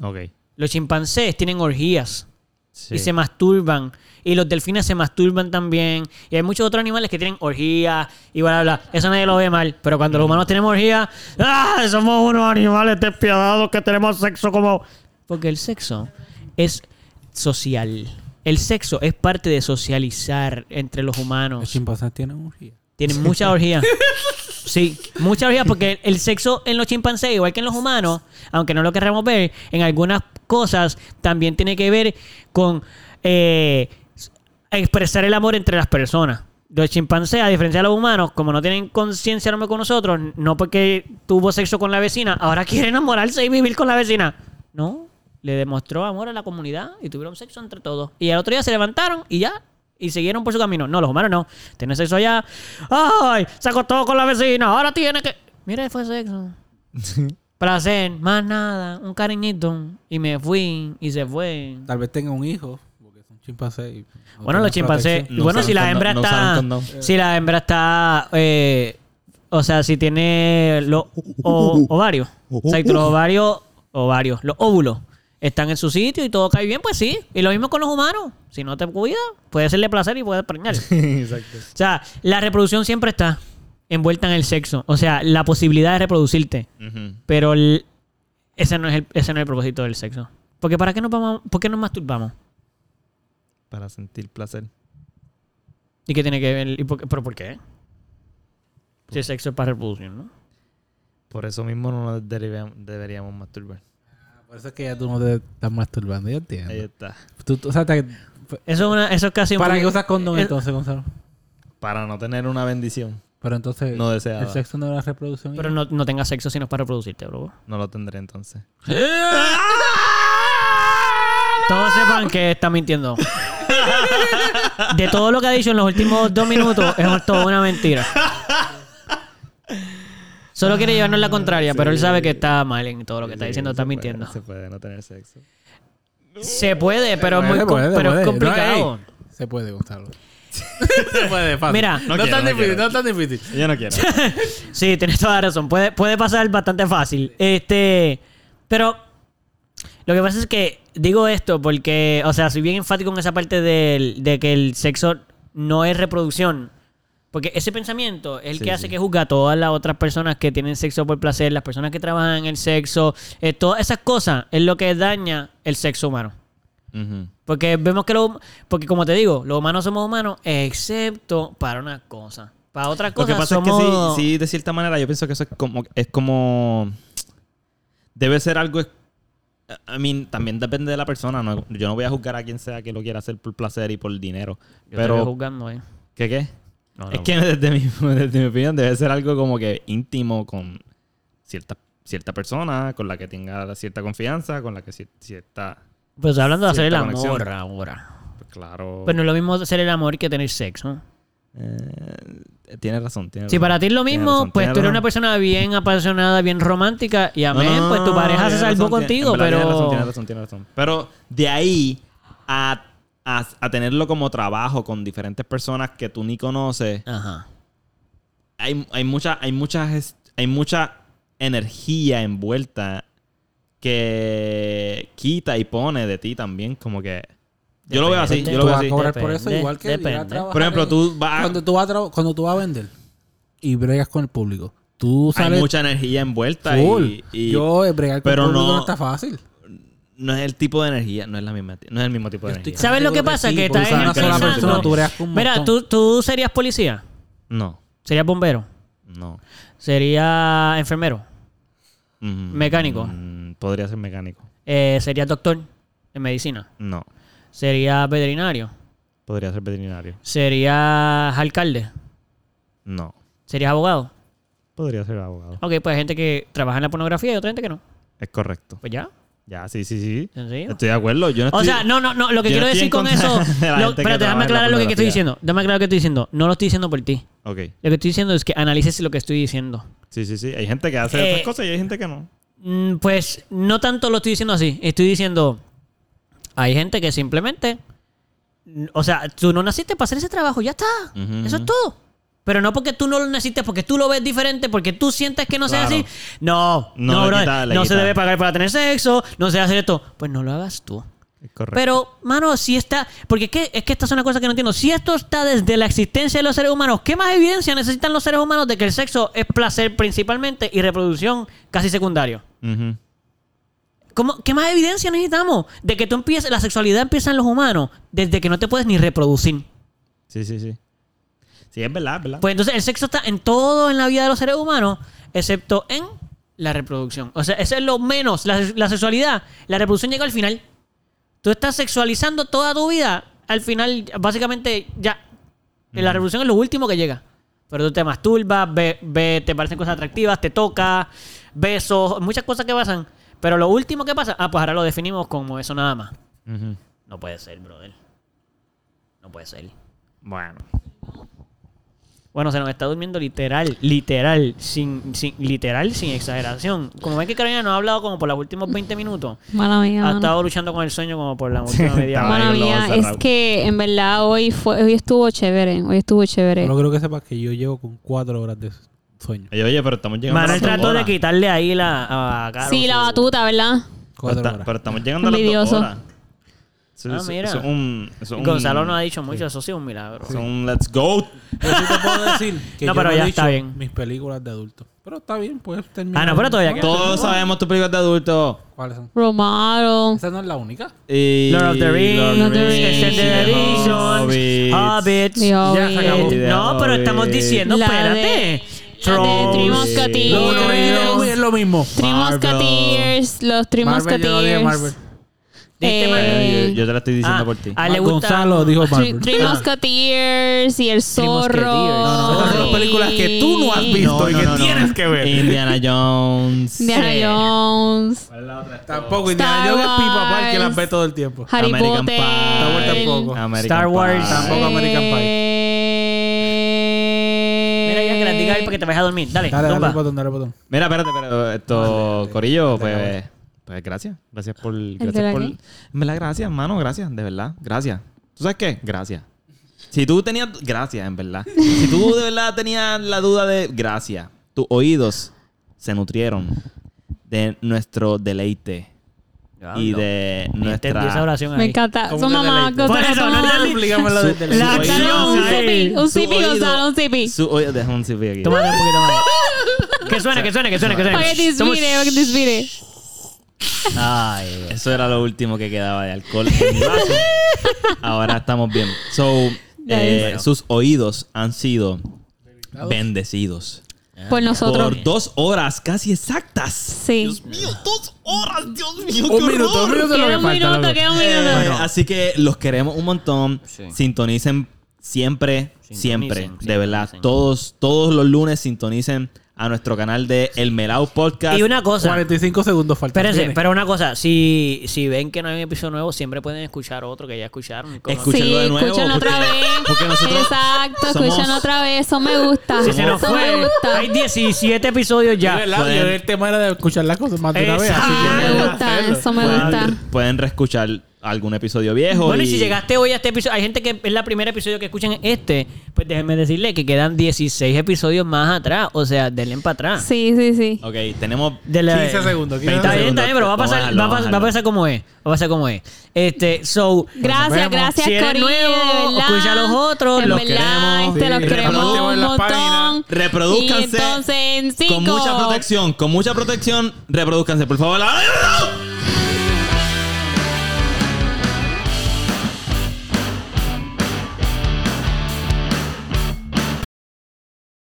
A: Ok.
B: Los chimpancés tienen orgías
A: Sí.
B: y se masturban. Y los delfines se masturban también. Y hay muchos otros animales que tienen orgías y bla, bla, bla. Eso nadie lo ve mal. Pero cuando los humanos tenemos orgías, ¡ah! Somos unos animales despiadados que tenemos sexo como... Porque el sexo es social. El sexo es parte de socializar entre los
D: Los
B: humanos.
D: chimpancés tienen orgía.
B: Tienen mucha orgía. Sí, mucha orgía porque el sexo en los chimpancés, igual que en los humanos, aunque no lo querramos ver, en algunas cosas también tiene que ver con eh, expresar el amor entre las personas. Los chimpancés, a diferencia de los humanos, como no tienen conciencia el amor con nosotros, no porque tuvo sexo con la vecina, ahora quiere enamorarse y vivir con la vecina. No, le demostró amor a la comunidad y tuvieron sexo entre todos. Y al otro día se levantaron y ya. Y siguieron por su camino. No, los humanos no. Tienen sexo allá. ¡Ay! Se acostó con la vecina. Ahora tiene que. Mira, fue sexo. Placer, más nada. Un cariñito. Y me fui. Y se fue.
D: Tal vez tengan un hijo. Porque son chimpancés. y no
B: Bueno,
D: tienen
B: los chimpancés.
D: protección.
B: y bueno,
A: usaron
B: si la
A: condón,
B: hembra
A: no
B: está.
A: usaron condón.
B: si la hembra está. eh, o sea, si tiene los o- ovarios. O sea, que los ovarios. Ovarios. Los óvulos. Están en su sitio y todo cae bien, pues sí. Y lo mismo con los humanos. Si no te cuidas, puede serle placer y puede preñar.
A: Exacto.
B: O sea, la reproducción siempre está envuelta en el sexo. O sea, la posibilidad de reproducirte.
A: Ujú.
B: Pero el- ese, no es el, ese no es el propósito del sexo. Porque ¿para qué nos, vamos, ¿por qué nos masturbamos?
A: Para sentir placer.
B: ¿Y qué tiene que ver? ¿Y por qué- ¿Pero por qué? Si el sexo es para reproducción, ¿no?
A: Por eso mismo no nos derivam- deberíamos masturbar.
D: Por eso es que ya tú no te estás masturbando. Yo
A: Ahí
D: entiendo.
A: está.
D: Tú- tú- o sea, te-
B: Eso es, una, eso es casi un
D: ¿Para qué
B: poquito-
D: usas condón
B: eh,
D: entonces, Gonzalo?
A: Para no tener una bendición,
D: Pero entonces...
A: No deseada.
D: El sexo no era reproducción.
B: Pero no, no tengas sexo si no es para reproducirte, bro.
A: no lo tendré entonces.
B: Todos sepan que está mintiendo. De todo lo que ha dicho en los últimos dos minutos, es toda una mentira. Solo quiere llevarnos la contraria, pero él sabe que está mal en todo lo que está diciendo, está mintiendo.
A: Se puede no tener sexo.
B: Se puede, pero es
D: Puede,
B: muy com-
D: puede,
B: pero
D: puede.
B: es complicado.
D: No, ey, se puede, Gonzalo. se puede, fácil.
B: Mira,
D: no,
A: no
D: es
A: quiero, no
D: tan difícil,
A: quiero.
D: no es tan difícil.
A: Yo no quiero.
B: Sí, tienes toda la razón. Puede, puede pasar bastante fácil. Este, pero Lo que pasa es que digo esto porque, o sea, soy bien enfático en esa parte del- de, que el sexo no es reproducción. Porque ese pensamiento es el
A: Sí,
B: que hace
A: sí.
B: que juzga a todas las otras personas que tienen sexo por placer, las personas que trabajan en el sexo, eh, todas esas cosas es lo que daña el sexo humano.
A: Ujú.
B: Porque vemos que lo... Porque como te digo, los humanos somos humanos excepto para una cosa. Para otra
A: Lo
B: cosa
A: que pasa
B: somos...
A: es que sí, sí, de cierta manera, yo pienso que eso es como. Es como debe ser algo. es- I mean, también depende de la persona. no- yo no voy a juzgar a quien sea que lo quiera hacer por placer y por dinero.
B: Yo te veo
A: pero,
B: juzgando, eh.
A: ¿qué qué?
B: No,
A: es
B: no.
A: que desde mi, desde mi opinión debe ser algo como que íntimo con cierta, cierta persona, con la que tenga cierta confianza, con la que cier- cierta.
B: Pues hablando de hacer el
A: Cierta
B: amor
A: conexión.
B: ahora.
A: pues, claro.
B: Pero no es lo mismo hacer el amor que tener sexo.
A: eh, tienes razón. Tienes
B: Si
A: razón,
B: para ti es lo
A: tienes
B: mismo,
A: razón,
B: pues
A: tienes
B: tú eres
A: razón.
B: una persona bien apasionada, bien romántica y amén,
A: No, no,
B: pues tu
A: no,
B: pareja se
A: tiene
B: salvó
A: razón, tiene- en
B: contigo,
A: verdad
B: pero...
A: Tiene razón, tiene razón, tiene razón. Pero de ahí a, a, a tenerlo como trabajo con diferentes personas que tú ni conoces,
B: Ajá.
A: hay, hay mucha, hay mucha, ges- hay mucha energía envuelta que quita y pone de ti también, como que... Yo lo veo así, yo lo veo
D: tú vas a
A: así.
D: cobrar por
B: Depende,
D: eso igual que ir a
B: depende.
D: trabajar
A: Por ejemplo,
D: en-
A: tú vas-
D: cuando tú vas a tra- cuando tú vas a vender y bregas con el público, tú
A: Hay
D: sales
A: mucha energía envuelta
D: full.
A: y, y
D: yo eh, bregar con
A: pero
D: el público
A: no-
D: no, está fácil.
A: no es el tipo de energía, no es, la misma, no es el mismo tipo de
D: Yo estoy
A: energía.
B: ¿Sabes lo que pasa?
D: Sí,
B: que
D: porque
B: estás
A: usar una sola
B: empezando.
A: persona, tú
D: bregas con un
B: Mira,
D: montón.
B: ¿tú, tú serías policía,
A: No,
B: serías bombero,
A: no.
B: serías enfermero,
A: Mm,
B: Mecánico.
A: mm, podría ser mecánico.
B: eh, serías doctor en medicina,
A: No.
B: serías veterinario,
A: Podría ser veterinario.
B: serías alcalde,
A: No.
B: serías abogado.
A: Podría ser abogado.
B: Ok, pues hay gente que trabaja en la pornografía y otra gente que no.
A: Es correcto.
B: Pues ya,
A: Ya, sí, sí, sí.
B: sencillo.
A: Estoy de acuerdo. Yo no
B: O
A: estoy-
B: sea, no, no, no. Lo que
A: yo
B: quiero
A: no estoy
B: decir
A: en
B: con
A: contra
B: eso.
A: de la
B: lo-
A: gente que
B: espérate,
A: trabaja
B: déjame
A: en la
B: aclarar lo que estoy
A: pornografía.
B: diciendo. Déjame aclarar lo que estoy diciendo. No lo estoy diciendo por ti.
A: Ok.
B: Lo que estoy diciendo es que analices lo que estoy diciendo.
A: Sí, sí, sí. Hay gente que hace
B: Eh,
A: estas cosas y hay gente que no.
B: Mm, Pues no tanto lo estoy diciendo así. Estoy diciendo. Hay gente que simplemente. mm, O sea, tú no naciste para hacer ese trabajo, ya está.
A: Ujú,
B: Eso es
A: ujú.
B: todo. Pero no porque tú no lo naciste, porque tú lo ves diferente, porque tú sientes que no sea
A: Claro.
B: así. No,
A: No,
B: no,
A: le
B: brother,
A: quita, le
B: no se
A: quita.
B: debe pagar para tener sexo, no se debe hacer esto. Pues no lo hagas tú.
A: Es correcto.
B: Pero, mano, si está. Porque es que, es que esta es una cosa que no entiendo. Si esto está desde la existencia de los seres humanos, ¿qué más evidencia necesitan los seres humanos de que el sexo es placer principalmente y reproducción casi secundario?
A: Ujú.
B: ¿Cómo, ¿Qué más evidencia necesitamos de que tú empieces, la sexualidad empieza en los humanos desde que no te puedes ni reproducir?
A: Sí, sí, sí. Sí, es verdad, es verdad.
B: Pues entonces el sexo está en todo en la vida de los seres humanos, excepto en la reproducción. O sea, eso es lo menos. La, la sexualidad, la reproducción llega al final. Tú estás sexualizando toda tu vida. Al final, básicamente, ya. La reproducción es lo último que llega. Pero tú te masturbas, ve, ve- te parecen cosas atractivas, te tocas, besos, muchas cosas que pasan. Pero lo último que pasa, ah, pues ahora lo definimos como eso nada más.
A: Ujú.
B: No puede ser, brother. No puede ser.
A: Bueno.
B: Bueno, se nos está durmiendo literal, literal, sin, sin, literal, sin exageración. Como ven que Carolina no ha hablado como por los últimos 20 minutos,
C: Mala mía.
B: ha
C: mano.
B: estado luchando con el sueño como por la última media hora.
A: Estaba-
C: Mala
A: Ahí lo vamos
C: mía.
A: a
C: Es
A: cerrar.
C: que en verdad hoy fue, hoy estuvo chévere. Hoy estuvo chévere.
D: No creo que sepas que yo llevo con cuatro horas de sueño.
A: Oye, oye, pero estamos llegando
B: Manuel
A: a las dos
B: trató de
A: horas.
B: quitarle ahí la a Caro
C: Sí, la
B: su-
C: batuta, ¿verdad?
A: Pero,
D: Cuatro
A: está-
D: horas.
A: pero estamos llegando a las dos
C: Envidioso.
A: horas. Eso-
B: Ah,
A: eso-
B: mira.
A: eso es un- eso es un-
B: Gonzalo no ha dicho mucho, eso sí es un milagro.
A: eso es un let's go.
D: Yo sí te puedo decir que
B: No,
D: yo
B: pero
D: he
B: ya
D: dicho
B: está bien.
D: mis películas de adulto. Pero está bien, puedes terminar.
B: Ah, no, pero todavía queda.
A: Todos sabemos tus películas de adulto.
D: ¿Cuáles son?
C: Romaro.
D: Esa no es la única.
A: Y-
B: Lord of the Rings,
C: Lord of the Rings,
B: Extended
A: The
B: Edition,
A: Hobbit.
B: Hobbits.
C: The
B: Ya se acabó.
C: Hobbit.
B: Eh, No, pero estamos diciendo,
C: La
B: espérate.
C: de-
B: Trolls.
C: Three
D: No, no, no, no,
C: Musketeers.
D: es lo mismo.
C: Three
A: Marvel.
C: Musketeers. Los Three
D: Marvel, yo odio
C: Musketeers.
D: Marvel.
B: ¿Viste, Marvel?
A: Eh, yo,
C: Eh,
A: yo te la estoy diciendo
B: Ah,
A: por ti.
B: ah, le
D: Ah,
B: gusta-
D: Gonzalo dijo
C: Three
D: Marvel.
C: Three
D: Ah.
C: Musketeers y El Zorro.
B: Musketeers. No, no,
A: Estas son las películas que tú no has visto
B: No,
A: y
B: no,
A: que
B: no, no.
A: tienes que ver. Indiana Jones.
C: Indiana
B: Sí.
C: Jones.
D: Tampoco, y
C: Star
D: yo es mi papá el que las
C: Wars.
D: ve todo el tiempo.
C: Harry
A: American
C: Potter.
A: Pie.
D: Tampoco.
A: American
B: Star Wars.
A: Pie.
D: Tampoco. American Pie.
C: Eh,
B: Mira, ya que la diga él para que te vayas a dormir. Dale,
D: Dale, dale
B: tumba.
D: el botón, dale el botón.
A: Mira, espérate, pero esto, Corillo,
D: Dale, dale.
A: pues, pues gracias. Gracias por.
C: de la
A: Gracias por.
C: qué?
A: En verdad, gracias, mano, gracias, de verdad. Gracias. ¿Tú sabes qué? Gracias. Si tú tenías. Gracias, en verdad. Si tú de verdad tenías la duda de. Gracias. Tus oídos se nutrieron de nuestro deleite y de
B: Ni entendí esa
A: nuestra...
B: Este, oración
C: Me
B: ahí.
C: encanta.
D: ¿Cómo
C: Son
D: que
C: mamá
D: deleite?
B: Por eso, no
C: Gonzalo.
B: entendí. Explícame lo de- de la
C: La
B: oración
C: cara un
B: ahí.
C: sipi. Un sipi,
A: oído.
C: Gonzalo, un sipi.
A: Su oye, deja un sipi aquí.
B: Tómate un poquito más. Que suene, que suene, que suene, que suene.
C: Para que te
B: Somos-
C: inspire, para que te inspire.
B: Ay, güey.
A: Eso era lo último que quedaba de alcohol en mi vaso. Ahora estamos bien. So, eh, sus oídos han sido bendecidos.
C: Por Pues nosotros.
A: Por dos horas casi exactas.
C: Sí.
A: mío, dos horas, Dios mío. Eh,
D: Un minuto, un minuto es
C: Queda
D: lo que
C: un
D: falta.
C: minuto,
D: loco.
C: queda un minuto.
A: Bueno, así que los queremos un montón.
B: Sí.
A: Sintonicen siempre,
B: Sintonicen,
A: siempre, de
B: sintonicen.
A: verdad. Todos, todos los lunes sintonicen a nuestro canal de El Melao Podcast.
B: Y una cosa.
D: 45 segundos faltan.
B: Espérense,
D: Viene.
B: pero una cosa, si, si ven que no hay un episodio nuevo, siempre pueden escuchar otro que ya escucharon. Como-
A: Escucha- escúchenlo
C: sí,
A: de nuevo,
C: escúchenlo
A: porque-
C: otra vez.
A: porque nosotros
C: Exacto,
A: somos-
C: escúchenlo otra vez. Eso me gusta.
B: Si se nos
C: eso me
B: fue,
C: gusta.
B: hay 17 episodios
D: Yo,
B: ya.
D: ¿verdad? Yo
A: pueden-
D: el tema era de escuchar las cosas más de una vez. así
B: Exacto.
D: que-
C: Ah, me gusta, eso me gusta.
A: pueden, pueden reescuchar algún episodio viejo.
B: Bueno, y si llegaste hoy a este episodio, hay gente que es la primera episodio que escuchan este, pues déjenme decirle que quedan 16 episodios más atrás, o sea, denle para atrás.
C: Sí, sí, sí.
A: Ok, tenemos
B: Denle-
D: 15 segundos, 15
B: Está bien,
A: segundos.
B: está bien, pero va
A: Vamos a
B: a pasar,
A: dejarlo,
B: va
A: vamos a
B: a pas- va a
A: dejarlo.
B: pasar como es. Va a pasar como es. Este, so,
C: Gracias, gracias,
B: Si eres
C: Corillo,
B: nuevo,
C: de verdad.
B: escucha a los otros,
C: En
B: los
C: verdad,
A: queremos.
C: Este, los
D: Sí,
C: queremos
D: reproduzcan
C: un
D: las páginas.
C: montón.
A: Reprodúzcanse.
C: Y entonces, en cinco.
A: con mucha protección, con mucha protección, reproduzcanse, por favor. ¡Ay, no!